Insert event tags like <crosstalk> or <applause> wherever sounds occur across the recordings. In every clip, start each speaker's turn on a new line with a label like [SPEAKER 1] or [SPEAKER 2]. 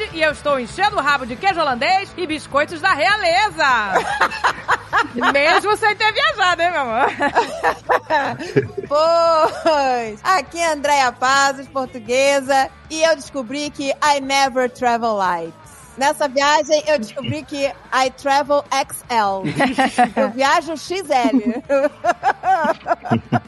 [SPEAKER 1] é que eu estou enchendo o rabo de queijo holandês e biscoitos da realeza. Mesmo sem ter viajado, hein, meu amor?
[SPEAKER 2] pois, aqui é Andréia Pazos, portuguesa, e eu descobri que I never travel light. Nessa viagem eu descobri que I travel
[SPEAKER 3] <laughs>
[SPEAKER 2] XL. Eu viajo XL.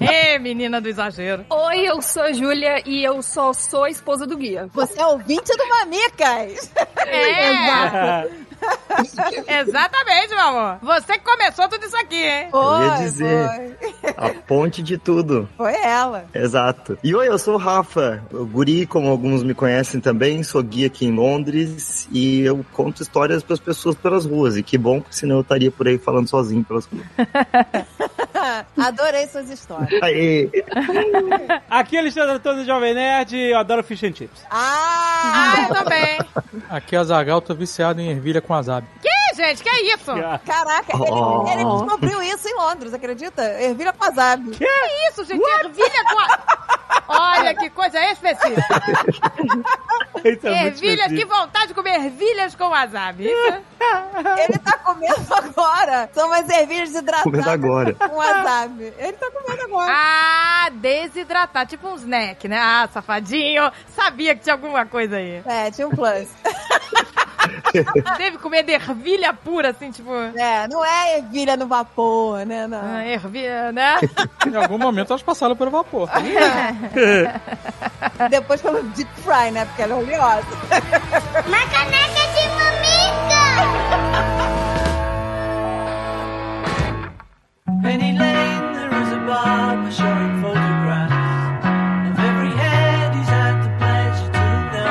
[SPEAKER 1] Ê, menina do exagero.
[SPEAKER 4] Oi, eu sou a Júlia e eu só sou a esposa do guia.
[SPEAKER 2] Você é ouvinte do Mamicas.
[SPEAKER 1] É.
[SPEAKER 2] Exato.
[SPEAKER 1] Exatamente, meu amor. Você que começou tudo isso aqui, hein?
[SPEAKER 3] Eu ia
[SPEAKER 2] Foi,
[SPEAKER 3] dizer.
[SPEAKER 2] foi.
[SPEAKER 3] A ponte de tudo.
[SPEAKER 2] Foi ela. <laughs>
[SPEAKER 3] Exato. E oi, eu sou o Rafa, o guri, como alguns me conhecem também, sou guia aqui em Londres e eu conto histórias para as pessoas pelas ruas. E que bom, porque senão eu estaria por aí falando sozinho pelas ruas.
[SPEAKER 2] Adorei suas histórias.
[SPEAKER 3] Aê!
[SPEAKER 5] Aqui é Alexandre Antônio do Jovem Nerd e eu adoro fish and chips.
[SPEAKER 2] Ah!
[SPEAKER 1] Ah, eu também.
[SPEAKER 6] Aqui é a Zagal, tô viciado em ervilha com wasabi.
[SPEAKER 1] Ih, gente, que é isso?
[SPEAKER 2] Caraca, ele,
[SPEAKER 3] Oh.
[SPEAKER 2] ele descobriu isso em Londres, acredita? Ervilha com wasabi.
[SPEAKER 1] Que isso, gente? Ervilha com a... Olha que coisa específica. tá
[SPEAKER 5] Isso é muito
[SPEAKER 1] ervilha, que
[SPEAKER 5] específico.
[SPEAKER 1] vontade de comer ervilhas com wasabi. Isso.
[SPEAKER 3] é?
[SPEAKER 2] Ele tá comendo agora. São umas ervilhas hidratadas
[SPEAKER 3] Comendo agora.
[SPEAKER 2] com wasabi. Ele tá comendo agora.
[SPEAKER 1] Ah, desidratar. Tipo um snack, né? Ah, safadinho. Sabia que tinha alguma coisa
[SPEAKER 2] <laughs>
[SPEAKER 1] aí.
[SPEAKER 2] É, tinha um plus.
[SPEAKER 1] Teve que comer de ervilha pura, assim, tipo...
[SPEAKER 2] É, não é ervilha no vapor, né? Não.
[SPEAKER 1] ah, ervilha, né?
[SPEAKER 6] Em algum momento elas passaram pelo vapor.
[SPEAKER 2] Depois pelo deep fry, né? Porque ela é oleosa.
[SPEAKER 7] Uma caneca de mamica!
[SPEAKER 8] Penny Lane, there is a barber showing photographs of every head he's had the pleasure to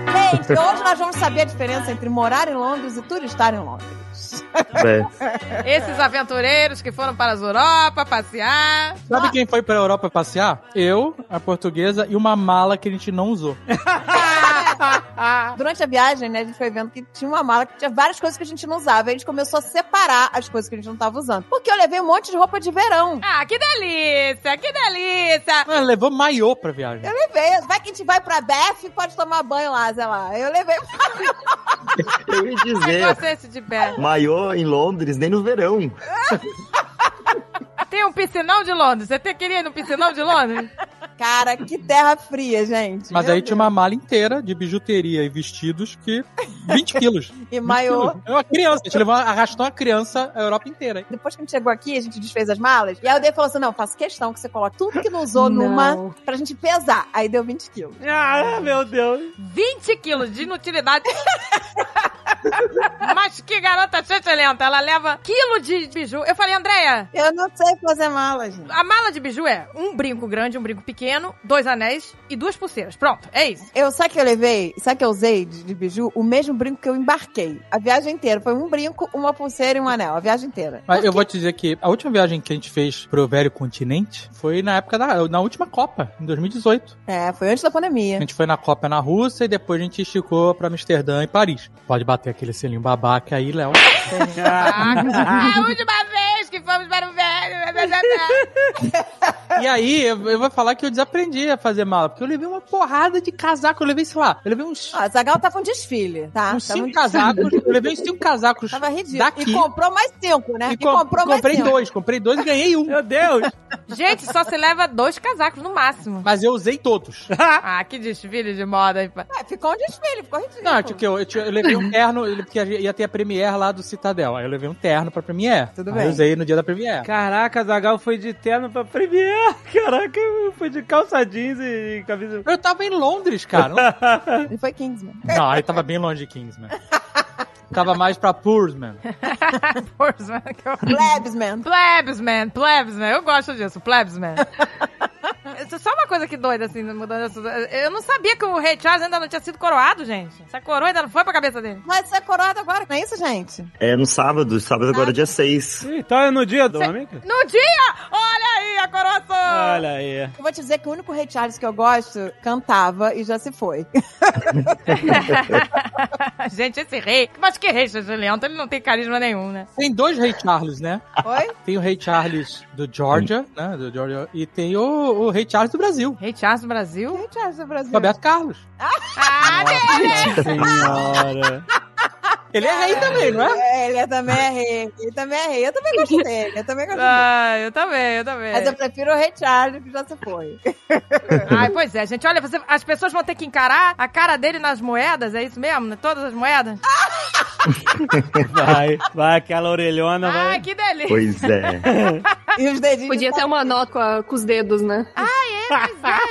[SPEAKER 8] know.
[SPEAKER 6] <laughs>
[SPEAKER 2] Gente, hoje nós vamos saber a diferença entre morar em Londres e turistar em Londres.
[SPEAKER 3] É.
[SPEAKER 1] Esses aventureiros que foram para as Europa passear.
[SPEAKER 6] Sabe quem foi pra Europa passear? Eu, a portuguesa e uma mala que a gente não usou.
[SPEAKER 1] Ah,
[SPEAKER 2] Durante a viagem, né, a gente foi vendo que tinha uma mala que tinha várias coisas que a gente não usava. Aí a gente começou a separar as coisas que a gente não tava usando. Porque eu levei um monte de roupa de verão.
[SPEAKER 1] Ah, que delícia, que delícia.
[SPEAKER 6] Ela levou maiô pra viagem.
[SPEAKER 2] Eu levei. Vai que a gente vai pra Beth pode tomar banho lá, sei lá. Eu levei.
[SPEAKER 3] Eu ia
[SPEAKER 1] Eu
[SPEAKER 3] dizer,
[SPEAKER 1] gosto desse de pé.
[SPEAKER 3] maiô em Londres, nem no verão.
[SPEAKER 1] Tem um piscinão de Londres. Você te- queria ir no piscinão de Londres?
[SPEAKER 2] Cara, que terra fria, gente.
[SPEAKER 6] Mas
[SPEAKER 2] Meu
[SPEAKER 6] aí
[SPEAKER 2] Deus.
[SPEAKER 6] tinha uma mala inteira de bijuteria e vestidos que. 20 quilos.
[SPEAKER 2] E <laughs> maiô.
[SPEAKER 6] É uma criança. A gente levou, arrastou uma criança a Europa inteira.
[SPEAKER 2] Depois que a gente chegou aqui, a gente desfez as malas. E aí o Dave falou assim: não, faço questão que você coloque tudo que não usou numa pra gente pesar. Aí deu 20 quilos.
[SPEAKER 5] Ah, meu Deus.
[SPEAKER 1] 20 quilos de <laughs> inutilidade. Mas que garota lenta. Ela leva quilo de biju. Eu falei, Andréia,
[SPEAKER 2] Eu não sei fazer mala, gente.
[SPEAKER 1] a mala de biju é um brinco grande, um brinco pequeno, dois anéis e duas pulseiras. Pronto, é isso.
[SPEAKER 2] Eu, sabe o que eu levei? Sabe o que eu usei de, de biju? O mesmo brinco que eu embarquei. A viagem inteira. Foi um brinco, uma pulseira e um anel. A viagem inteira.
[SPEAKER 6] Mas eu vou te dizer que a última viagem que a gente fez pro velho continente foi na época da. na última Copa, em 2018.
[SPEAKER 2] É, foi antes da
[SPEAKER 6] A
[SPEAKER 2] pandemia.
[SPEAKER 6] gente foi na Copa na Rússia e depois a gente esticou pra Amsterdã e Paris. Pode bater aquele selinho babaca aí, Léo.
[SPEAKER 1] Ah, a última vez que fomos para o velho.
[SPEAKER 6] E aí, eu, eu vou falar que eu desaprendi a fazer mala, porque eu levei uma porrada de casaco. Eu levei, sei lá, eu levei uns,
[SPEAKER 2] Ó, a Zagal tá com desfile, tá?
[SPEAKER 6] uns
[SPEAKER 2] Tá
[SPEAKER 6] cinco
[SPEAKER 2] muito-
[SPEAKER 6] casacos.
[SPEAKER 2] <laughs>
[SPEAKER 6] Eu levei uns cinco casacos.
[SPEAKER 2] Tava ridículo.
[SPEAKER 6] Daqui.
[SPEAKER 2] E comprou mais cinco, né?
[SPEAKER 6] E
[SPEAKER 2] E,
[SPEAKER 6] com-
[SPEAKER 2] comprou mais
[SPEAKER 6] comprei
[SPEAKER 2] cinco.
[SPEAKER 6] dois, comprei dois e ganhei um.
[SPEAKER 5] Meu Deus.
[SPEAKER 1] Gente, só se leva dois casacos no máximo.
[SPEAKER 6] Mas eu usei todos.
[SPEAKER 1] Ah, que desfile de moda. hein, <laughs> pá.
[SPEAKER 2] É, ficou um desfile, ficou ridículo.
[SPEAKER 6] Não, tipo, eu, eu, tinha- eu levei um terno, ele- porque ia ter a Premiere lá do Citadel. Aí eu levei um terno pra Premiere.
[SPEAKER 2] Tudo
[SPEAKER 6] Aí
[SPEAKER 2] bem.
[SPEAKER 6] Eu usei no dia da Premiere.
[SPEAKER 5] Caraca, Zagal foi de terno pra Premiere. <laughs> Caraca, foi de calça jeans e camisa.
[SPEAKER 6] Eu tava em Londres, cara.
[SPEAKER 2] Ele foi né? Kingsman.
[SPEAKER 6] Não, aí tava bem longe de Kingsman. Tava mais pra Pursman.
[SPEAKER 1] Força, que eu-
[SPEAKER 2] Labsman.
[SPEAKER 1] Plebs, man, plebs, man. Eu gosto disso, plebs, <laughs> man. Isso é Só uma coisa que doida, assim, mudando isso. Eu não sabia que o Rei Charles ainda não tinha sido coroado, gente. Essa coroa ainda não foi pra cabeça dele.
[SPEAKER 2] Mas você é coroado agora, não é isso, gente?
[SPEAKER 3] É no sábado, sábado agora é dia 6.
[SPEAKER 5] Então é no dia tá do amigo?
[SPEAKER 1] No dia! Olha aí, Maria Coroço!
[SPEAKER 5] Olha aí.
[SPEAKER 2] Eu vou te dizer que o único Ray Charles que eu gosto cantava e já se <laughs> foi.
[SPEAKER 1] <laughs> Gente, esse rei. Mas que rei, Xande Leão? Então ele não tem carisma nenhum, né?
[SPEAKER 6] Tem dois Rei Charles, né?
[SPEAKER 2] Oi?
[SPEAKER 6] Tem o Rei Charles do Georgia, né? Do Georgia. E tem o, o Rei Charles do Brasil.
[SPEAKER 1] Rei Charles do Brasil?
[SPEAKER 2] Ray Charles do Brasil.
[SPEAKER 6] Roberto Carlos.
[SPEAKER 1] Ah,
[SPEAKER 5] Senhora.
[SPEAKER 6] Ele é rei também, não é?
[SPEAKER 2] É, ele é também é rei. Ele também é rei. Eu também gosto dele. Eu também gosto dele.
[SPEAKER 1] Ah, eu também, eu também.
[SPEAKER 2] Mas eu prefiro o Ray Charles que já se foi.
[SPEAKER 1] é Ai, pois é, gente. Olha, você- as pessoas vão ter que encarar a cara dele nas moedas, é isso mesmo? Né? Todas as moedas?
[SPEAKER 5] Vai, vai, aquela orelhona
[SPEAKER 1] Ai,
[SPEAKER 5] vai.
[SPEAKER 1] que <laughs> delícia!
[SPEAKER 3] Pois é.
[SPEAKER 2] E os dedinhos.
[SPEAKER 4] Podia ter uma nota com, a- com os dedos, né?
[SPEAKER 5] <laughs>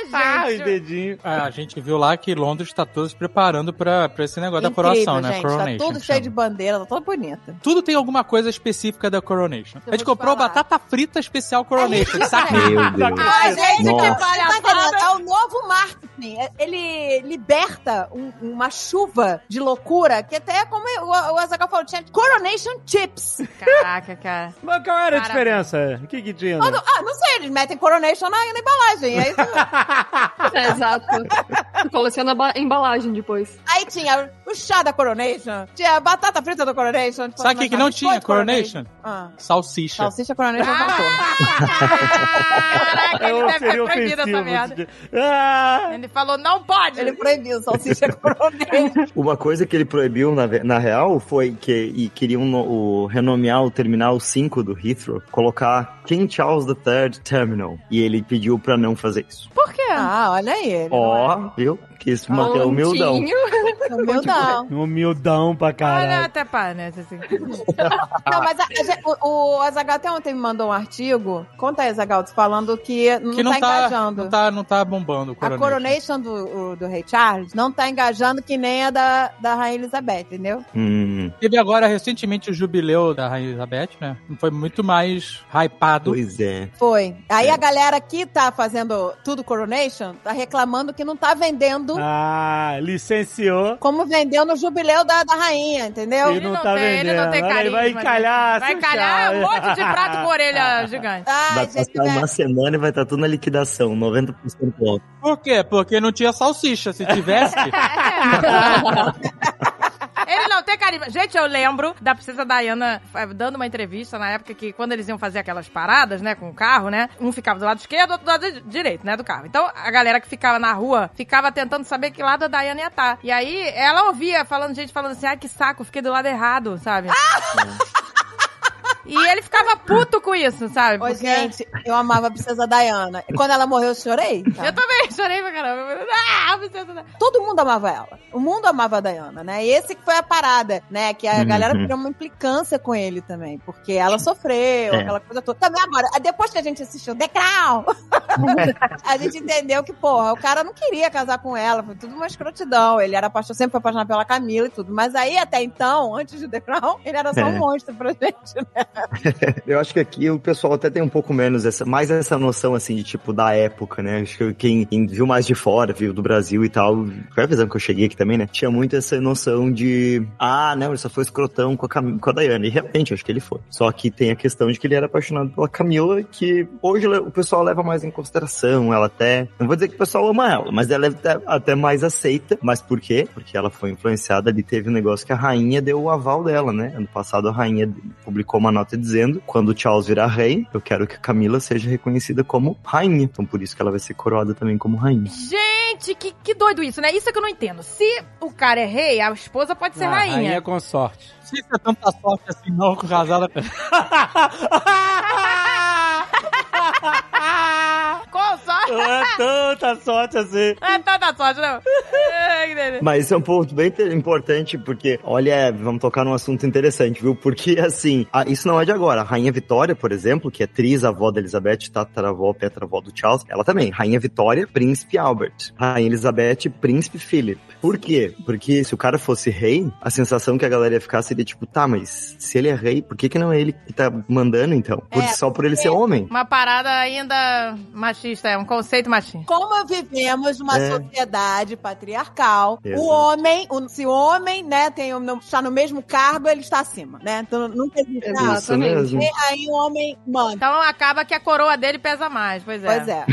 [SPEAKER 1] Ah,
[SPEAKER 5] os dedinhos.
[SPEAKER 6] Ah, A gente viu lá que Londres tá todos preparando pra, pra esse negócio da coroação, né?
[SPEAKER 2] gente.
[SPEAKER 6] Coronation.
[SPEAKER 2] Tá tudo
[SPEAKER 6] que
[SPEAKER 2] cheio de
[SPEAKER 6] chama.
[SPEAKER 2] bandeira, tá toda bonita.
[SPEAKER 6] Tudo tem alguma coisa específica da Coronation.
[SPEAKER 2] Eu
[SPEAKER 6] A gente
[SPEAKER 2] vou te
[SPEAKER 6] comprou
[SPEAKER 2] falar. É
[SPEAKER 6] batata frita especial Coronation. Sabe?
[SPEAKER 3] Meu Deus.
[SPEAKER 2] A gente
[SPEAKER 3] Nossa.
[SPEAKER 2] que palhaçada. Tá entendendo? É o novo marketing. É- Ele liberta um- uma chuva de loucura, que até é como o, o Azaghal falou, tinha Coronation Chips.
[SPEAKER 1] Caraca, cara.
[SPEAKER 5] Mas qual era a
[SPEAKER 1] Cara.
[SPEAKER 5] diferença? O que que tinha?
[SPEAKER 2] Quando- ah, não sei, eles metem Coronation na, na embalagem. Aí,
[SPEAKER 4] É,
[SPEAKER 3] <laughs>
[SPEAKER 4] exato. Coleciona a ba- embalagem depois.
[SPEAKER 2] aí tinha o chá da Coronation, tinha a batata frita da Coronation. tipo,
[SPEAKER 6] Sabe o que, que não
[SPEAKER 2] biscoito
[SPEAKER 6] tinha? Coronation?
[SPEAKER 2] Ah.
[SPEAKER 6] Salsicha.
[SPEAKER 2] Salsicha Coronation é não faltou.
[SPEAKER 1] Caraca, ele
[SPEAKER 5] Eu
[SPEAKER 1] deve ter
[SPEAKER 5] É um seria
[SPEAKER 1] proibido
[SPEAKER 5] ofensivo.
[SPEAKER 1] essa merda.
[SPEAKER 5] esse- Ah,
[SPEAKER 1] Ele falou, não pode!
[SPEAKER 2] Ele proibiu salsicha <laughs> Coronation.
[SPEAKER 3] Uma coisa que ele proibiu, na, ve- na real, foi que e queriam no- o, renomear o Terminal 5 do Heathrow, colocar King Charles III Terminal. E ele pediu pra não fazer isso.
[SPEAKER 1] Por quê?
[SPEAKER 2] Ah, olha aí. ele não
[SPEAKER 3] Ó, viu? Quis manter o humildão. <laughs>
[SPEAKER 4] Pontinho.
[SPEAKER 2] é Humildão.
[SPEAKER 5] humildão pra
[SPEAKER 1] Olha,
[SPEAKER 5] caralho.
[SPEAKER 1] até pá, né? Assim.
[SPEAKER 2] Não, mas a- a gente- o, o Azagal até ontem me mandou um artigo. Conta aí, Azagal, falando que não,
[SPEAKER 6] que não
[SPEAKER 2] tá,
[SPEAKER 6] tá,
[SPEAKER 2] engajando.
[SPEAKER 6] não tá, não tá bombando o
[SPEAKER 2] A
[SPEAKER 6] Coronation.
[SPEAKER 2] coronation do, o- do Rei Charles não tá engajando que nem a da, da Rainha Elizabeth, entendeu?
[SPEAKER 3] Hum,
[SPEAKER 6] Teve agora recentemente o jubileu da Rainha Elizabeth, né? Foi muito mais hypado.
[SPEAKER 3] pois é.
[SPEAKER 2] Foi. Aí a galera que tá fazendo tudo coronation tá reclamando que não tá vendendo
[SPEAKER 5] Ah, licenciou.
[SPEAKER 2] como vendeu no jubileu da, da rainha,
[SPEAKER 1] É
[SPEAKER 2] entendeu?
[SPEAKER 5] Ele não tá vendendo.
[SPEAKER 1] ele não tem
[SPEAKER 5] Olha,
[SPEAKER 1] carisma. né?
[SPEAKER 5] ele vai encalhar,
[SPEAKER 1] Vai
[SPEAKER 5] seu
[SPEAKER 1] encalhar um
[SPEAKER 5] chave.
[SPEAKER 1] monte de prato
[SPEAKER 5] <laughs>
[SPEAKER 1] com orelha gigante.
[SPEAKER 2] Ai,
[SPEAKER 3] Vai
[SPEAKER 2] gente, né?
[SPEAKER 3] passar uma
[SPEAKER 2] velho.
[SPEAKER 3] semana e vai estar tudo na liquidação, 90% off.
[SPEAKER 6] Por quê? Porque não tinha salsicha. Se
[SPEAKER 2] <laughs>
[SPEAKER 6] tivesse,
[SPEAKER 1] É. Ele não tem carisma. Gente, eu lembro da princesa Diana eh, dando uma entrevista na época que quando eles iam fazer aquelas paradas, né, com o carro, né? Um ficava do lado esquerdo, outro do lado di- direito, né, do carro. Então, a galera que ficava na rua ficava tentando saber que lado a Diana ia estar. E aí, ela ouvia falando, gente falando assim, ai, que saco, fiquei do lado errado, sabe? E ele ficava puto com isso, sabe?
[SPEAKER 2] Ô, gente, eu amava a princesa Diana. E Quando ela morreu, eu chorei.
[SPEAKER 1] <laughs>
[SPEAKER 2] tá?
[SPEAKER 1] Eu também chorei pra caramba. Ah, princesa Diana.
[SPEAKER 2] Todo mundo amava ela. O mundo amava a Diana, né? E esse que foi a parada, né? Que a
[SPEAKER 3] Uhum.
[SPEAKER 2] galera criou uma implicância com ele também. Porque ela sofreu,
[SPEAKER 3] É.
[SPEAKER 2] aquela coisa toda. Também agora, depois que a gente assistiu The Crown, <laughs> a gente entendeu que, porra, o cara não queria casar com ela. Foi tudo uma escrotidão. Ele era apaixonado, sempre foi apaixonado pela Camila e tudo. Mas aí, até então, antes de The Crown, ele era só um
[SPEAKER 3] É.
[SPEAKER 2] monstro pra gente. né?
[SPEAKER 3] Eu acho que aqui o pessoal até tem um pouco menos essa, mais essa noção assim de tipo da época, né? Acho que quem, quem viu mais de fora, viu do Brasil e tal, foi é a visão que eu cheguei aqui também, né? Tinha muito essa noção de ah, não, ele só foi escrotão com a, Cam... com a Dayane. E realmente, acho que ele foi. Só que tem a questão de que ele era apaixonado pela Camila, que hoje le- o pessoal leva mais em consideração. Ela até. Não vou dizer que o pessoal ama ela, mas ela é até, até mais aceita. Mas por quê? Porque ela foi influenciada ali, teve um negócio que a rainha deu o aval dela, né? Ano passado a rainha publicou uma nota dizendo: quando o Charles virar rei, eu quero que a Camila seja reconhecida como rainha. Então por isso que ela vai ser coroada também como rainha.
[SPEAKER 1] Gente, que, que doido isso, né? Isso é que eu não entendo. Se o cara é rei, a esposa pode
[SPEAKER 2] é
[SPEAKER 1] ser
[SPEAKER 5] Ah,
[SPEAKER 1] rainha.
[SPEAKER 5] rainha com sorte.
[SPEAKER 6] é não sei se é tanta sorte assim não, com casada.
[SPEAKER 1] Com Ah,
[SPEAKER 5] <laughs>
[SPEAKER 1] sorte.
[SPEAKER 5] É tanta sorte assim.
[SPEAKER 1] É tanta sorte, não. Ai, que delícia.
[SPEAKER 3] <laughs> Mas isso é um ponto bem inter- importante, porque, olha, vamos tocar num assunto interessante, viu? Porque, assim, a- isso não é de agora. A Rainha Vitória, por exemplo, que é atriz, avó da Elizabeth, tá, tataravó, tetravó do Charles, ela também. Rainha Vitória, príncipe Albert. Rainha Elizabeth, príncipe Philip. Por quê? Porque se o cara fosse rei, a sensação que a galera ia ficar seria tipo, tá, mas se ele é rei, por que, que não é ele que tá mandando, então? Por-
[SPEAKER 2] É,
[SPEAKER 3] só por ele ser homem.
[SPEAKER 1] Uma parada ainda machista, é um conceito machista.
[SPEAKER 2] Como vivemos numa
[SPEAKER 3] É.
[SPEAKER 2] sociedade patriarcal, igual.
[SPEAKER 3] Exato.
[SPEAKER 2] O homem, o, se o homem, né, tem, o- não- está no mesmo cargo, ele está acima, né? Então nunca existe. Ah,
[SPEAKER 3] Isso mesmo.
[SPEAKER 2] tem aí o homem manda.
[SPEAKER 1] Então acaba que a coroa dele pesa mais, pois é.
[SPEAKER 2] Pois é.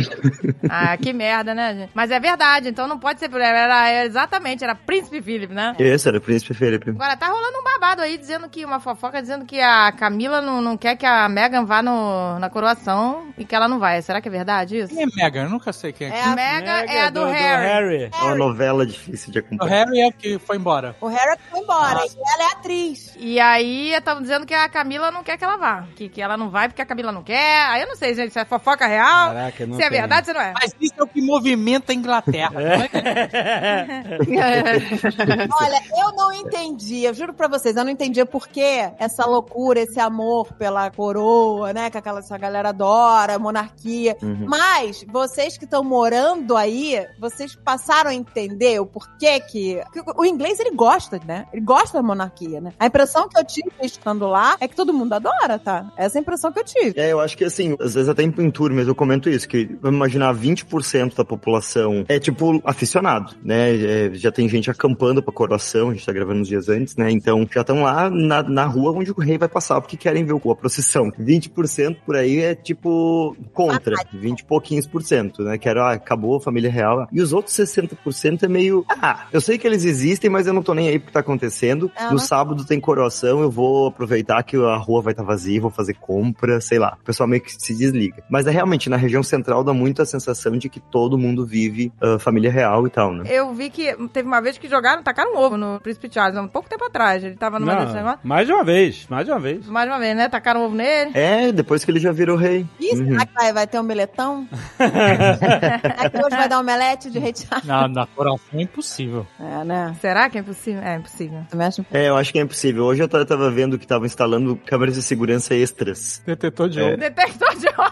[SPEAKER 1] Ah, que merda, né, gente? Mas é verdade, então não pode ser. Era, era exatamente, era Príncipe Philip, né?
[SPEAKER 3] Esse era o príncipe Felipe.
[SPEAKER 1] Agora, tá rolando um babado aí, dizendo que uma fofoca dizendo que a Camila não, não quer que a Megan vá no, na coroação e que ela não vai. Será que é verdade isso?
[SPEAKER 6] Quem é Megan? Eu nunca sei quem é.
[SPEAKER 1] É, a Megan é a do, Harry.
[SPEAKER 3] É uma novela difícil de
[SPEAKER 6] O
[SPEAKER 3] acompanhar.
[SPEAKER 6] Harry é o que foi embora.
[SPEAKER 2] O Harry foi embora, e ela é atriz.
[SPEAKER 1] E aí, estavam dizendo que a Camila não quer que ela vá. Que, que ela não vai porque a Camila não quer. Aí eu não sei, gente, se é fofoca real,
[SPEAKER 5] Caraca, não
[SPEAKER 1] se é
[SPEAKER 5] tem.
[SPEAKER 1] verdade, se não é.
[SPEAKER 6] Mas isso é o que movimenta a Inglaterra. não é?
[SPEAKER 5] <laughs>
[SPEAKER 4] É,
[SPEAKER 2] Olha, eu não entendi, eu juro pra vocês, eu não entendi por que essa loucura, esse amor pela coroa, né, que aquela essa galera adora, monarquia.
[SPEAKER 3] Uhum.
[SPEAKER 2] Mas vocês que estão morando aí, vocês passaram a entender o porquê que, que o- o inglês ele gosta, né? Ele gosta da monarquia, né? A impressão que eu tive estando lá é que todo mundo adora, tá? Essa é a impressão que eu tive.
[SPEAKER 3] É, eu acho que assim, às vezes até em pintura mesmo eu comento isso, que vamos imaginar 20% da população é tipo aficionado, né? É, já tem gente acampando pra coração, a gente tá gravando uns dias antes, né? Então já estão lá na, na rua onde o rei vai passar porque querem ver o- a procissão. 20% por aí é tipo contra, 20 e pouquinhos por cento, né? Que era, ah, acabou a família real. E os outros 60% é meio, ah, eu sei que eles existem, mas eu não tô nem aí pro que tá acontecendo.
[SPEAKER 2] Ah.
[SPEAKER 3] No sábado tem coroação, eu vou aproveitar que a rua vai estar vazia, vou fazer compra, sei lá. O pessoal meio que se desliga. Mas é realmente, na região central dá muito a sensação de que todo mundo vive ah, família real e tal, né?
[SPEAKER 1] Eu vi que teve uma vez que jogaram, tacaram um ovo no Príncipe Charles, há um pouco tempo atrás. Ele tava numa dessas
[SPEAKER 5] Não,
[SPEAKER 1] negócios.
[SPEAKER 5] mais de uma vez, mais de uma vez.
[SPEAKER 1] Mais uma vez, né? Tacaram ovo nele.
[SPEAKER 3] É, depois que ele já virou rei. Uhum.
[SPEAKER 2] Ih, será que vai, vai ter
[SPEAKER 3] <laughs>
[SPEAKER 2] omeletão? será que hoje vai dar um omelete de rei Charles?
[SPEAKER 6] Na, na coração é impossível.
[SPEAKER 2] <laughs> É, né?
[SPEAKER 1] Será que é impossível? É impossível.
[SPEAKER 2] Tu mexe
[SPEAKER 3] É, eu acho que é impossível. Hoje eu ta- tava vendo que estavam instalando câmeras de segurança extras.
[SPEAKER 6] Detetor de
[SPEAKER 3] É.
[SPEAKER 6] ouro.
[SPEAKER 1] Detector de ovo.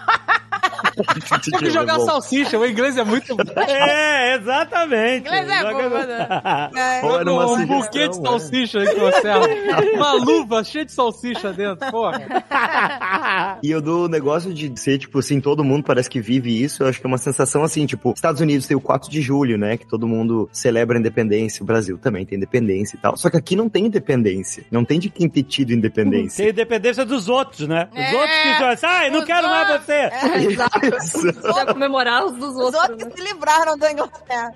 [SPEAKER 6] Tinha
[SPEAKER 3] <laughs>
[SPEAKER 6] que
[SPEAKER 3] um
[SPEAKER 6] jogar salsicha, o inglês é muito bom.
[SPEAKER 5] É, exatamente.
[SPEAKER 1] Inglês é
[SPEAKER 5] Joga-
[SPEAKER 1] bom, né?
[SPEAKER 2] É.
[SPEAKER 3] Ou era uma
[SPEAKER 6] um
[SPEAKER 3] sugestão,
[SPEAKER 6] buquê de
[SPEAKER 3] né?
[SPEAKER 6] salsicha que
[SPEAKER 2] <laughs>
[SPEAKER 6] você arruma. Uma luva cheia de salsicha dentro, porra.
[SPEAKER 3] E o do negócio de ser, tipo assim, todo mundo parece que vive isso, eu acho que é uma sensação assim, tipo, Estados Unidos tem o 4 de julho, né? Que todo mundo celebra a independência, o Brasil também tem independência e tal. Só que aqui não tem independência. Não tem de quem ter tido independência.
[SPEAKER 5] <laughs> Tem dependência dos outros, né? Os
[SPEAKER 1] É,
[SPEAKER 5] outros que dizem, ai, não
[SPEAKER 1] os
[SPEAKER 5] quero mais
[SPEAKER 1] outros."
[SPEAKER 5] você.
[SPEAKER 4] Exato.
[SPEAKER 3] Isso.
[SPEAKER 4] Pra comemorar os dos
[SPEAKER 2] Os
[SPEAKER 4] outros.
[SPEAKER 2] É, outros que se livraram da Inglaterra.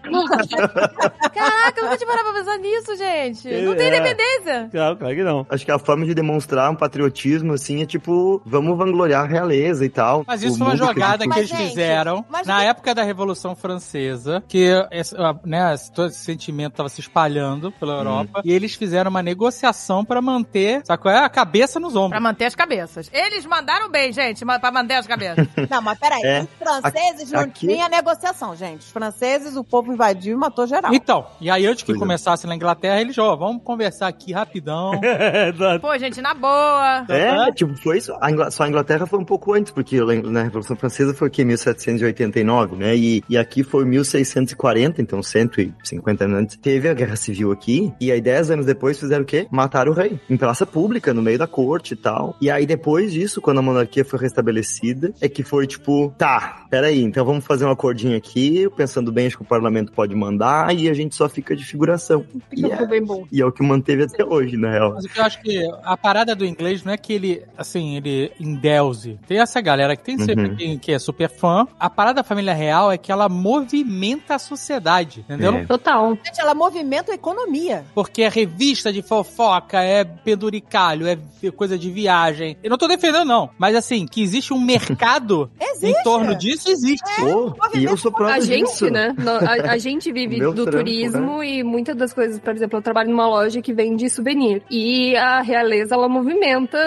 [SPEAKER 1] Caraca, eu nunca tinha parado pra pensar nisso, gente. Não tem
[SPEAKER 5] É.
[SPEAKER 1] independência.
[SPEAKER 5] Não, claro que não.
[SPEAKER 3] <laughs>
[SPEAKER 5] <laughs>
[SPEAKER 3] Acho que a forma de demonstrar um patriotismo, assim, é tipo, vamos vangloriar a realeza e tal.
[SPEAKER 6] Mas
[SPEAKER 3] O
[SPEAKER 6] isso foi uma
[SPEAKER 3] mundo que a
[SPEAKER 6] jogada que,
[SPEAKER 3] gente-
[SPEAKER 2] Mas,
[SPEAKER 6] eles
[SPEAKER 2] gente,
[SPEAKER 6] fizeram
[SPEAKER 2] mas
[SPEAKER 6] na
[SPEAKER 2] que-
[SPEAKER 6] época da Revolução Francesa, que esse, ah, né, esse- todo esse sentimento estava se espalhando
[SPEAKER 3] Hum.
[SPEAKER 6] pela Europa, e eles fizeram uma negociação pra manter sabe qual é? a cabeça nos
[SPEAKER 1] Pra
[SPEAKER 6] ombros.
[SPEAKER 1] manter as cabeças. Eles mandaram bem, gente, ma- pra manter as cabeças.
[SPEAKER 2] Não, mas peraí,
[SPEAKER 3] É.
[SPEAKER 2] os franceses não
[SPEAKER 3] aqui-
[SPEAKER 2] tinha negociação, gente. Os franceses, o povo invadiu e matou geral.
[SPEAKER 6] Então, e aí antes que
[SPEAKER 3] Pois é.
[SPEAKER 6] começasse na Inglaterra, eles, ó, vamos conversar aqui rapidão.
[SPEAKER 5] Exato.
[SPEAKER 1] Pô, gente, na boa.
[SPEAKER 3] É, tipo, foi isso. A Ingl- só a Inglaterra foi um pouco antes, porque eu lembro, na Revolução Francesa foi o quê? 1789, né? E, e aqui foi 1640, então 150 anos antes. Teve a Guerra Civil aqui, e aí 10 anos depois fizeram o quê? Mataram o rei, em praça pública, no meio da corte e tal. E aí depois disso, quando a monarquia foi restabelecida, é que foi tipo, tá, peraí, então vamos fazer um acordinho aqui, pensando bem, acho que o parlamento pode mandar, e a gente só fica de figuração. E é,
[SPEAKER 4] Ficou bem bom.
[SPEAKER 3] e é o que manteve até hoje, na real.
[SPEAKER 6] Mas o que eu acho que a parada do inglês não é que ele, assim, ele endeuze. Tem essa galera que tem sempre
[SPEAKER 3] Uhum.
[SPEAKER 6] que, que é super fã. A parada da família real é que ela movimenta a sociedade, entendeu?
[SPEAKER 3] É.
[SPEAKER 4] Total.
[SPEAKER 2] Gente, ela movimenta a economia.
[SPEAKER 6] Porque é revista de fofoca, é penduricalho, é vi- coisa de viagem. Eu não tô defendendo, não. Mas assim, que existe um
[SPEAKER 4] <laughs>
[SPEAKER 6] mercado
[SPEAKER 2] Existe.
[SPEAKER 6] em torno disso, existe.
[SPEAKER 4] É.
[SPEAKER 3] Pô, e eu sou prova
[SPEAKER 4] A gente,
[SPEAKER 3] disso.
[SPEAKER 4] né? No- A, a
[SPEAKER 3] <laughs>
[SPEAKER 4] gente vive
[SPEAKER 3] Meu
[SPEAKER 4] do
[SPEAKER 3] trampo, né?
[SPEAKER 4] turismo e muitas das coisas, por exemplo, eu trabalho numa loja que vende souvenir. E a realeza, ela movimenta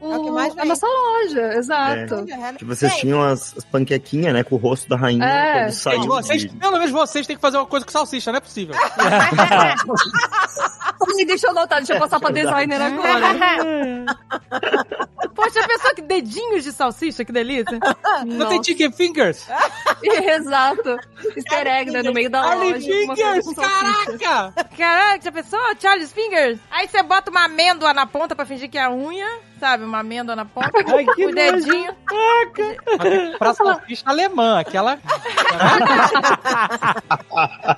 [SPEAKER 4] o-
[SPEAKER 2] É o que mais
[SPEAKER 4] a
[SPEAKER 2] vende.
[SPEAKER 4] nossa loja, exato.
[SPEAKER 2] Uhum. É,
[SPEAKER 3] Que vocês tinham as, as panquequinhas, né? Com o rosto da rainha
[SPEAKER 4] É,
[SPEAKER 3] quando saiu.
[SPEAKER 6] Gente, vocês,
[SPEAKER 3] de-
[SPEAKER 6] pelo menos vocês têm que fazer uma coisa com salsicha, não
[SPEAKER 4] <laughs>
[SPEAKER 6] é possível.
[SPEAKER 4] Ai, deixa eu notar, deixa eu passar
[SPEAKER 3] <laughs>
[SPEAKER 4] pra designer agora.
[SPEAKER 1] <laughs> Poxa, a pessoa que dedinhos de salsicha, que delícia.
[SPEAKER 6] Não tem chicken fingers?
[SPEAKER 4] Ah, <laughs> Exato. Easter egg, né? No meio da
[SPEAKER 6] Charlie
[SPEAKER 4] loja. alguma coisa
[SPEAKER 6] fingers,
[SPEAKER 4] com salsicha.
[SPEAKER 6] caraca!
[SPEAKER 1] Caraca, a pessoa, Charles Fingers. Aí você bota uma amêndoa na ponta pra fingir que é a unha, sabe? Uma amêndoa na ponta.
[SPEAKER 5] Ai, que
[SPEAKER 1] o dedinho.
[SPEAKER 6] pra salsicha alemã, aquela...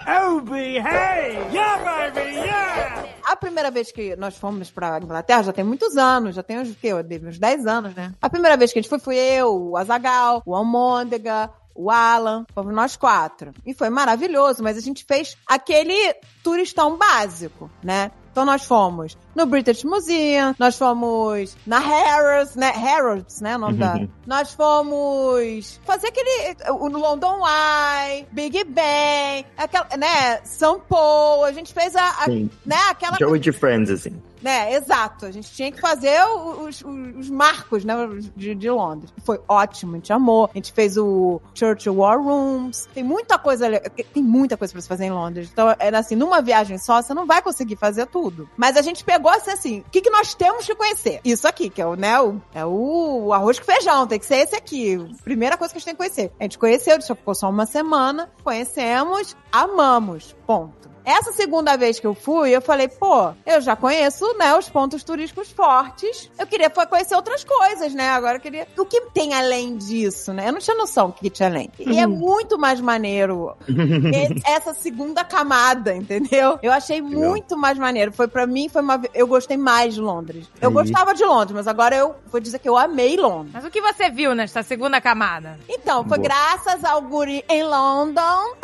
[SPEAKER 5] É
[SPEAKER 8] You behave! Yeah, baby, yeah!
[SPEAKER 2] A primeira vez que nós fomos pra Inglaterra, já tem muitos anos, já tem uns, o quê? Eu dei Uns 10 anos, né? A primeira vez que a gente foi, foi eu, o Azagal, o Almôndega, o Alan, fomos nós quatro. E foi maravilhoso, mas a gente fez aquele turistão básico, né? Então nós fomos no British Museum, nós fomos na Harrods, né? Harrods, né? O nome da. <laughs> Nós fomos fazer aquele. O London Eye, Big Bang, aquela, né? São Paulo. A gente fez a. a-
[SPEAKER 3] Sim.
[SPEAKER 2] né? Aquela
[SPEAKER 3] Joey de Friends, assim.
[SPEAKER 2] né, exato. A gente tinha que fazer o- os, os- os marcos, né, os de, de Londres. Foi ótimo, a gente amou. A gente fez o Churchill War Rooms. Tem muita coisa, le- tem muita coisa pra se fazer em Londres. Então, é assim, numa viagem só, você não vai conseguir fazer tudo. Mas a gente pegou assim, assim, o que, que nós temos que conhecer? Isso aqui, que é o, né, o, é o arroz com feijão, tem que ser esse aqui. Primeira coisa que a gente tem que conhecer. A gente conheceu, a gente ficou só uma semana, conhecemos, amamos, ponto. Essa segunda vez que eu fui, eu falei, pô, eu já conheço, né, os pontos turísticos fortes. Eu queria foi conhecer outras coisas, né? Agora eu queria. O que tem além disso, né? Eu não tinha noção o que tinha além. E
[SPEAKER 3] Uhum.
[SPEAKER 2] é muito mais
[SPEAKER 3] <laughs>
[SPEAKER 2] maneiro e- essa segunda camada, entendeu? Eu achei
[SPEAKER 3] Legal.
[SPEAKER 2] muito mais maneiro. Foi pra mim, foi uma. ve- Eu gostei mais de Londres. Eu
[SPEAKER 3] Aí.
[SPEAKER 2] gostava de Londres, mas agora eu vou dizer que eu amei Londres.
[SPEAKER 1] Mas o que você viu nesta segunda camada?
[SPEAKER 2] Então, foi
[SPEAKER 3] Boa.
[SPEAKER 2] graças ao Guri em London.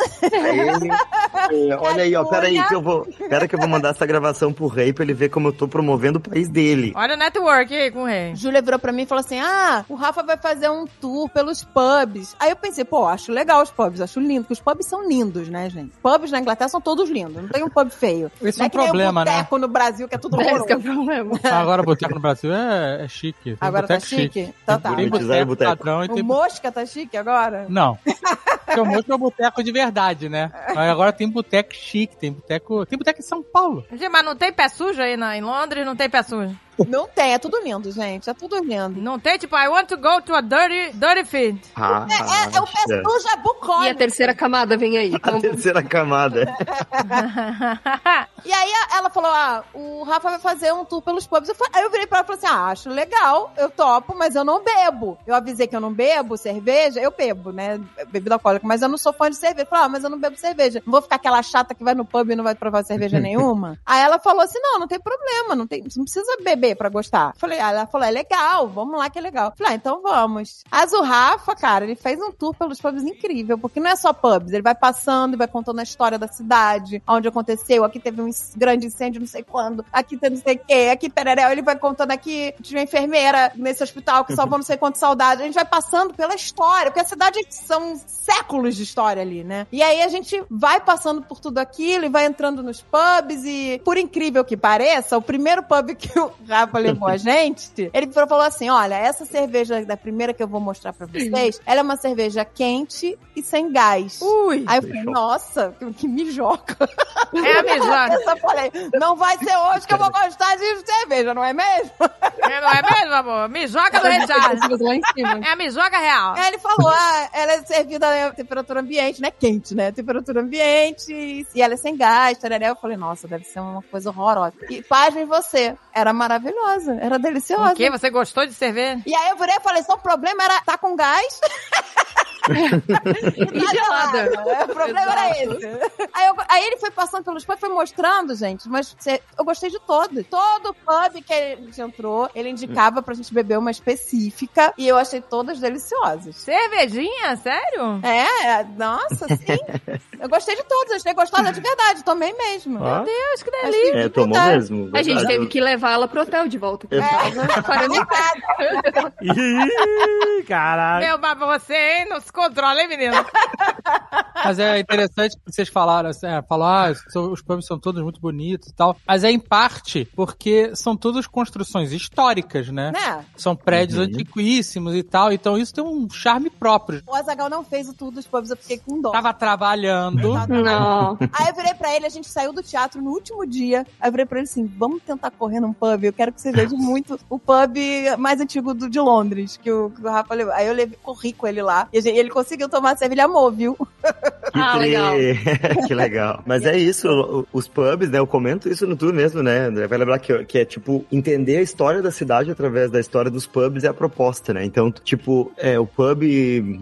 [SPEAKER 3] Aí, olha aí, ó, peraí que eu vou. Pera que eu vou mandar essa gravação pro rei pra ele ver como eu tô promovendo o país dele.
[SPEAKER 1] Olha o network aí com o rei.
[SPEAKER 2] Júlia virou pra mim e falou assim: Ah, o Rafa vai fazer um tour pelos pubs. Aí eu pensei, pô, acho legal os pubs, acho lindo, porque os pubs são lindos, né, gente? Pubs na Inglaterra são todos lindos, não tem um pub feio.
[SPEAKER 6] Esse
[SPEAKER 2] não
[SPEAKER 6] é um
[SPEAKER 2] que nem o
[SPEAKER 6] problema, né?
[SPEAKER 2] boteco no Brasil, que é tudo
[SPEAKER 4] É,
[SPEAKER 2] horroroso.
[SPEAKER 4] esse que é o problema.
[SPEAKER 6] Agora, boteco no Brasil é, é chique. Tem
[SPEAKER 2] Tá, Agora tá
[SPEAKER 6] boteco
[SPEAKER 2] chique? Então tá.
[SPEAKER 6] Tem
[SPEAKER 3] Vou utilizar o
[SPEAKER 6] boteco
[SPEAKER 3] boteco.
[SPEAKER 6] padrão e
[SPEAKER 2] O
[SPEAKER 6] tem
[SPEAKER 2] Mosca tá chique agora?
[SPEAKER 6] Não. Porque o Mocho é um boteco de verdade, né? Aí agora tem boteco chique, tem boteco. Tem boteco em São Paulo.
[SPEAKER 1] Gente, mas não tem pé sujo aí na- em Londres? Não tem pé sujo?
[SPEAKER 2] Não tem, é tudo lindo, gente, é tudo lindo.
[SPEAKER 1] Não tem, tipo, I want to go to a dirty, dirty field.
[SPEAKER 3] Ah,
[SPEAKER 2] É, é, é o pé sujo, é bucólico.
[SPEAKER 4] E a terceira camada vem aí.
[SPEAKER 3] <laughs> A
[SPEAKER 4] Então,
[SPEAKER 3] terceira camada.
[SPEAKER 2] E aí a- ela falou: Ah, o Rafa vai fazer um tour pelos pubs. Eu fa- aí eu virei pra ela e falei assim: Ah, acho legal, eu topo, mas eu não bebo. Eu avisei que eu não bebo cerveja, eu bebo, né? Bebida alcoólica, mas eu não sou fã de cerveja. Eu Falei, ah, mas eu não bebo cerveja. Não vou ficar aquela chata que vai no pub e não vai provar cerveja nenhuma. aí ela falou assim: não, não tem problema, não, tem, não precisa beber pra gostar. Eu Falei, ah, ela falou: é legal, vamos lá que é legal. Eu Falei, ah, então vamos. Mas o Rafa, cara, ele fez um tour pelos pubs incrível, porque não é só pubs, ele vai passando e vai contando a história da cidade, onde aconteceu, aqui teve um inc- grande incêndio, não sei quando, aqui tem não sei o quê, aqui pereré, ele vai contando aqui de uma enfermeira nesse hospital que salvou não sei quantos soldados. A gente vai passando pela história, porque a cidade são séculos de história ali, né? E aí a gente vai passando por tudo aquilo e vai entrando nos pubs e, por incrível que pareça, o primeiro pub <laughs> que o Rafa levou a gente, ele virou e falou assim, olha, essa cerveja da primeira que eu vou mostrar pra vocês, ela é uma cerveja quente e sem
[SPEAKER 1] <laughs>
[SPEAKER 2] gás.
[SPEAKER 1] Ui!
[SPEAKER 2] Aí eu falei, nossa, que- que mijoca.
[SPEAKER 1] É a mesma.
[SPEAKER 2] <laughs> Eu só falei, não vai ser hoje que eu vou gostar de cerveja, não é mesmo?
[SPEAKER 1] É, não é mesmo, amor? Mijoca do rei Charles.
[SPEAKER 4] expectativas lá em
[SPEAKER 2] <laughs>
[SPEAKER 4] cima.
[SPEAKER 1] É a mijoca real.
[SPEAKER 2] Aí ele falou, ah, ela é servida a temperatura ambiente, né? Quente, né? Temperatura ambiente, e ela é sem gás, tararé. Eu falei, nossa, deve ser uma coisa horrorosa. E pasmem você, era maravilhosa, era deliciosa.
[SPEAKER 1] O quê? Você gostou de cerveja?
[SPEAKER 2] E aí eu virei e falei, só o problema era tá com gás. <laughs>
[SPEAKER 4] E gelada.
[SPEAKER 2] O problema era esse. Aí, eu- aí ele foi passando pelos pubs, foi mostrando, gente, mas cê- eu gostei de todo. Todo pub que a gente entrou, ele indicava pra gente beber uma específica, e eu achei todas deliciosas.
[SPEAKER 1] Cervejinha? Sério?
[SPEAKER 2] É, é, nossa, sim. Eu gostei de todos, achei gostosa de verdade, tomei mesmo.
[SPEAKER 3] Ó,
[SPEAKER 1] Deus, que delícia.
[SPEAKER 2] Achei
[SPEAKER 3] é,
[SPEAKER 2] de
[SPEAKER 3] tomou
[SPEAKER 2] verdade.
[SPEAKER 3] mesmo.
[SPEAKER 4] A gente
[SPEAKER 3] verdade.
[SPEAKER 4] teve que levá-la pro hotel de volta.
[SPEAKER 3] Eu-
[SPEAKER 4] Quarentena.
[SPEAKER 5] Ih, Caralho.
[SPEAKER 1] Meu babo, você, hein? Não se controla, hein, menino?
[SPEAKER 6] Mas é interessante que vocês falaram, assim, é, falar, ah, são- os pubs são todos muito bonitos e tal. Mas é em parte porque são todas construções históricas, né?
[SPEAKER 2] Né?
[SPEAKER 6] São prédios
[SPEAKER 3] Uhum.
[SPEAKER 6] antiquíssimos e tal. Então isso tem um charme próprio.
[SPEAKER 2] O Azagal não fez o tudo dos pubs, eu fiquei com dó.
[SPEAKER 6] Tava trabalhando.
[SPEAKER 2] Tá
[SPEAKER 4] Não.
[SPEAKER 2] Aí eu virei pra ele, a gente saiu do teatro no último dia. Aí eu virei pra ele assim: vamos tentar correr num pub. Eu quero que você
[SPEAKER 3] <laughs>
[SPEAKER 2] veja muito o pub mais antigo do, de Londres, que o, que o Rafa levou. Aí eu levei, corri com ele lá. E a gente- ele ele conseguiu tomar Sevilha
[SPEAKER 3] <laughs>
[SPEAKER 2] Móvel.
[SPEAKER 4] Ah, legal.
[SPEAKER 3] que legal. Mas é isso, o- os pubs, né? Eu comento isso no tour mesmo, né? André? Vai lembrar que, que é tipo entender a história da cidade através da história dos pubs é a proposta, né? Então, tipo, é, o pub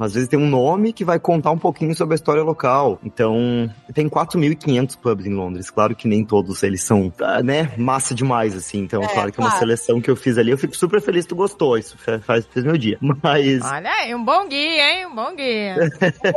[SPEAKER 3] às vezes tem um nome que vai contar um pouquinho sobre a história local. Então, tem 4.500 pubs em Londres. Claro que nem todos eles são, tá, né? Massa demais, assim. Então,
[SPEAKER 2] É,
[SPEAKER 3] claro que é uma
[SPEAKER 2] claro.
[SPEAKER 3] seleção que eu fiz ali. Eu fico super feliz que tu gostou. Isso fe- faz, fez meu dia. <laughs> Mas.
[SPEAKER 1] Olha aí, um bom guia, hein? Um bom guia.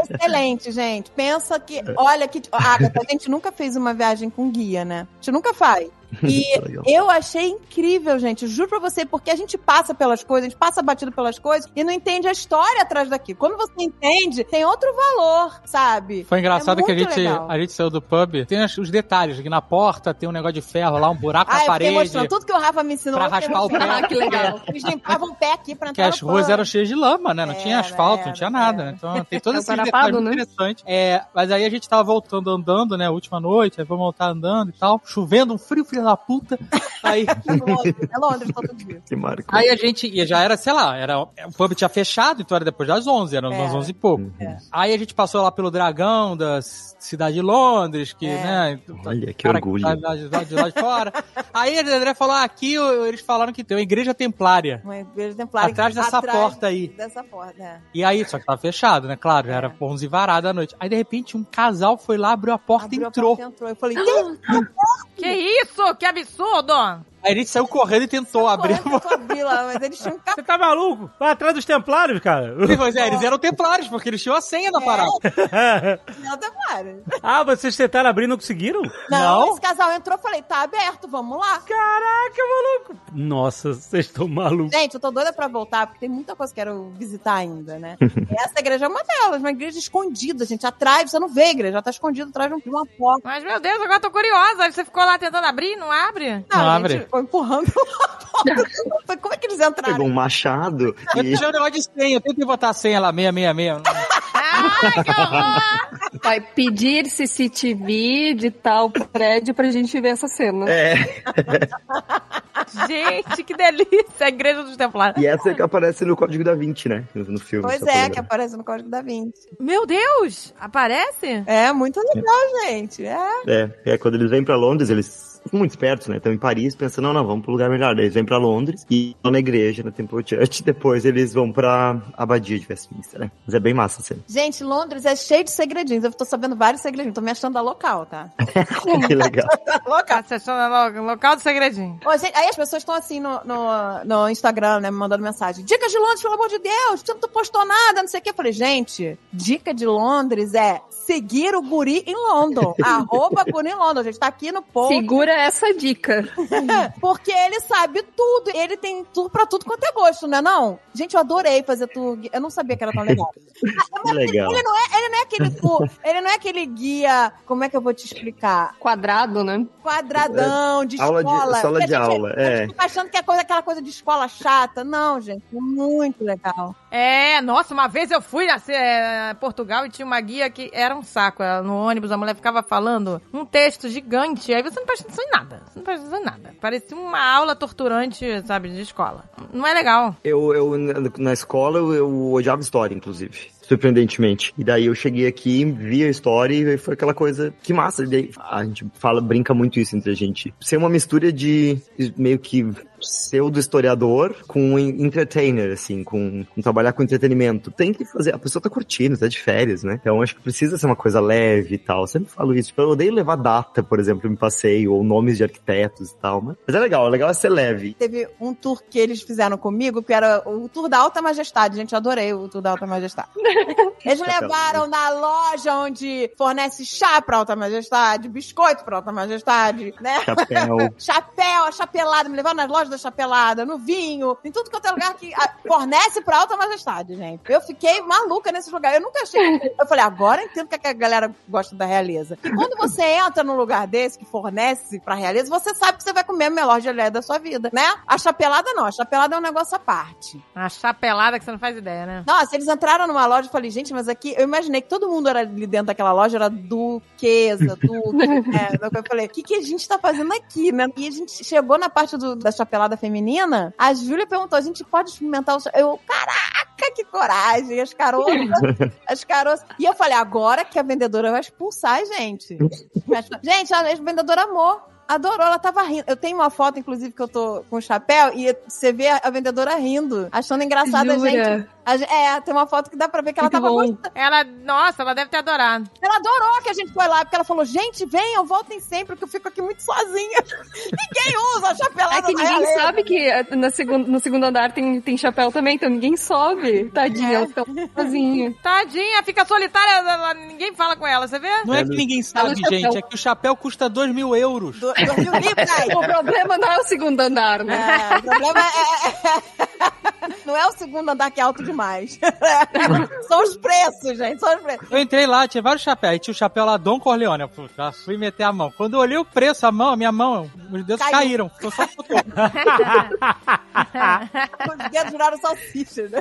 [SPEAKER 2] Excelente, gente. Pensa que. Olha que. Agatha, a gente nunca fez uma viagem com guia, né? A gente nunca
[SPEAKER 3] <laughs>
[SPEAKER 2] faz. E
[SPEAKER 3] Tá legal.
[SPEAKER 2] eu achei incrível, gente. Juro pra você, porque a gente passa pelas coisas, a gente passa batido pelas coisas e não entende a história atrás daqui. Quando você entende, tem outro valor, sabe?
[SPEAKER 6] Foi engraçado
[SPEAKER 2] É
[SPEAKER 6] que a
[SPEAKER 2] muito
[SPEAKER 6] gente,
[SPEAKER 2] legal.
[SPEAKER 6] a gente saiu do pub. Tem as- os detalhes, aqui na porta tem um negócio de ferro lá, um buraco
[SPEAKER 2] Ah,
[SPEAKER 6] na
[SPEAKER 2] eu fiquei
[SPEAKER 6] parede.
[SPEAKER 2] mostrando tudo que o Rafa me ensinou.
[SPEAKER 6] pra
[SPEAKER 2] eu fiquei
[SPEAKER 6] raspar o pé.
[SPEAKER 2] mostrando.
[SPEAKER 4] Ah, que legal.
[SPEAKER 2] Eles limpavam o um pé aqui pra
[SPEAKER 6] Que
[SPEAKER 2] entrar
[SPEAKER 6] as
[SPEAKER 2] no
[SPEAKER 6] ruas
[SPEAKER 2] pub.
[SPEAKER 6] eram cheias de lama, né? Não tinha
[SPEAKER 2] Era,
[SPEAKER 6] asfalto,
[SPEAKER 2] era,
[SPEAKER 6] não tinha nada,
[SPEAKER 2] era.
[SPEAKER 6] né? Então
[SPEAKER 2] <laughs>
[SPEAKER 6] tem todos esses
[SPEAKER 4] Era
[SPEAKER 6] detalhes
[SPEAKER 4] parado, né?
[SPEAKER 6] interessantes. É, mas aí a gente tava voltando andando, né? Última noite, aí vamos voltar andando e tal. Chovendo, um frio, frio
[SPEAKER 2] <laughs>
[SPEAKER 6] da puta. Aí,
[SPEAKER 2] É Londres, é Londres todo dia.
[SPEAKER 3] Que marcou.
[SPEAKER 6] aí a gente, e já era, sei lá, era, o pub tinha fechado, então era depois das 11, eram
[SPEAKER 2] Era.
[SPEAKER 6] umas 11 e pouco.
[SPEAKER 2] É.
[SPEAKER 6] Aí a gente passou lá pelo Dragão da c- cidade de Londres, que,
[SPEAKER 2] É.
[SPEAKER 6] né?
[SPEAKER 3] Olha, que
[SPEAKER 6] cara
[SPEAKER 3] orgulho.
[SPEAKER 6] tá lá de, lá de lá de fora. aí o André falou, ah, aqui o- eles falaram que tem uma igreja templária.
[SPEAKER 2] Uma igreja templária.
[SPEAKER 6] atrás dessa
[SPEAKER 2] Um atrás
[SPEAKER 6] porta aí.
[SPEAKER 2] Dessa porta, é.
[SPEAKER 6] E aí, só que tava fechado, né? Claro, já era 11 varada à noite. Aí, de repente, um casal foi lá, abriu a porta e
[SPEAKER 2] Abriu a
[SPEAKER 6] entrou.
[SPEAKER 2] porta e entrou. Eu falei,
[SPEAKER 6] <gasps>
[SPEAKER 1] Que isso? Que absurdo!
[SPEAKER 6] Aí a gente saiu correndo e tentou abrir. a porta.
[SPEAKER 2] Correndo, eu abri lá, mas eles tinham um
[SPEAKER 5] Você tá maluco? Vai atrás dos templários, cara.
[SPEAKER 1] <laughs>
[SPEAKER 6] Pois é, eles eram templários, porque eles tinham a senha
[SPEAKER 2] É,
[SPEAKER 6] da parada.
[SPEAKER 2] caminhão templário.
[SPEAKER 5] ah, vocês tentaram abrir e não conseguiram?
[SPEAKER 2] Não,
[SPEAKER 6] Não?
[SPEAKER 2] esse casal entrou, eu falei, tá aberto, vamos lá.
[SPEAKER 5] Nossa, vocês estão malucos.
[SPEAKER 2] Gente, eu tô doida pra voltar, porque tem muita coisa que eu quero visitar ainda,
[SPEAKER 3] <laughs>
[SPEAKER 2] né? E essa igreja é uma delas, uma igreja escondida, gente. Atrás, você não vê a igreja, ela tá escondida atrás de uma porta.
[SPEAKER 1] Mas, meu Deus, agora eu tô curiosa. Você ficou lá tentando abrir, não abre?
[SPEAKER 2] Não,
[SPEAKER 6] Não
[SPEAKER 2] gente,
[SPEAKER 6] abre.
[SPEAKER 2] Foi empurrando <laughs> a porta. Eu falei, Como é que eles entraram?
[SPEAKER 3] Pegou um machado
[SPEAKER 6] Eu
[SPEAKER 3] e
[SPEAKER 6] tinha um negócio de senha, eu tentei botar a senha lá, 666.
[SPEAKER 1] Ai, que horror!
[SPEAKER 4] Vai pedir CCTV de tal prédio pra gente ver essa cena.
[SPEAKER 3] É,
[SPEAKER 1] Gente, que delícia! A igreja dos templários.
[SPEAKER 3] e essa é que aparece no Código da Vinci, né? No no filme.
[SPEAKER 2] Pois
[SPEAKER 3] só pra
[SPEAKER 2] é,
[SPEAKER 3] lembrar.
[SPEAKER 2] que aparece no Código da Vinci.
[SPEAKER 1] Meu Deus! Aparece?
[SPEAKER 2] É, muito legal, gente. É.
[SPEAKER 3] É, é, quando eles vêm pra Londres, eles são muito espertos, né? Estão em Paris pensando, não, não, vamos pro lugar melhor. Daí eles vêm pra Londres e vão na igreja, na Temple Church, <laughs> depois eles vão pra Abadia de Westminster, né? Mas é bem massa
[SPEAKER 2] <laughs>
[SPEAKER 3] a cena.
[SPEAKER 2] Gente, Londres é cheio de segredinhos. Eu tô sabendo vários segredinhos. Tô me achando a local, tá?
[SPEAKER 3] que É legal.
[SPEAKER 2] Tá local.
[SPEAKER 1] Tá acessando o local do segredinho.
[SPEAKER 2] Ô, gente, aí as pessoas estão assim no, no, no Instagram, né, me mandando mensagem. Dica de Londres, pelo amor de Deus, você não postou nada, não sei o quê. Eu falei, gente, dica de Londres é seguir o guri em
[SPEAKER 3] <laughs>
[SPEAKER 2] London. arroba guri em London. A gente tá aqui no post.
[SPEAKER 4] Segura essa dica.
[SPEAKER 2] Porque ele sabe tudo. Ele tem tour pra tudo quanto é gosto, né? Não? Gente, eu adorei fazer tour. gui- Eu não sabia que era tão
[SPEAKER 3] <laughs>
[SPEAKER 2] legal. Ah,
[SPEAKER 3] Que legal.
[SPEAKER 2] Ele não é, ele não é aquele tour, ele não é aquele guia. Como é que eu vou te explicar?
[SPEAKER 4] Quadrado, né?
[SPEAKER 2] Quadradão, de
[SPEAKER 3] Aula de-
[SPEAKER 2] escola.
[SPEAKER 3] sala
[SPEAKER 2] Que a
[SPEAKER 3] de
[SPEAKER 2] a
[SPEAKER 3] aula,
[SPEAKER 2] gente
[SPEAKER 3] é.
[SPEAKER 2] fica achando que é coisa, aquela coisa de escola chata. Não, gente, é muito legal.
[SPEAKER 1] É, nossa, uma vez eu fui a Portugal e tinha uma guia que era um saco. Ela, No ônibus, a mulher ficava falando um texto gigante. Aí você não presta atenção em nada. Você não presta atenção em nada. Parecia uma aula torturante, sabe, de escola. Não é legal.
[SPEAKER 3] Eu, eu na- na escola, eu, eu odiava história, inclusive. Surpreendentemente. E daí eu cheguei aqui, vi a história e foi aquela coisa que massa. E daí a gente fala, brinca muito isso entre a gente. Ser uma mistura de meio que pseudo-historiador com en- entertainer, assim, com, com trabalhar com entretenimento. Tem que fazer, a pessoa tá curtindo, tá de férias, né? Então acho que precisa ser uma coisa leve e tal. Eu sempre falo isso. Tipo, eu odeio levar data, por exemplo, em passeio, ou nomes de arquitetos e tal. Mas mas é legal, o legal é ser leve.
[SPEAKER 2] Teve um tour que eles fizeram comigo, que era o tour da Alta Majestade. Gente, eu adorei o tour da Alta Majestade. Eles levaram na loja onde fornece chá pra Alta Majestade, biscoito pra Alta Majestade, né?
[SPEAKER 3] Chapéu.
[SPEAKER 2] Chapéu, a chapelada, me levaram nas lojas da chapelada, no vinho, em tudo quanto é lugar que a- fornece pra alta majestade, gente. Eu fiquei maluca nesse lugar. Eu nunca achei. que- Eu falei, agora eu entendo que a galera gosta da realeza. E quando você entra num lugar desse que fornece pra realeza, você sabe que você vai comer a melhor geleia da sua vida, né? A chapelada não, a chapelada é um negócio à parte.
[SPEAKER 1] Uma chapelada que você não faz ideia, né?
[SPEAKER 2] Nossa, eles entraram numa loja e falei, gente, mas aqui eu imaginei que todo mundo era ali dentro daquela loja, era duquesa, duque. é, então eu falei, o que, que a gente tá fazendo aqui, né? E a gente chegou na parte do- da chapelada feminina, a Júlia perguntou, a gente pode experimentar o. cha-" Eu, caraca, Caraca, que coragem! As caroças, as caroças. E eu falei, agora que a vendedora vai expulsar, a gente. Mas, gente, a vendedora amou. Adorou, ela tava rindo. Eu tenho uma foto, inclusive, que eu tô com o chapéu e você vê a vendedora rindo, achando engraçada a
[SPEAKER 4] Jura?
[SPEAKER 2] gente. A gen- É, tem uma foto que dá pra ver que ela
[SPEAKER 4] Muito
[SPEAKER 2] tava
[SPEAKER 4] bom.
[SPEAKER 2] gostando.
[SPEAKER 1] Ela, nossa, ela deve ter adorado.
[SPEAKER 2] Ela adorou que a gente foi lá, porque ela falou: gente, venham, voltem sempre, que eu fico aqui muito sozinha. <laughs> ninguém usa chapelada.
[SPEAKER 4] É que ninguém sabe que eh, na segun- no segundo andar tem, tem chapéu também, então ninguém sobe.
[SPEAKER 2] É.
[SPEAKER 4] Tadinha, ela fica sozinha.
[SPEAKER 1] Tadinha, fica solitária, ela- ela- ninguém fala com ela, você vê? <laughs>
[SPEAKER 6] Não é que ninguém sabe,
[SPEAKER 4] chapéu.
[SPEAKER 6] gente, é que o chapéu custa 2 mil euros.
[SPEAKER 2] Do, do Rio
[SPEAKER 4] <laughs>
[SPEAKER 2] Libras.
[SPEAKER 4] O problema não é o segundo andar, né?
[SPEAKER 2] É, o problema é- é- é- Não é o segundo andar que é alto demais. <laughs> São os preços, gente. São os preços.
[SPEAKER 6] Eu entrei lá, tinha vários chapéus. Aí tinha o chapéu lá, Dom Corleone. Eu fui- já fui meter a mão. Quando eu olhei o preço, a mão, a minha mão, os dedos
[SPEAKER 2] Caiu.
[SPEAKER 6] caíram. Ficou
[SPEAKER 2] <laughs>
[SPEAKER 6] só fotô.
[SPEAKER 2] Os dedos viraram salsicha, né?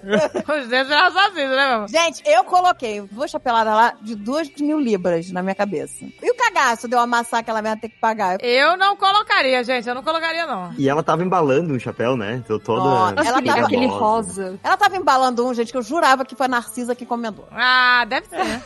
[SPEAKER 1] Os dedos já sozinhos, né, meu amor?
[SPEAKER 2] Gente, eu coloquei duas chapeladas lá de duas mil libras na minha cabeça. E o cagaço de eu amassar aquela merda ter que pagar?
[SPEAKER 1] Eu não colocaria, gente, eu não colocaria, não.
[SPEAKER 3] E ela tava embalando um chapéu, né? Tô toda.
[SPEAKER 2] Nossa,
[SPEAKER 4] Nossa,
[SPEAKER 2] Ela
[SPEAKER 4] aquele,
[SPEAKER 2] tava
[SPEAKER 4] aquele
[SPEAKER 3] rosa.
[SPEAKER 4] rosa.
[SPEAKER 2] Ela tava embalando um, gente, que eu jurava que foi a Narcisa que encomendou.
[SPEAKER 1] Ah, deve ser. né?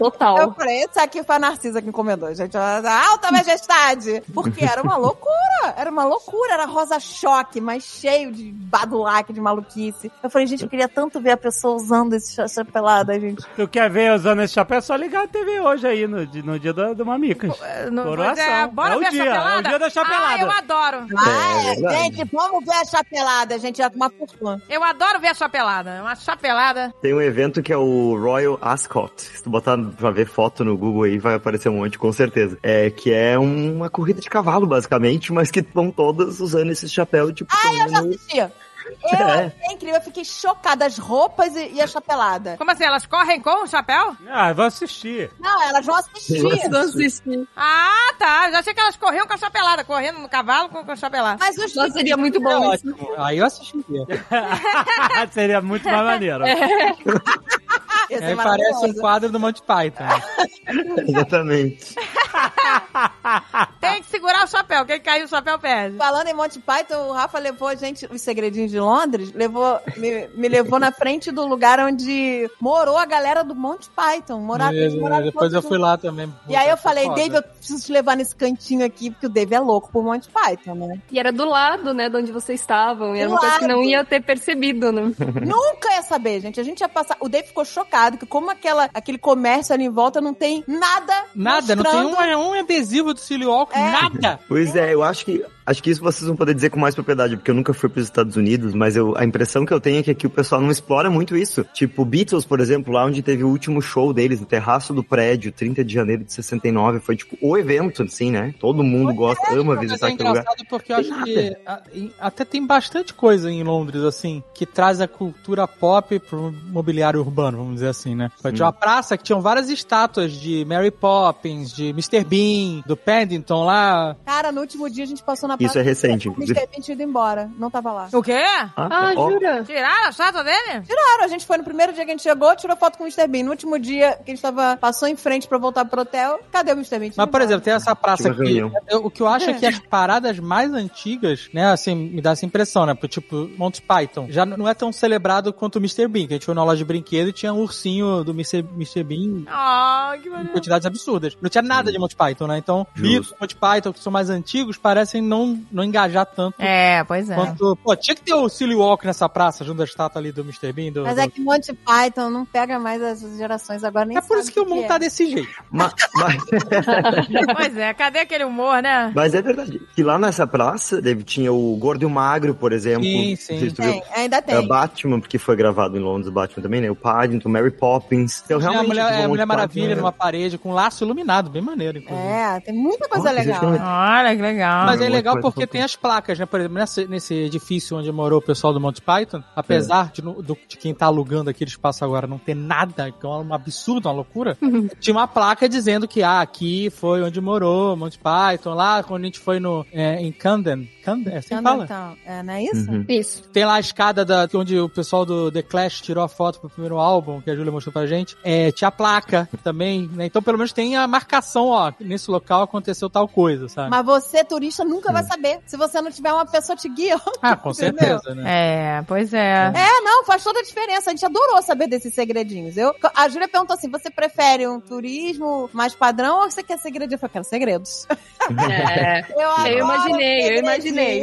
[SPEAKER 2] Eu
[SPEAKER 4] Total.
[SPEAKER 2] falei, isso aqui foi a Narcisa que encomendou, gente. Ela, Alta majestade! Porque era uma loucura, era uma loucura, era rosa choque, mas cheio de badulaque, de maluquice. Eu falei, gente, eu queria tanto ver a pessoa usando esse cha- chapelada, gente.
[SPEAKER 5] Tu quer ver usando esse chapéu? É só ligar a TV hoje aí, no, di- no dia do, do Mamicas.
[SPEAKER 1] Não-
[SPEAKER 5] Coroação.
[SPEAKER 1] bora
[SPEAKER 5] É o
[SPEAKER 1] ver
[SPEAKER 5] dia,
[SPEAKER 1] a
[SPEAKER 5] é o
[SPEAKER 1] chapelada?
[SPEAKER 5] dia da chapelada.
[SPEAKER 1] Ah, eu adoro.
[SPEAKER 2] Ah, é,
[SPEAKER 3] verdade.
[SPEAKER 2] gente, vamos ver a chapelada, gente. É uma fortuna.
[SPEAKER 1] Eu adoro ver a chapelada. Uma chapelada.
[SPEAKER 3] Tem um evento que é o Royal Ascot. Se tu botar pra ver foto no Google aí, vai aparecer um monte, com certeza. É que é uma corrida de cavalo, basicamente, mas que estão todas usando esse chapéu, tipo, pelo
[SPEAKER 2] Eu já
[SPEAKER 3] menos-
[SPEAKER 2] assisti. Eu
[SPEAKER 3] É.
[SPEAKER 2] achei incrível, eu fiquei chocada, as roupas e, e a chapelada.
[SPEAKER 1] Como assim, elas correm com o chapéu?
[SPEAKER 5] Ah, eu vou assistir. <laughs>
[SPEAKER 2] Não, elas vão assistir.
[SPEAKER 3] Nossa.
[SPEAKER 4] Não assisti.
[SPEAKER 1] Ah, tá. Já achei que elas corriam com a chapelada. Correndo no cavalo com, com a chapelada.
[SPEAKER 2] Mas os
[SPEAKER 4] Nossa, seria muito bom isso.
[SPEAKER 6] é Ótimo. Aí eu assistiria.
[SPEAKER 5] Seria muito mais maneiro.
[SPEAKER 1] É.
[SPEAKER 2] ia ser
[SPEAKER 6] Aí parece um
[SPEAKER 2] maravilhoso.
[SPEAKER 6] quadro do Monty
[SPEAKER 2] <laughs>
[SPEAKER 6] Python.
[SPEAKER 2] é.
[SPEAKER 3] <laughs> Exatamente.
[SPEAKER 1] Tem que segurar o chapéu. Quem caiu o chapéu perde.
[SPEAKER 2] Falando em Monty Python, o Rafa levou a gente, os segredinhos de Londres, levou, me, me levou na frente do lugar onde morou a galera do Monty Python. Morava, eles moraram
[SPEAKER 6] eh, Depois eu
[SPEAKER 2] todos
[SPEAKER 6] fui
[SPEAKER 2] juntos.
[SPEAKER 6] lá também.
[SPEAKER 2] E aí eu falei,
[SPEAKER 6] Foda.
[SPEAKER 2] Dave, eu preciso te levar nesse cantinho aqui, porque o Dave é louco por Monty Python, né?
[SPEAKER 4] E era do lado, né, de onde vocês estavam. E era
[SPEAKER 2] Do
[SPEAKER 4] uma coisa que não
[SPEAKER 2] lado.
[SPEAKER 4] ia ter percebido, né?
[SPEAKER 2] Nunca ia saber, gente. A gente ia passar. O Dave ficou chocado que como aquela, aquele comércio ali em volta não tem nada.
[SPEAKER 6] Nada, não tem
[SPEAKER 2] mostrando-
[SPEAKER 6] um, um adesivo do Cilio Walker,
[SPEAKER 2] É.
[SPEAKER 6] nada.
[SPEAKER 3] Pois é, eu acho que acho que isso vocês vão poder dizer com mais propriedade, porque eu nunca fui para os Estados Unidos, mas eu, a impressão que eu tenho é que aqui o pessoal não explora muito isso. Tipo, Beatles, por exemplo, lá onde teve o último show deles, no terraço do prédio, 30 de janeiro de 69, foi tipo o evento, assim, né? Todo mundo gosta, ama
[SPEAKER 6] Mas
[SPEAKER 3] visitar
[SPEAKER 6] é
[SPEAKER 3] aquele lugar.
[SPEAKER 6] engraçado porque eu acho que a- em- até tem bastante coisa em Londres, assim, que traz a cultura pop pro mobiliário urbano, vamos dizer assim, né? Foi-
[SPEAKER 3] Hum.
[SPEAKER 6] Tinha uma praça que tinham várias estátuas de Mary Poppins, de Mr. Bean, do Paddington lá.
[SPEAKER 2] Cara, no último dia a gente passou na
[SPEAKER 3] Isso é recente,
[SPEAKER 2] O
[SPEAKER 3] inclusive.
[SPEAKER 2] Mr. Bean tinha ido embora. Não tava lá.
[SPEAKER 1] O quê?
[SPEAKER 4] Ah,
[SPEAKER 3] ó,
[SPEAKER 4] jura?
[SPEAKER 1] Tiraram a chata dele?
[SPEAKER 2] Claro, a gente foi no primeiro dia que a gente chegou, tirou foto com o Mr. Bean. No último dia que a gente tava, passou em frente pra voltar pro hotel, cadê o Mr. Bean?
[SPEAKER 6] Mas, por exemplo, tem essa praça
[SPEAKER 3] Tive
[SPEAKER 6] aqui.
[SPEAKER 3] reunião.
[SPEAKER 6] Eu- o que eu acho é que as paradas mais antigas, né, assim, me dá essa impressão, né? Porque, tipo, Monty Python já não é tão celebrado quanto o Mr. Bean, que a gente foi na loja de brinquedo e tinha um ursinho do Mr. Mr. Bean
[SPEAKER 1] Ah, que
[SPEAKER 6] em
[SPEAKER 1] bonito.
[SPEAKER 6] quantidades absurdas. Não tinha nada de Monty Python, né? Então,
[SPEAKER 3] Justo.
[SPEAKER 6] Beatles, Monty Python, que são mais antigos, parecem não, não engajar tanto.
[SPEAKER 1] É, pois é.
[SPEAKER 6] <laughs> Quanto, pô, tinha que ter o Silly Walk nessa praça, junto à estátua ali do Mr. Bean. do-
[SPEAKER 2] Mas
[SPEAKER 6] do-
[SPEAKER 2] é que Monty Python não pega mais essas gerações agora nem
[SPEAKER 6] É por
[SPEAKER 2] sabe
[SPEAKER 6] isso que o mundo
[SPEAKER 2] é.
[SPEAKER 6] tá desse jeito.
[SPEAKER 3] ma- ma-
[SPEAKER 1] Pois é, cadê aquele humor, né?
[SPEAKER 3] mas é verdade. Que lá nessa praça, David, tinha o Gordo e o Magro, por exemplo.
[SPEAKER 6] Sim,
[SPEAKER 3] Não sei
[SPEAKER 6] sim.
[SPEAKER 3] se tu viu.
[SPEAKER 2] Tem, ainda tem.
[SPEAKER 3] É, Batman, porque foi gravado em Londres, Batman também, né? O Paddington, Mary Poppins. Então,
[SPEAKER 6] Tinha a
[SPEAKER 3] realmente,
[SPEAKER 6] Mulher,
[SPEAKER 3] tipo,
[SPEAKER 6] é,
[SPEAKER 3] um
[SPEAKER 6] Mulher
[SPEAKER 3] monte de
[SPEAKER 6] Maravilha
[SPEAKER 3] Batman,
[SPEAKER 6] numa parede, com um laço iluminado, bem maneiro, inclusive.
[SPEAKER 2] É, tem muita coisa
[SPEAKER 3] Nossa,
[SPEAKER 2] legal.
[SPEAKER 3] gente,
[SPEAKER 2] né?
[SPEAKER 1] Olha, que legal.
[SPEAKER 6] Mas é
[SPEAKER 3] Monty
[SPEAKER 6] legal
[SPEAKER 3] Python
[SPEAKER 6] porque
[SPEAKER 3] foi tudo.
[SPEAKER 6] tem as placas, né? Por exemplo, nessa- nesse edifício onde morou o pessoal do Monty Python, apesar de, no- do- de quem tá alugando aquele espaço agora não ter nada, que é um absurdo, uma loucura, tinha uma placa dizendo que ah, aqui foi onde morou Monty Python, lá quando a gente foi no, é, em Camden. Camden, é assim que fala?
[SPEAKER 2] Então, é, não é isso?
[SPEAKER 3] Uhum.
[SPEAKER 4] Isso.
[SPEAKER 6] Tem lá a escada da, onde o pessoal do The Clash tirou a foto pro primeiro álbum, que a Júlia mostrou pra gente. É, tinha a placa também, né? Então pelo menos tem a marcação, ó, nesse local aconteceu tal coisa, sabe?
[SPEAKER 2] Mas você, turista, nunca
[SPEAKER 3] Uhum.
[SPEAKER 2] vai saber. Se você não tiver uma pessoa te guiando.
[SPEAKER 6] ah, com
[SPEAKER 2] entendeu?
[SPEAKER 6] certeza, né?
[SPEAKER 1] É, pois é.
[SPEAKER 2] É, não, Não, faz toda a diferença. A gente adorou saber desses segredinhos. Eu, a Júlia perguntou assim: você prefere um turismo mais padrão ou você quer segredinho? Eu falei, quero segredos.
[SPEAKER 4] É,
[SPEAKER 2] <laughs> Eu, adoro
[SPEAKER 4] eu imaginei, eu
[SPEAKER 2] segredinho.
[SPEAKER 4] imaginei.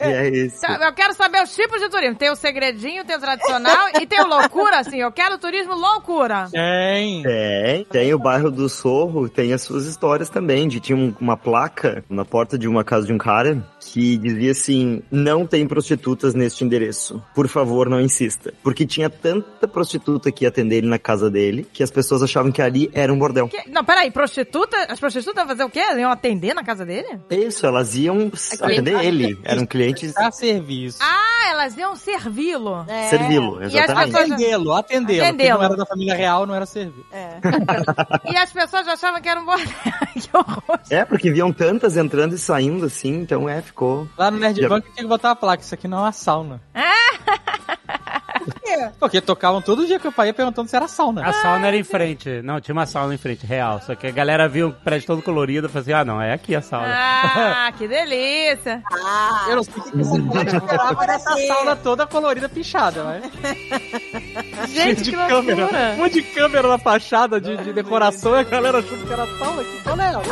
[SPEAKER 3] E é isso.
[SPEAKER 1] Tá, Eu quero saber os tipos de turismo. Tem o segredinho, tem o tradicional e tem o loucura, assim. Eu quero turismo loucura.
[SPEAKER 6] Tem.
[SPEAKER 3] Tem, tem o bairro do Sorro, tem as suas histórias também, de tinha um- uma placa na porta de uma casa de um cara que dizia assim, não tem prostitutas neste endereço, por favor não insista. Porque tinha tanta prostituta que ia atender ele na casa dele, que as pessoas achavam que ali era um bordel.
[SPEAKER 1] Que- Não, peraí, prostituta? As prostitutas fazer o quê? Iam atender na casa dele?
[SPEAKER 3] Isso, elas iam atender ele,
[SPEAKER 1] <laughs>
[SPEAKER 3] eram clientes
[SPEAKER 6] Tá serviço.
[SPEAKER 1] Ah, elas iam <laughs> servi-lo.
[SPEAKER 2] É,
[SPEAKER 3] servi-lo,
[SPEAKER 1] E as
[SPEAKER 3] exatamente.
[SPEAKER 1] pessoas-
[SPEAKER 6] Atendê-lo, tá atendê-lo. Atendê
[SPEAKER 1] Atendê-lo.
[SPEAKER 6] não era da família real, não era serviço.
[SPEAKER 2] é.
[SPEAKER 1] E as pessoas achavam que era um bordel. <laughs> que horror.
[SPEAKER 3] É, porque viam tantas entrando e saindo assim, então é, ficou...
[SPEAKER 6] Lá no Nerd Bank tinha que botar a placa. Isso aqui não é uma sauna. <laughs> Porque tocavam todo dia que eu parei perguntando se era sauna.
[SPEAKER 5] A sauna era em frente. Não, tinha uma sauna em frente, real. Só que a galera viu o prédio todo colorido e falou assim: ah, não, é aqui a sauna.
[SPEAKER 1] Ah, que <laughs> delícia.
[SPEAKER 2] Ah,
[SPEAKER 6] Eu não sei o que que esse cara esperava dessa sauna toda colorida, pichada, né?
[SPEAKER 1] Gente, que loucura.
[SPEAKER 6] Um monte de câmera na fachada de, de decoração e a galera achando que era sauna. Que sauna é ela?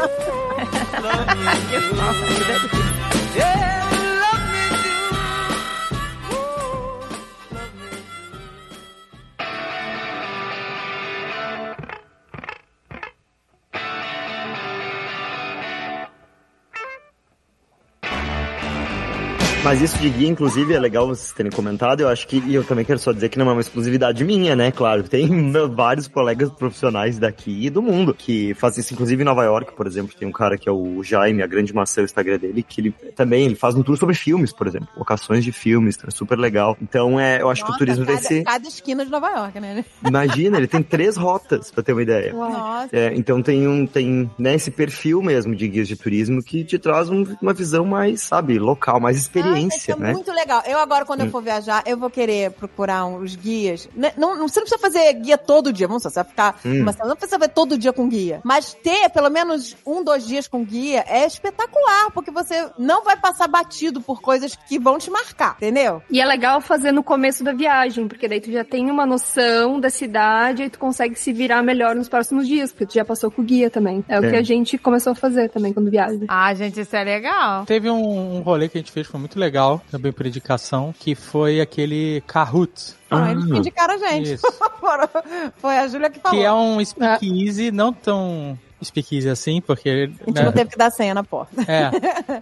[SPEAKER 3] Mas isso de guia, inclusive, é legal vocês terem comentado. Eu acho que, e eu também quero só dizer que não é uma exclusividade minha, né? Claro, tem <laughs> vários colegas profissionais daqui e do mundo que fazem isso, inclusive em Nova York, por exemplo. Tem um cara que é o Jaime, a grande maçã, o Instagram dele, que ele também ele faz um tour sobre filmes, por exemplo, locações de filmes, é super legal. Então, é, eu acho que o
[SPEAKER 2] nossa,
[SPEAKER 3] turismo
[SPEAKER 2] cada,
[SPEAKER 3] vai ser.
[SPEAKER 2] Cada esquina de Nova York, né?
[SPEAKER 3] Imagina, ele tem três rotas, pra ter uma ideia.
[SPEAKER 2] Nossa.
[SPEAKER 3] É, então tem um tem né, esse perfil mesmo de guias de turismo que te traz um- uma visão mais, sabe, local, mais experiência,
[SPEAKER 2] Ah, isso é
[SPEAKER 3] né?
[SPEAKER 2] muito legal. Eu agora, quando
[SPEAKER 6] Hum.
[SPEAKER 2] eu for viajar, eu vou querer procurar uns guias. N- Não, não, você não precisa fazer guia todo dia, vamos só, você vai ficar
[SPEAKER 3] Hum.
[SPEAKER 2] uma semana, não precisa fazer todo dia com guia. Mas ter pelo menos um, dois dias com guia é espetacular, porque você não vai passar batido por coisas que vão te marcar, entendeu?
[SPEAKER 4] E é legal fazer no começo da viagem, porque daí tu já tem uma noção da cidade e tu consegue se virar melhor nos próximos dias, porque tu já passou com o guia também. É, o
[SPEAKER 3] É.
[SPEAKER 4] que a gente começou a fazer também quando viaja.
[SPEAKER 1] Ah, gente, isso é legal.
[SPEAKER 6] Teve um, um rolê que a gente fez, que foi muito legal, também por indicação, que foi aquele Kahoot.
[SPEAKER 2] Então, eles que indicaram a gente.
[SPEAKER 6] Ah, Isso.
[SPEAKER 2] <laughs> Foram- Foi a Júlia que falou.
[SPEAKER 6] Que é um speakeasy, não tão speakeasy assim, porque...
[SPEAKER 2] A gente
[SPEAKER 6] né,
[SPEAKER 2] não teve que dar senha na
[SPEAKER 6] <laughs>
[SPEAKER 2] porta.
[SPEAKER 6] É,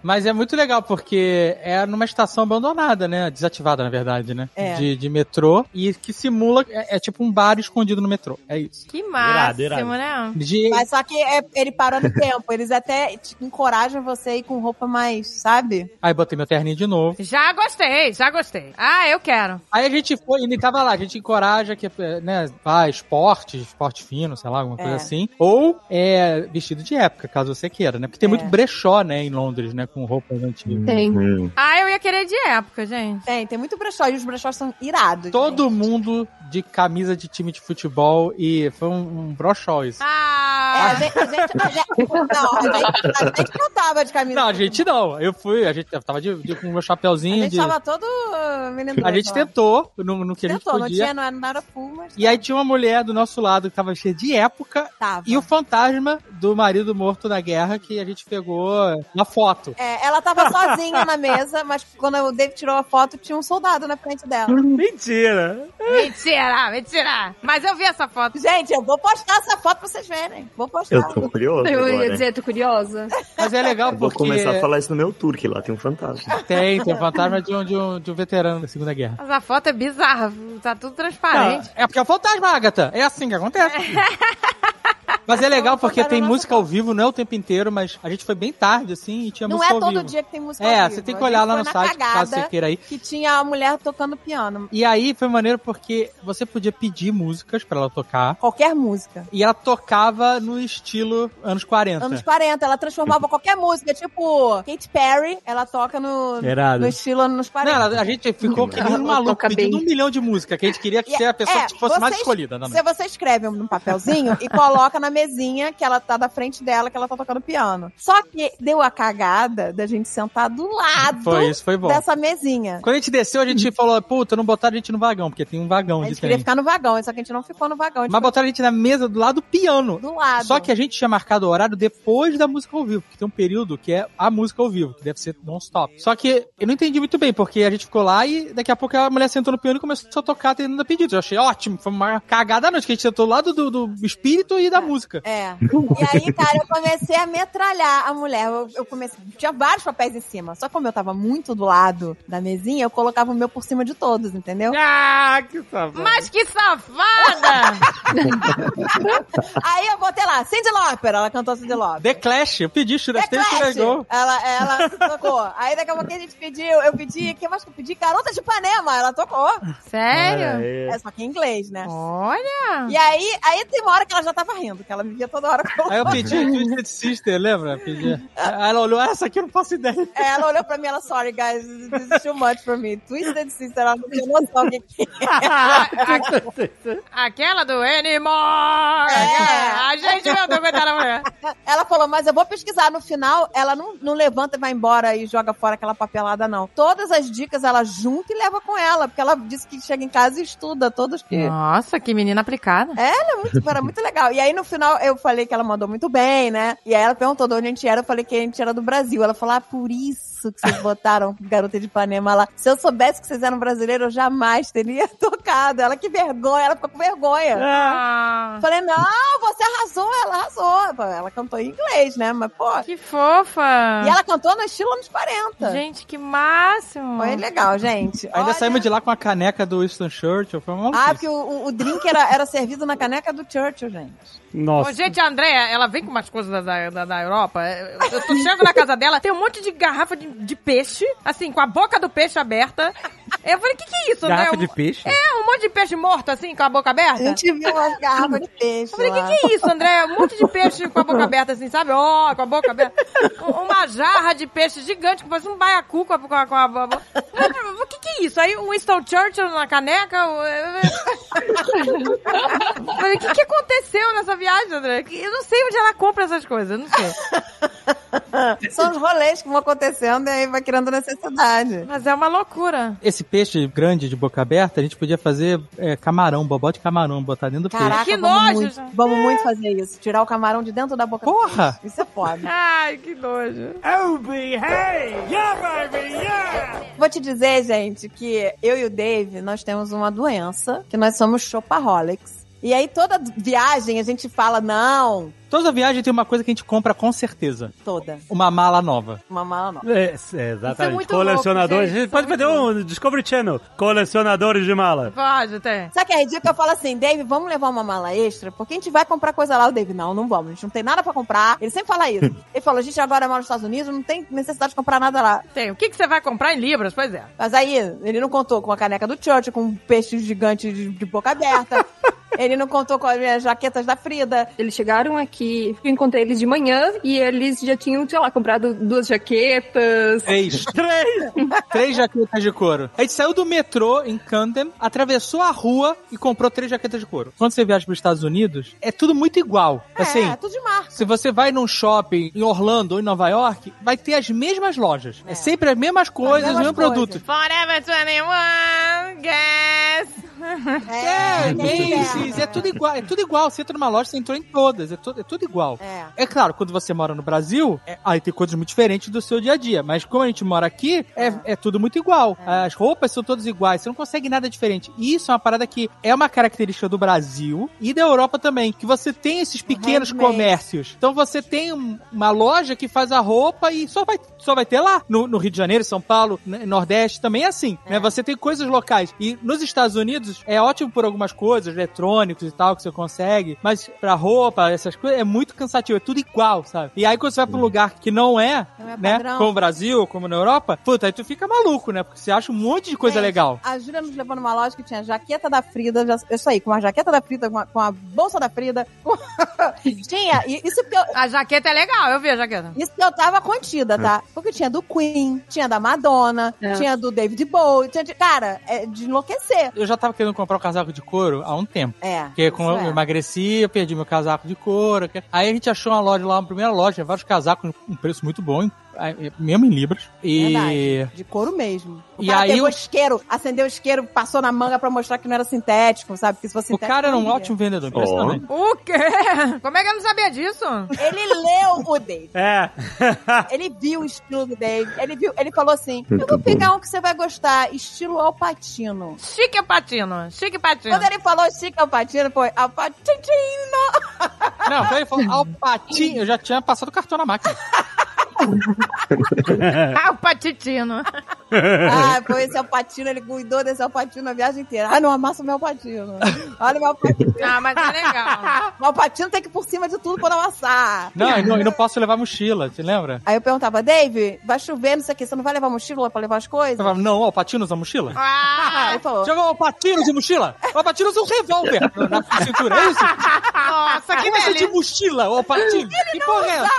[SPEAKER 6] mas é muito legal porque é numa estação abandonada, né? Desativada, na verdade, né?
[SPEAKER 2] É.
[SPEAKER 6] De, de metrô e que simula. É, é tipo um bar escondido no metrô. É isso.
[SPEAKER 1] Que máximo,
[SPEAKER 5] irado.
[SPEAKER 1] né?
[SPEAKER 6] De-
[SPEAKER 2] Mas só que é- ele parou no tempo. Eles até te encorajam você a ir com roupa mais, sabe?
[SPEAKER 6] Aí botei meu terninho de novo.
[SPEAKER 1] Já gostei, já gostei. Ah, eu quero.
[SPEAKER 6] Aí a gente foi, ele tava lá, a gente encoraja que, é, né, vá, esporte, esporte fino, sei lá, alguma coisa
[SPEAKER 2] É.
[SPEAKER 6] assim. Ou é vestido de época, caso você queira, né? Porque tem
[SPEAKER 2] É.
[SPEAKER 6] muito brechó, né, em Londres, né, com roupas antigas.
[SPEAKER 4] Tem.
[SPEAKER 3] Hum.
[SPEAKER 1] Ah, eu ia querer de época, gente.
[SPEAKER 2] Tem, tem muito brechó. E os brechós são irados. gente.
[SPEAKER 6] Todo mundo de camisa de time de futebol e foi um, um brochó isso.
[SPEAKER 2] É, a
[SPEAKER 1] Ah,
[SPEAKER 2] gente, a gente- a gente- <laughs> não, a gente, a gente não tava de camisa.
[SPEAKER 6] Não, a gente não. Eu fui, a gente eu tava de, de- com o meu
[SPEAKER 2] A
[SPEAKER 6] chapéuzinho.
[SPEAKER 2] gente
[SPEAKER 6] de-
[SPEAKER 2] tava todo uh, menino.
[SPEAKER 6] A gente tentou no, no que
[SPEAKER 2] Tentou,
[SPEAKER 6] a
[SPEAKER 2] não
[SPEAKER 6] gente podia.
[SPEAKER 2] tinha não era nada full, mas
[SPEAKER 6] E aí tinha uma mulher do nosso lado que tava cheia de época
[SPEAKER 2] tava.
[SPEAKER 6] e o fantasma do marido morto na guerra que a gente pegou na foto.
[SPEAKER 2] É, ela tava sozinha na mesa, mas quando o David tirou a foto, tinha um soldado na frente dela.
[SPEAKER 5] Mentira!
[SPEAKER 1] mentira, mentira. Mas eu vi essa foto.
[SPEAKER 2] Gente, eu vou postar essa foto pra vocês verem. Vou postar.
[SPEAKER 3] Eu tô curioso
[SPEAKER 4] Eu
[SPEAKER 3] agora.
[SPEAKER 4] ia dizer, tô curiosa.
[SPEAKER 6] Mas é legal
[SPEAKER 3] Eu vou
[SPEAKER 6] porque
[SPEAKER 3] começar a falar isso no meu tour, que lá tem um fantasma.
[SPEAKER 6] tem, tem o fantasma de um, de, um, de um veterano da Segunda Guerra.
[SPEAKER 1] Mas a foto é bizarra, tá tudo transparente.
[SPEAKER 6] Ah, é porque é o fantasma, Agatha. É assim
[SPEAKER 2] <laughs>
[SPEAKER 6] que acontece. Mas é legal porque tem música ao vivo, não é o tempo inteiro, mas a gente foi bem tarde, assim, e tinha
[SPEAKER 2] Não é
[SPEAKER 6] música ao
[SPEAKER 2] todo
[SPEAKER 6] vivo.
[SPEAKER 2] dia que tem música ao
[SPEAKER 6] É,
[SPEAKER 2] vivo.
[SPEAKER 6] você tem que
[SPEAKER 2] A
[SPEAKER 6] olhar
[SPEAKER 2] gente
[SPEAKER 6] lá
[SPEAKER 2] foi
[SPEAKER 6] no
[SPEAKER 2] na
[SPEAKER 6] site, caso você
[SPEAKER 2] cagada
[SPEAKER 6] queira aí.
[SPEAKER 2] que tinha a mulher tocando piano.
[SPEAKER 6] E aí foi maneiro porque você podia pedir músicas pra ela tocar.
[SPEAKER 2] Qualquer música.
[SPEAKER 6] E ela tocava no estilo anos 40.
[SPEAKER 2] Anos 40, ela transformava qualquer música, tipo Katy Perry, ela toca no,
[SPEAKER 5] Irado.
[SPEAKER 2] no estilo anos 40.
[SPEAKER 6] Não, ela- a gente ficou que nem um
[SPEAKER 4] Ela
[SPEAKER 6] maluco
[SPEAKER 4] toca
[SPEAKER 6] pedindo
[SPEAKER 4] bem.
[SPEAKER 6] um milhão de música, que a gente queria que
[SPEAKER 2] E-
[SPEAKER 6] a pessoa
[SPEAKER 2] é,
[SPEAKER 6] que fosse mais
[SPEAKER 2] vocês-
[SPEAKER 6] escolhida. Não,
[SPEAKER 2] Se você escreve num um papelzinho e coloca na mesinha que ela tá da frente dela, que ela tá tocando piano. Só que deu a cagada da gente sentar do lado
[SPEAKER 6] Foi isso, foi bom.
[SPEAKER 2] dessa mesinha.
[SPEAKER 6] Quando a gente desceu, a gente falou, puta, não botaram a gente no vagão, porque tem um vagão
[SPEAKER 2] A
[SPEAKER 6] de
[SPEAKER 2] gente queria
[SPEAKER 6] trem.
[SPEAKER 2] ficar no vagão, só que a gente não ficou no vagão. A gente
[SPEAKER 6] Mas botaram a gente na mesa do lado do piano.
[SPEAKER 2] ficou do lado.
[SPEAKER 6] Só que a gente tinha marcado o horário depois da música ao vivo, porque tem um período que é a música ao vivo, que deve ser non-stop. Só que eu não entendi muito bem, porque a gente ficou lá e daqui a pouco a mulher sentou no piano e começou a tocar atendendo a pedidos. Eu achei ótimo, foi uma cagada à noite, que a gente sentou do lado do, do espírito e da música. <laughs>
[SPEAKER 2] É. E aí, cara, eu comecei a metralhar a mulher. Eu, eu comecei. Tinha vários papéis em cima. Só que como eu tava muito do lado da mesinha, eu colocava o meu por cima de todos,
[SPEAKER 6] <laughs>
[SPEAKER 2] entendeu?
[SPEAKER 5] Ah, que safado.
[SPEAKER 1] Mas que <laughs> safada!
[SPEAKER 2] Aí eu botei lá, Cindy Lauper. Ela cantou Cindy Lauper.
[SPEAKER 6] The Clash, eu pedi,
[SPEAKER 2] The
[SPEAKER 6] churrasqueiro que
[SPEAKER 2] Clash.
[SPEAKER 6] negou.
[SPEAKER 2] Ela, ela tocou. Aí daqui a pouco a gente pediu, eu pedi, o que mais que eu pedi? Garota de Ipanema, ela tocou.
[SPEAKER 1] Sério?
[SPEAKER 3] É,
[SPEAKER 2] É só que em inglês, né?
[SPEAKER 1] Olha!
[SPEAKER 6] Ah.
[SPEAKER 5] <laughs>
[SPEAKER 2] E aí, aí tem uma hora que ela já tava rindo, que ela me via toda hora com
[SPEAKER 6] Aí eu pedi
[SPEAKER 2] <laughs>
[SPEAKER 6] Twisted Sister, lembra? Eu Pedi. Aí ela olhou, "Ah, essa aqui eu não faço ideia.
[SPEAKER 2] É, Ela olhou pra mim, ela, sorry guys, this is too much for me. Twisted Sister, ela não tinha noção o que que
[SPEAKER 6] <laughs>
[SPEAKER 1] Aquela do Anymore!
[SPEAKER 2] É.
[SPEAKER 1] A gente não tá aguentando a
[SPEAKER 5] <laughs>
[SPEAKER 1] mulher.
[SPEAKER 2] Ela falou, mas eu vou pesquisar. No final, ela não, não levanta e vai embora e joga fora aquela papelada, não. Todas as dicas ela junta e leva com ela, porque ela disse que chega em casa e estuda todas. que
[SPEAKER 5] É.
[SPEAKER 2] Ela
[SPEAKER 1] Nossa, que menina aplicada.
[SPEAKER 2] é muito, era muito legal. E aí, no final, eu falei que ela mandou muito bem, né? E aí ela perguntou de onde a gente era, eu falei que a gente era do Brasil. Ela falou, ah, por isso que vocês botaram <laughs> Garota de Ipanema lá. Se eu soubesse que vocês eram brasileiros, eu jamais teria <laughs> tocado. Ela, que vergonha. Ela ficou com vergonha.
[SPEAKER 1] Ah,
[SPEAKER 2] Eu Falei, não, você arrasou, ela arrasou. Pô, Ela cantou em inglês, né? Mas, pô.
[SPEAKER 1] que fofa!
[SPEAKER 2] E ela cantou no estilo anos 40.
[SPEAKER 1] Gente, que máximo!
[SPEAKER 2] Foi legal, gente.
[SPEAKER 6] Ainda
[SPEAKER 2] Olha-
[SPEAKER 6] saímos de lá com a caneca do Winston Churchill, foi uma
[SPEAKER 2] Ah,
[SPEAKER 6] maluquice.
[SPEAKER 2] porque o, o, o drink era, era servido na caneca do Churchill, gente.
[SPEAKER 1] Ô,
[SPEAKER 5] Nossa.
[SPEAKER 1] gente, a Andrea, ela vem com umas coisas da- da, da, da Europa. Eu, eu tô chegando na casa dela, tem um monte de garrafa de, de peixe, assim, com a boca do peixe aberta. Eu falei, o que, que é isso,
[SPEAKER 5] Garrafa
[SPEAKER 1] André?
[SPEAKER 5] de peixe?
[SPEAKER 1] É, um monte de peixe morto, assim, com a boca
[SPEAKER 2] A
[SPEAKER 1] aberta.
[SPEAKER 2] gente viu uma garrafa de peixe.
[SPEAKER 1] Eu falei, o
[SPEAKER 2] lá.
[SPEAKER 1] que, que é isso, André? Um monte de peixe com a boca aberta, assim, sabe? Ó, com a boca aberta. Um- Uma jarra de peixe gigante, que parece um baiacu com a, com a, com a boca. O que, que é isso? Aí um Winston Churchill na caneca. o- Eu falei, o que, que aconteceu nessa viagem, André? Eu não sei onde ela compra essas coisas, eu não sei.
[SPEAKER 2] São os rolês que vão acontecendo e aí vai criando necessidade.
[SPEAKER 1] Mas é uma loucura.
[SPEAKER 6] Esse peixe grande de boca aberta, a gente podia fazer é, camarão, bobó de camarão, botar dentro do
[SPEAKER 2] Caraca,
[SPEAKER 1] Que
[SPEAKER 2] vamos
[SPEAKER 1] nojo,
[SPEAKER 2] muito,
[SPEAKER 1] gente. É.
[SPEAKER 2] vamos muito fazer isso. Tirar o camarão de dentro da boca. do
[SPEAKER 6] Porra!
[SPEAKER 2] peixe. Isso é foda.
[SPEAKER 1] Ai, que nojo.
[SPEAKER 2] Vou te dizer, gente, que eu e o Dave, nós temos uma doença, que nós somos shopaholics. E aí toda viagem a gente fala, não,
[SPEAKER 6] peixe. Toda viagem tem uma coisa que a gente compra com certeza.
[SPEAKER 2] toda,
[SPEAKER 6] Uma mala nova.
[SPEAKER 2] uma mala não.
[SPEAKER 5] É, é,
[SPEAKER 1] Isso é
[SPEAKER 5] exatamente.
[SPEAKER 1] muito louco,
[SPEAKER 5] Colecionadores.
[SPEAKER 1] gente,
[SPEAKER 5] A gente pode
[SPEAKER 1] isso é
[SPEAKER 5] fazer um Discovery Channel. Colecionadores de mala.
[SPEAKER 1] Pode, tem.
[SPEAKER 2] Só que é ridículo, eu falo assim, Dave, vamos levar uma mala extra? Porque a gente vai comprar coisa lá. O Dave, não, não vamos. A gente não tem nada pra comprar. Ele sempre fala isso. Ele falou, a gente agora mora nos Estados Unidos, não tem necessidade de comprar nada lá.
[SPEAKER 1] Tem. O que, que você vai comprar em Libras? Pois é.
[SPEAKER 2] Mas aí, ele não contou com a caneca do Church, com um peixe gigante de, de boca <laughs> aberta. ele não contou com as minhas jaquetas da Frida.
[SPEAKER 4] Eles chegaram aqui, eu encontrei eles de manhã e eles já tinham, sei lá, comprado duas jaquetas.
[SPEAKER 6] Três. <laughs> Três! três jaquetas de couro. A gente saiu do metrô em Camden, atravessou a rua e comprou três jaquetas de couro. Quando você viaja para os Estados Unidos, é tudo muito igual. Assim,
[SPEAKER 2] é, tudo de marca.
[SPEAKER 6] se você vai num shopping em Orlando ou em Nova York, vai ter as mesmas lojas. É, sempre as mesmas coisas, os
[SPEAKER 2] mesmas
[SPEAKER 6] mesmos
[SPEAKER 2] coisas.
[SPEAKER 6] produtos.
[SPEAKER 1] Forever 21, guess.
[SPEAKER 6] É,
[SPEAKER 2] tem
[SPEAKER 6] Macy's,
[SPEAKER 2] perna.
[SPEAKER 6] é tudo igual, é tudo igual. Você entra numa loja, você entrou em todas, é, tu- é tudo igual.
[SPEAKER 2] É.
[SPEAKER 6] É claro, quando você mora no Brasil, é- aí tem coisas muito diferentes do seu dia a dia. Mas como a gente mora aqui, é, é tudo muito igual. As roupas são todas iguais, você não consegue nada diferente. E isso é uma parada que é uma característica do Brasil e da Europa também, que você tem esses pequenos
[SPEAKER 2] handmade.
[SPEAKER 6] comércios. Então você tem um- uma loja que faz a roupa e só vai, só vai ter lá. No, no Rio de Janeiro, São Paulo, n- Nordeste também é assim. Né? Você tem coisas locais. E nos Estados Unidos é ótimo por algumas coisas, eletrônicos e tal, que você consegue. Mas pra roupa, essas coisas, é muito cansativo. É tudo igual, sabe? E aí quando você vai pra um lugar que não é,
[SPEAKER 2] Não é
[SPEAKER 6] né?
[SPEAKER 2] padrão.
[SPEAKER 6] Como o Brasil, como na Europa, puta, aí tu fica maluco, né? Porque você acha um monte de coisa
[SPEAKER 2] Gente,
[SPEAKER 6] legal.
[SPEAKER 2] A Júlia nos levou numa loja que tinha jaqueta da Frida, já, eu saí com a jaqueta da Frida, com a, com a bolsa da Frida. com- <laughs> tinha, e isso porque eu,
[SPEAKER 1] A jaqueta é legal, eu vi a jaqueta.
[SPEAKER 2] isso porque eu tava contida, tá? Porque tinha do Queen, tinha da Madonna,
[SPEAKER 4] É.
[SPEAKER 2] tinha do David Bowie, tinha de, cara, é de enlouquecer.
[SPEAKER 6] Eu já tava querendo comprar um casaco de couro há um tempo.
[SPEAKER 2] É.
[SPEAKER 6] Porque como
[SPEAKER 2] isso
[SPEAKER 6] eu
[SPEAKER 2] é.
[SPEAKER 6] emagreci, eu perdi meu casaco de couro. que- Aí a gente achou uma loja lá, uma primeira loja, tinha vários casacos, um preço muito bom, em- aí, mesmo em Libras. E.
[SPEAKER 2] Verdade. De couro mesmo. O
[SPEAKER 6] E
[SPEAKER 2] cara
[SPEAKER 6] aí
[SPEAKER 2] pegou
[SPEAKER 6] o-
[SPEAKER 2] isqueiro, acendeu o isqueiro, passou na manga pra mostrar que não era sintético, sabe? Porque se fosse
[SPEAKER 6] O
[SPEAKER 2] sintético.
[SPEAKER 6] cara era um
[SPEAKER 2] não ia.
[SPEAKER 6] ótimo vendedor, impressionante.
[SPEAKER 1] O quê? Como é que eu não sabia disso?
[SPEAKER 2] Ele leu o
[SPEAKER 6] <laughs>
[SPEAKER 2] Dave.
[SPEAKER 5] É.
[SPEAKER 2] Ele viu o estilo do Dave. Ele viu. Ele falou assim: Eu
[SPEAKER 3] Muito
[SPEAKER 2] vou
[SPEAKER 3] bom.
[SPEAKER 2] pegar um que você vai gostar, estilo Alpatino.
[SPEAKER 1] Chique Patino, Chique Patino.
[SPEAKER 2] Quando ele falou Chico Alpatino, foi
[SPEAKER 6] <laughs>
[SPEAKER 2] Alpatino.
[SPEAKER 6] Não, foi ele falou, Alpatinho, eu já tinha passado o cartão na máquina.
[SPEAKER 1] Ah, o Patitino.
[SPEAKER 2] Ah, foi esse Alpatino, ele cuidou desse Alpatino a viagem inteira. Ah, não amassa o meu Alpatino. Olha o meu Alpatino.
[SPEAKER 1] Ah, mas é legal.
[SPEAKER 2] O Alpatino tem que ir por cima de tudo pra não amassar.
[SPEAKER 6] Não, e não, e não posso levar mochila, te lembra?
[SPEAKER 2] Aí eu perguntava, Dave, vai chover, não sei o que, você não vai levar mochila pra levar as
[SPEAKER 6] Eu
[SPEAKER 2] coisas?
[SPEAKER 6] falava, não, Alpatino usa mochila?
[SPEAKER 2] Ah,
[SPEAKER 1] Ah,
[SPEAKER 2] ele falou.
[SPEAKER 6] Chegou o Alpatino de mochila? O Alpatino usa um revólver na cintura, é
[SPEAKER 2] <laughs>
[SPEAKER 6] isso?
[SPEAKER 1] nossa, que
[SPEAKER 6] Quem vai de
[SPEAKER 1] beleza.
[SPEAKER 6] mochila, o Alpatino? Que porra é essa?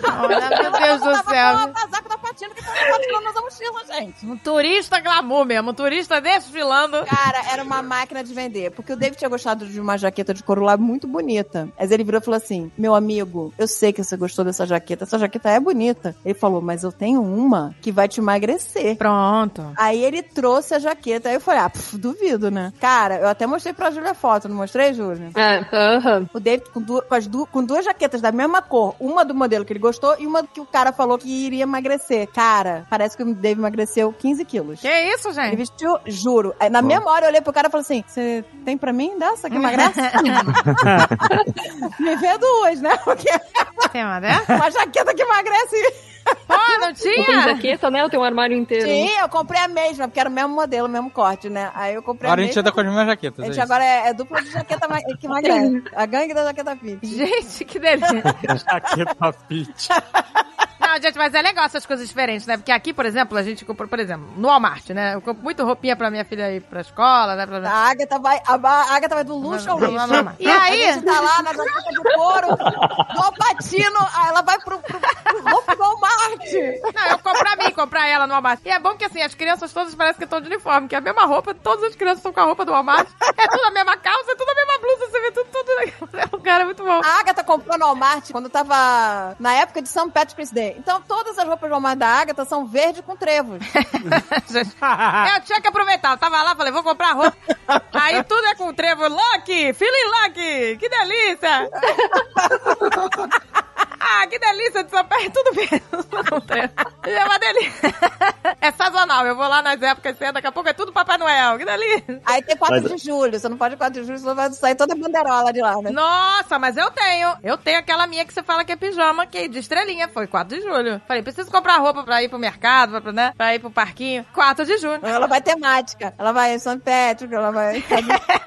[SPEAKER 2] Tava,
[SPEAKER 1] Olha, meu Deus do céu.
[SPEAKER 2] Tava com o casaco da Patino, que tava patinando nas mochilas, gente.
[SPEAKER 1] Um turista glamour mesmo, um turista desfilando.
[SPEAKER 2] Cara, era uma máquina de vender. Porque o David tinha gostado de uma jaqueta de couro lá muito bonita. Mas ele virou e falou assim: Meu amigo, eu sei que você gostou dessa jaqueta. Essa jaqueta é bonita. Ele falou: Mas eu tenho uma que vai te emagrecer.
[SPEAKER 1] Pronto.
[SPEAKER 2] Aí ele trouxe a jaqueta. Aí eu falei: Ah, pff, duvido, né? Cara, eu até mostrei pra Júlia a foto, não mostrei, Júlia?
[SPEAKER 4] Ah, aham.
[SPEAKER 2] O David com, du- com as du- com duas jaquetas da mesma cor, uma do modelo que ele gostou e uma que o cara falou que iria emagrecer. Cara, parece que o David emagreceu 15 quilos.
[SPEAKER 1] Que isso,
[SPEAKER 2] Ele
[SPEAKER 1] gente?
[SPEAKER 2] vestiu, juro. Aí, na mesma hora eu olhei pro cara e falei assim: Você tem pra mim dessa que <laughs> emagrece? Me vê duas, né? Porque
[SPEAKER 1] <laughs> Tem uma dessa?
[SPEAKER 2] uma jaqueta que emagrece.
[SPEAKER 1] Pô, não
[SPEAKER 4] Eu tenho
[SPEAKER 1] tinha?
[SPEAKER 4] jaqueta, né? Eu tenho um armário inteiro.
[SPEAKER 2] Sim, eu comprei a mesma, porque era o mesmo modelo, o mesmo corte, né? Aí eu comprei
[SPEAKER 6] Agora
[SPEAKER 2] a
[SPEAKER 6] a gente
[SPEAKER 2] mesma.
[SPEAKER 6] anda com as mesmas jaquetas.
[SPEAKER 2] A
[SPEAKER 6] é
[SPEAKER 2] gente
[SPEAKER 6] isso.
[SPEAKER 2] agora é, é dupla de jaqueta ma- <laughs> que emagrece. A gangue da jaqueta fit.
[SPEAKER 1] Gente, que delícia.
[SPEAKER 5] Jaqueta <laughs> fit.
[SPEAKER 1] Não, gente, mas é legal essas coisas diferentes, né? Porque aqui, por exemplo, a gente comprou, por exemplo, no Walmart, né? Eu compro muito roupinha pra minha filha ir pra escola, né? Pra...
[SPEAKER 2] A Agatha tá vai, a, a Agatha vai do luxo ao
[SPEAKER 1] Não,
[SPEAKER 2] lixo.
[SPEAKER 1] não, não, não.
[SPEAKER 2] E aí? A gente tá lá na jaqueta de couro, do Alpatino, aí ela vai pro, pro, pro roupa do Walmart.
[SPEAKER 1] Não, eu compro pra mim, comprar ela no Walmart. E é bom que, assim, as crianças todas parecem que estão de uniforme, que é a mesma roupa, todas as crianças estão com a roupa do Walmart. É tudo a mesma calça, é tudo a mesma blusa, você vê tudo, tudo. É um cara muito
[SPEAKER 2] <laughs>
[SPEAKER 1] bom.
[SPEAKER 2] A Agatha comprou no Walmart quando tava na época de São Patrick's Day. Então todas as roupas do Walmart da Agatha são verde com trevos.
[SPEAKER 1] Gente, eu tinha que aproveitar, eu tava lá, falei, vou comprar roupa. Aí tudo é com trevo. Lucky, feeling lucky, que delícia. <laughs> Ah, que delícia de São Paulo. Tudo bem. com trevo. É uma delícia. <laughs> É sazonal. Eu vou lá nas épocas certas. Daqui a pouco é tudo Papai Noel. Que delícia.
[SPEAKER 2] Aí tem 4
[SPEAKER 3] Mas-
[SPEAKER 2] de julho. Você não pode 4 de julho, senão vai sair toda a banderola de lá, né?
[SPEAKER 1] Nossa, mas eu tenho. Eu tenho aquela minha que você fala que é pijama, que é de estrelinha. Foi 4 de julho. Falei, preciso comprar roupa pra ir pro mercado, pra- pra, né, pra ir pro parquinho. 4 de julho. <laughs>
[SPEAKER 2] Ela vai temática. Ela vai São Patrick, ela vai.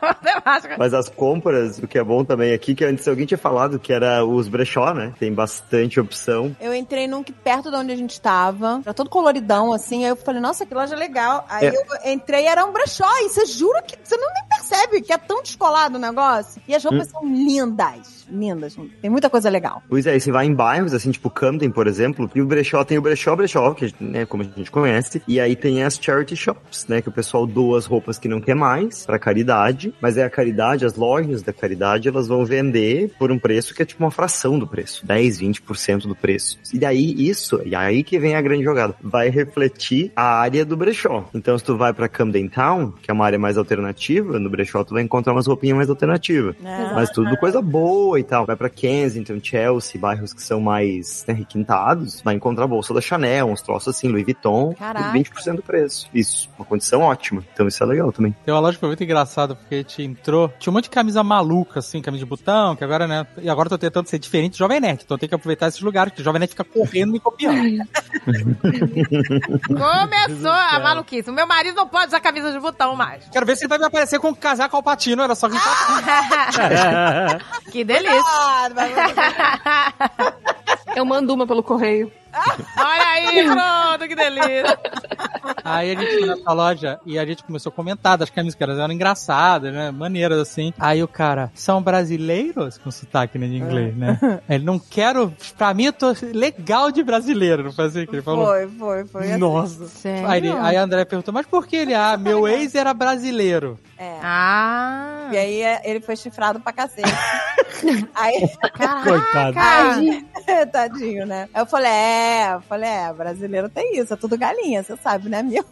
[SPEAKER 1] Matemática.
[SPEAKER 3] Mas as compras, o que é bom também aqui, que antes alguém tinha falado que era os brechó, né? Tem bastante opção.
[SPEAKER 2] Eu entrei num que perto de onde a gente tava. Era todo coloridão, assim. Aí eu falei, nossa, que loja legal. Aí
[SPEAKER 3] É.
[SPEAKER 2] eu entrei e era um brechó. E você jura que você não nem percebe que é tão descolado o negócio. E as roupas são lindas. Lindas. Tem muita coisa legal.
[SPEAKER 3] Pois é, e você vai em bairros, assim, tipo Camden, por exemplo, e o brechó tem o brechó, brechó, que, né, como a gente conhece, e aí tem as charity shops, né, que o pessoal doa as roupas que não quer mais pra caridade, mas é a caridade, as lojas da caridade, elas vão vender por um preço que é tipo uma fração do preço, 10, 20% do preço. E daí isso, e aí que vem a grande jogada, vai refletir a área do brechó. Então se tu vai pra Camden Town, que é uma área mais alternativa, no brechó tu vai encontrar umas roupinhas mais alternativas.
[SPEAKER 2] Né?
[SPEAKER 3] Mas tudo coisa boa e tal. Vai pra Kensington, Chelsea, bairros que são mais né, requintados, vai encontrar a bolsa da Chanel, uns troços assim, Louis Vuitton,
[SPEAKER 2] Caraca.
[SPEAKER 3] por 20% do preço. Isso, uma condição ótima. Então isso é legal também.
[SPEAKER 6] Tem uma loja que foi muito engraçada, porque a gente entrou. Tinha um monte de camisa maluca, assim, camisa de botão, que agora, né? E agora eu tô tentando ser diferente do Jovem Nerd. Então tem que aproveitar esses lugares, que o Jovem Nerd fica correndo e me copiando.
[SPEAKER 1] Começou a maluquice. O meu marido não pode usar camisa de botão mais.
[SPEAKER 6] Quero ver se ele vai me aparecer com o casaco alpatino, era só que
[SPEAKER 5] É.
[SPEAKER 1] que delícia.
[SPEAKER 2] Ah, mas-
[SPEAKER 4] Eu mando uma pelo correio.
[SPEAKER 1] Olha aí, Bruno, que delícia.
[SPEAKER 6] Aí a gente foi nessa loja e a gente começou a comentar das camisas que elas eram engraçadas, né? Maneiras assim. Aí o cara, são brasileiros? Com sotaque né, de inglês, né? Ele não quero. Pra mim, eu tô legal de brasileiro, não fazia o que ele falou.
[SPEAKER 2] foi, foi, foi. assim.
[SPEAKER 5] Nossa.
[SPEAKER 1] né?
[SPEAKER 6] Aí, ele- aí a André perguntou, mas por que ele? Ah, meu ex era brasileiro.
[SPEAKER 2] É.
[SPEAKER 1] Ah.
[SPEAKER 2] E aí é, ele foi chifrado pra cacete. aí, <laughs>
[SPEAKER 1] Ah,
[SPEAKER 6] Coitado.
[SPEAKER 2] Ah,
[SPEAKER 4] Ai,
[SPEAKER 2] tadinho, né? Aí eu falei, é, eu falei, é, brasileiro tem isso, é tudo galinha, você sabe, né, meu?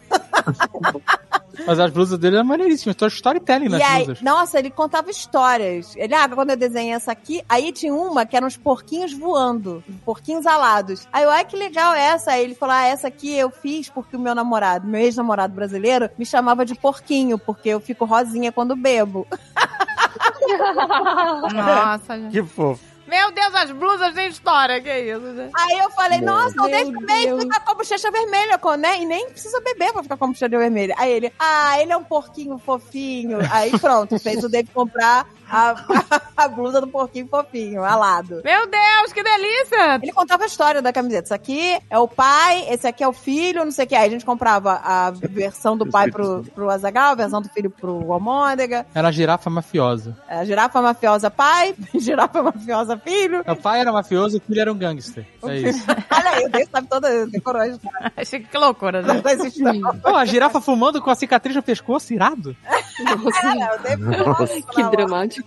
[SPEAKER 6] Mas as blusas dele é maneiríssimas. Tô storytelling nas
[SPEAKER 2] E aí,
[SPEAKER 6] blusas.
[SPEAKER 2] nossa, ele contava histórias. Ele, ah, quando eu desenhei essa aqui, aí tinha uma que eram os porquinhos voando, os porquinhos alados. Aí eu, ai, que legal essa. Aí ele falou, ah, essa aqui eu fiz porque o meu namorado, meu ex-namorado brasileiro, me chamava de porquinho, porque eu fico rosinha quando bebo. <laughs>
[SPEAKER 1] Nossa, gente.
[SPEAKER 5] Que fofo.
[SPEAKER 1] Meu Deus, as blusas têm história, que isso, gente.
[SPEAKER 2] Aí eu falei, nossa, não
[SPEAKER 4] Meu
[SPEAKER 2] então deixa o beijo
[SPEAKER 4] Deus.
[SPEAKER 2] ficar com a bochecha vermelha, co- né? E nem precisa beber pra ficar com a bochecha vermelha. Aí ele, ah, ele é um porquinho fofinho. Aí pronto, fez o David comprar a, <laughs> a blusa do porquinho fofinho, alado.
[SPEAKER 1] Meu Deus, que delícia! <laughs>
[SPEAKER 2] Ele contava a história da camiseta. Isso aqui é o pai, esse aqui é o filho, não sei o que. Aí a gente comprava a versão do pai pro, pro Azagal, a versão do filho pro Almôndega,
[SPEAKER 6] Era a girafa mafiosa.
[SPEAKER 2] a girafa mafiosa pai, <laughs> girafa mafiosa filho.
[SPEAKER 6] O pai era mafioso e o filho era um gangster. É isso.
[SPEAKER 2] Olha aí, o Deus sabe toda, decorou as
[SPEAKER 1] Achei que loucura, gente.
[SPEAKER 2] todas as histórias.
[SPEAKER 6] Pô, a girafa fumando com a cicatriz no pescoço, irado.
[SPEAKER 4] nossa,
[SPEAKER 2] Cara, o David
[SPEAKER 4] que
[SPEAKER 3] É,
[SPEAKER 4] dramático.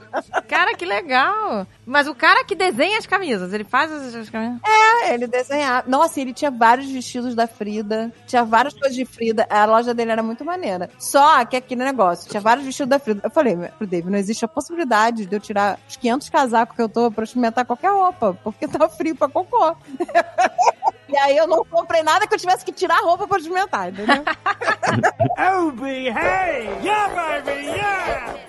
[SPEAKER 1] Cara, que legal. Mas o cara que desenha as camisas, ele faz as, as camisas.
[SPEAKER 2] É, Ele desenhava. Nossa, ele tinha vários vestidos da Frida. Tinha várias coisas de Frida. A loja dele era muito maneira. Só que aquele negócio, tinha vários vestidos da Frida. Eu falei pro David, não existe a possibilidade de eu tirar os 500 casacos que eu tô pra experimentar qualquer roupa, porque tá frio pra cocô. <laughs> E aí eu não comprei nada que eu tivesse que tirar a roupa pra experimentar,
[SPEAKER 3] <laughs>
[SPEAKER 2] entendeu?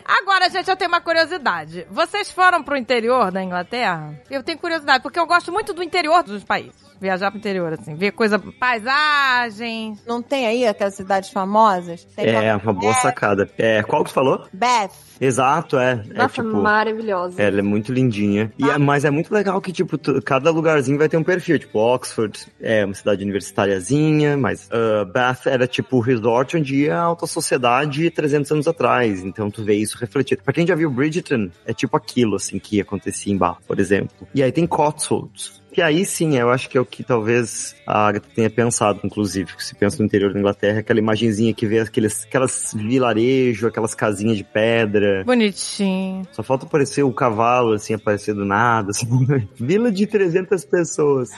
[SPEAKER 1] Agora, gente, eu tenho uma curiosidade. Vocês foram pro interior da Inglaterra? Eu tenho curiosidade, porque eu gosto muito do interior dos países. Viajar pro interior, assim, ver coisa, paisagem.
[SPEAKER 2] não tem aí aquelas cidades famosas? Tem
[SPEAKER 3] <laughs> É,
[SPEAKER 2] Ba-
[SPEAKER 3] uma boa sacada. É, qual que tu falou?
[SPEAKER 2] Beth.
[SPEAKER 3] Exato, é. é
[SPEAKER 4] Nossa,
[SPEAKER 3] tipo.
[SPEAKER 4] maravilhosa.
[SPEAKER 3] Ela é muito lindinha. E é- mas é muito legal que, tipo, tu- cada lugarzinho vai ter um perfil. Tipo, Oxford é uma cidade universitariazinha, mas ah, Bath era, tipo, o resort onde ia a alta sociedade 300 anos atrás. Então, tu vê isso refletido. Pra quem já viu Bridgerton, é tipo aquilo, assim, que acontecia em Bath, por exemplo. E aí tem Cotswolds. Que aí sim, eu acho que é o que talvez a Agatha tenha pensado, inclusive, que se pensa no interior da Inglaterra, aquela imagenzinha que vê aqueles, aquelas vilarejo, aquelas casinhas de pedra,
[SPEAKER 1] Bonitinho. <laughs>
[SPEAKER 3] só falta aparecer o cavalo, assim, aparecer do nada. Assim. Vila de
[SPEAKER 2] <laughs>
[SPEAKER 3] 300 pessoas.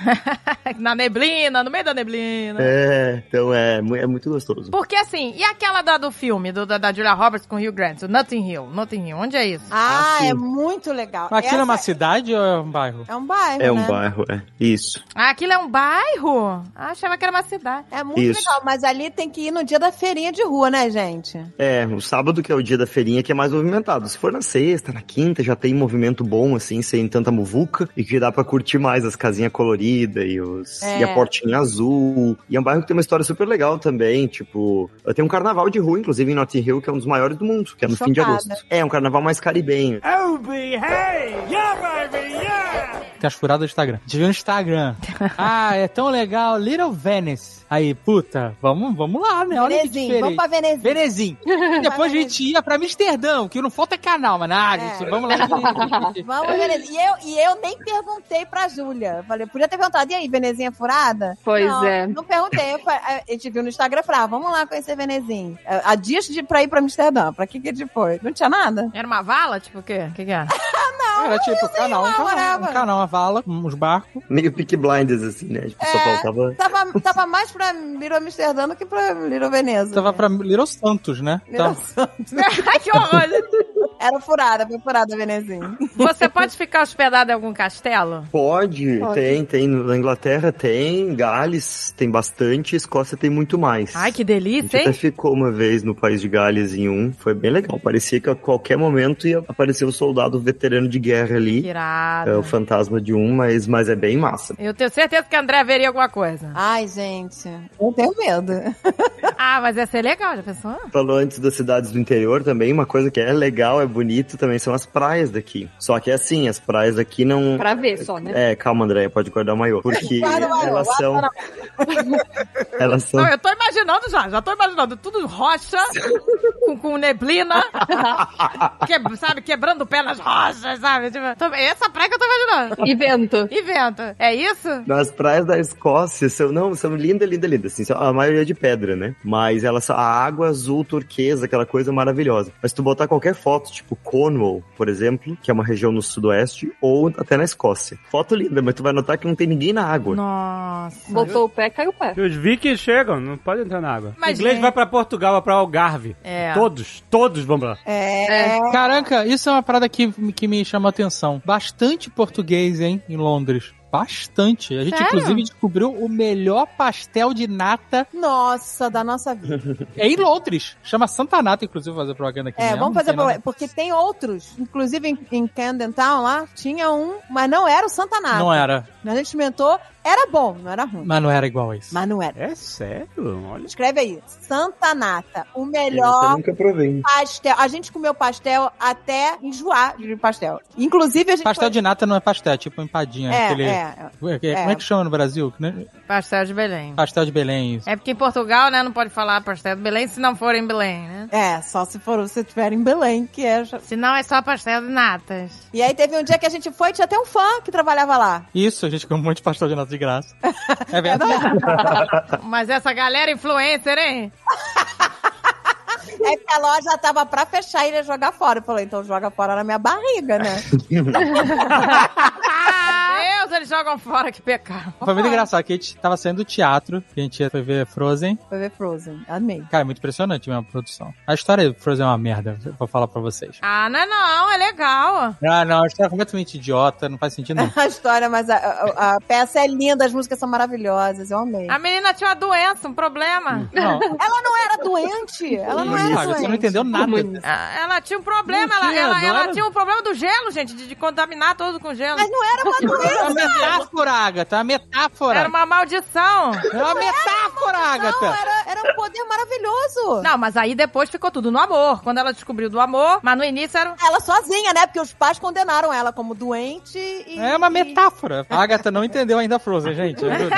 [SPEAKER 1] Na neblina, no meio da neblina.
[SPEAKER 3] É, então é, mu- é muito gostoso.
[SPEAKER 1] Porque assim, e aquela da, do filme, do, da, da Julia Roberts com Hugh Grant, o Nothing Hill, Nothing Hill, onde é isso?
[SPEAKER 2] Ah,
[SPEAKER 3] Ah, sim.
[SPEAKER 2] é muito legal.
[SPEAKER 6] Mas aquilo é uma
[SPEAKER 2] Essa-
[SPEAKER 6] cidade ou é um bairro?
[SPEAKER 2] É um bairro,
[SPEAKER 3] É um
[SPEAKER 2] né?
[SPEAKER 3] bairro, é. Isso.
[SPEAKER 1] Ah, aquilo é um bairro? Ah, achava que era uma cidade.
[SPEAKER 2] É muito
[SPEAKER 3] Isso.
[SPEAKER 2] legal, mas ali tem que ir no dia da feirinha de rua, né, gente?
[SPEAKER 3] É, o sábado que é o dia da feirinha que é mais movimentado. Se for na sexta, na quinta, já tem movimento bom, assim, sem tanta muvuca, e que dá pra curtir mais as casinhas coloridas e, os,
[SPEAKER 2] É.
[SPEAKER 3] e a portinha azul. E é um bairro que tem uma história super legal também, tipo... Tem um carnaval de rua, inclusive, em Notting Hill, que é um dos maiores do mundo, que é no fim de
[SPEAKER 2] Chocada.
[SPEAKER 3] agosto. É, um carnaval mais caribenho.
[SPEAKER 6] Tem as furadas do Instagram. Te viu
[SPEAKER 2] <laughs>
[SPEAKER 6] no Instagram. Ah, é tão legal. Little Venice. Aí, puta, vamos, vamos lá, né? Olha que
[SPEAKER 2] Venezim, vamos
[SPEAKER 6] diferente.
[SPEAKER 2] pra Venezim.
[SPEAKER 6] Venezim. E Depois a gente ia pra Amsterdã, que não falta canal, mas ah,
[SPEAKER 2] É.
[SPEAKER 6] gente,
[SPEAKER 2] <laughs>
[SPEAKER 6] vamos lá.
[SPEAKER 2] Vamos, Venezim. E eu, e eu nem perguntei pra Júlia. Falei, podia ter perguntado, e aí, Venezinha furada?
[SPEAKER 4] Pois
[SPEAKER 2] não,
[SPEAKER 4] é.
[SPEAKER 2] Não perguntei. Eu falei, a gente viu no Instagram, eu falei, ah, vamos lá conhecer Venezim. É, Há dias de, pra ir pra Amsterdã. Pra que que a gente foi? Não tinha nada?
[SPEAKER 1] Era uma vala? Tipo o quê? O que, que era?
[SPEAKER 6] Era tipo, canal, um
[SPEAKER 2] lá,
[SPEAKER 6] canal,
[SPEAKER 2] morava.
[SPEAKER 6] um canal, uma vala, uns barcos.
[SPEAKER 3] Meio Peaky Blinders, assim, né? Tipo, só
[SPEAKER 2] É.
[SPEAKER 3] faltava...
[SPEAKER 2] Tava, tava mais pra Little Amsterdã do que pra Little Veneza.
[SPEAKER 6] Tava pra Little Santos, né?
[SPEAKER 2] É. Little
[SPEAKER 6] Então,
[SPEAKER 2] Santos.
[SPEAKER 1] <laughs> Ai, que horror!
[SPEAKER 2] Era furada, foi furada Venezim.
[SPEAKER 1] Você pode ficar hospedado em algum castelo?
[SPEAKER 3] Pode,
[SPEAKER 4] Pode.
[SPEAKER 3] tem, tem. Na Inglaterra tem, Gales tem bastante, Escócia tem muito mais.
[SPEAKER 1] Ai, que
[SPEAKER 3] a gente
[SPEAKER 1] delícia,
[SPEAKER 3] até
[SPEAKER 1] hein?
[SPEAKER 3] ficou uma vez no país de Gales em um, foi bem legal. Parecia que a qualquer momento ia aparecer o soldado veterano de guerra ali, é, o
[SPEAKER 1] Irado.
[SPEAKER 3] fantasma de um, mas, mas é bem massa.
[SPEAKER 1] Eu tenho certeza que André veria alguma coisa.
[SPEAKER 2] Ai, gente, eu tenho medo.
[SPEAKER 1] Ah, mas ia ser legal, já pensou?
[SPEAKER 3] Falou antes das cidades do interior também, uma coisa que é legal, é bonito também são as praias daqui. Só que assim, as praias daqui não.
[SPEAKER 4] Pra ver só, né?
[SPEAKER 3] É, calma, Andréia, pode guardar o maiô. Porque
[SPEAKER 2] Guarda o maiô,
[SPEAKER 3] elas
[SPEAKER 2] guarda
[SPEAKER 3] são. <laughs> elas são.
[SPEAKER 1] Não, eu tô imaginando já, já tô imaginando. Tudo rocha, com, com neblina, que- sabe, quebrando o pé nas rochas, sabe? Tipo, tô- essa praia que eu tô imaginando.
[SPEAKER 4] E vento.
[SPEAKER 1] E vento, é isso?
[SPEAKER 3] Nas praias da Escócia são, não, são linda, linda, linda. Assim, são- a maioria é de pedra, né? Mas ela, a água azul turquesa, aquela coisa maravilhosa. Mas se tu botar qualquer foto, tipo Cornwall, por exemplo, que é uma região no sudoeste, ou até na Escócia. Foto linda, mas tu vai notar que não tem ninguém na água.
[SPEAKER 1] Nossa.
[SPEAKER 4] Botou o pé, caiu o pé.
[SPEAKER 5] E os vikings chegam, não pode entrar na água.
[SPEAKER 1] Mas,
[SPEAKER 5] o inglês
[SPEAKER 1] gente-
[SPEAKER 5] vai pra Portugal, vai pra Algarve.
[SPEAKER 1] É.
[SPEAKER 5] Todos, todos vão pra lá.
[SPEAKER 2] É,
[SPEAKER 6] Caraca, isso é uma parada que, que me chama a atenção. Bastante português, hein, em Londres. Bastante. A gente,
[SPEAKER 1] Sério?
[SPEAKER 6] inclusive, descobriu o melhor pastel de nata
[SPEAKER 2] Nossa, da nossa vida.
[SPEAKER 6] em Londres. Chama Santa Nata, inclusive, fazer propaganda aqui.
[SPEAKER 2] É,
[SPEAKER 6] mesmo,
[SPEAKER 2] vamos fazer
[SPEAKER 6] não tem
[SPEAKER 2] pro... porque tem outros. Inclusive em, em Camden Town lá tinha um, mas não era o Santa
[SPEAKER 6] nada.
[SPEAKER 2] Nata.
[SPEAKER 6] Não é. era.
[SPEAKER 2] A gente experimentou, era bom, não era ruim.
[SPEAKER 6] Mas não era igual a isso.
[SPEAKER 2] Mas não era.
[SPEAKER 5] É sério? Olha.
[SPEAKER 2] Escreve aí, Santa Nata, o
[SPEAKER 3] Essa eu
[SPEAKER 2] melhor
[SPEAKER 3] nunca provei.
[SPEAKER 2] pastel. A gente comeu pastel até enjoar de pastel. Inclusive a gente
[SPEAKER 6] Pastel
[SPEAKER 2] foi-
[SPEAKER 6] de nata não é pastel, é tipo empadinha.
[SPEAKER 2] é,
[SPEAKER 6] aquele...
[SPEAKER 2] é,
[SPEAKER 6] Ué, que-
[SPEAKER 2] É.
[SPEAKER 6] Como é que chama no Brasil? Que nem-
[SPEAKER 1] Pastel de Belém.
[SPEAKER 6] Pastel de Belém, isso.
[SPEAKER 1] É porque em Portugal, né, não pode falar pastel de Belém se não for em Belém, né?
[SPEAKER 2] é, só se for você estiver em Belém, que é.
[SPEAKER 1] Se não, é só pastel de natas.
[SPEAKER 2] E aí teve um dia que a gente foi, tinha até um fã que trabalhava lá.
[SPEAKER 6] Isso, a gente comeu um monte de pastel de nata
[SPEAKER 2] <laughs>
[SPEAKER 6] de graça. É verdade.
[SPEAKER 1] Mas essa galera é influencer,
[SPEAKER 5] <laughs>
[SPEAKER 1] hein?
[SPEAKER 2] É que a loja tava pra fechar e ele ia jogar fora. Eu falei, então joga fora na minha barriga, né?
[SPEAKER 1] Deus, eles jogam fora, que pecado.
[SPEAKER 6] Foi muito engraçado que a gente tava saindo do teatro, que a gente ia foi ver Frozen.
[SPEAKER 2] Foi ver Frozen. Amei.
[SPEAKER 6] Cara, é muito impressionante mesmo a produção. A história do Frozen é uma merda, vou falar pra vocês.
[SPEAKER 1] Ah, não é não, é legal.
[SPEAKER 6] Ah, não, a história é completamente idiota, não faz sentido nenhum.
[SPEAKER 2] <laughs> A história, mas a, a- a peça é linda, as músicas são maravilhosas, eu amei.
[SPEAKER 1] A menina tinha uma doença, um problema.
[SPEAKER 6] Não,
[SPEAKER 2] Ela não era doente. Ela não é
[SPEAKER 6] isso,
[SPEAKER 2] era
[SPEAKER 6] cara, você não
[SPEAKER 2] doente.
[SPEAKER 6] entendeu nada.
[SPEAKER 1] Ah, Ela tinha um problema,
[SPEAKER 5] Não
[SPEAKER 1] ela,
[SPEAKER 5] tinha,
[SPEAKER 1] ela,
[SPEAKER 5] não
[SPEAKER 1] ela
[SPEAKER 5] era-
[SPEAKER 1] tinha um problema do gelo, gente, de, de contaminar todo com gelo.
[SPEAKER 2] Mas não era uma
[SPEAKER 6] É
[SPEAKER 2] doença.
[SPEAKER 6] uma metáfora, Agatha, é uma metáfora.
[SPEAKER 1] Era uma maldição.
[SPEAKER 6] É uma metáfora,
[SPEAKER 2] Não,
[SPEAKER 6] Agatha.
[SPEAKER 2] era, era um poder maravilhoso.
[SPEAKER 1] Não, mas aí depois ficou tudo no amor. Quando ela descobriu do amor, mas no início era. um-
[SPEAKER 2] Ela sozinha, né? Porque os pais condenaram ela como doente e.
[SPEAKER 6] É uma metáfora. A Agatha não entendeu ainda a Frozen, gente. ajuda.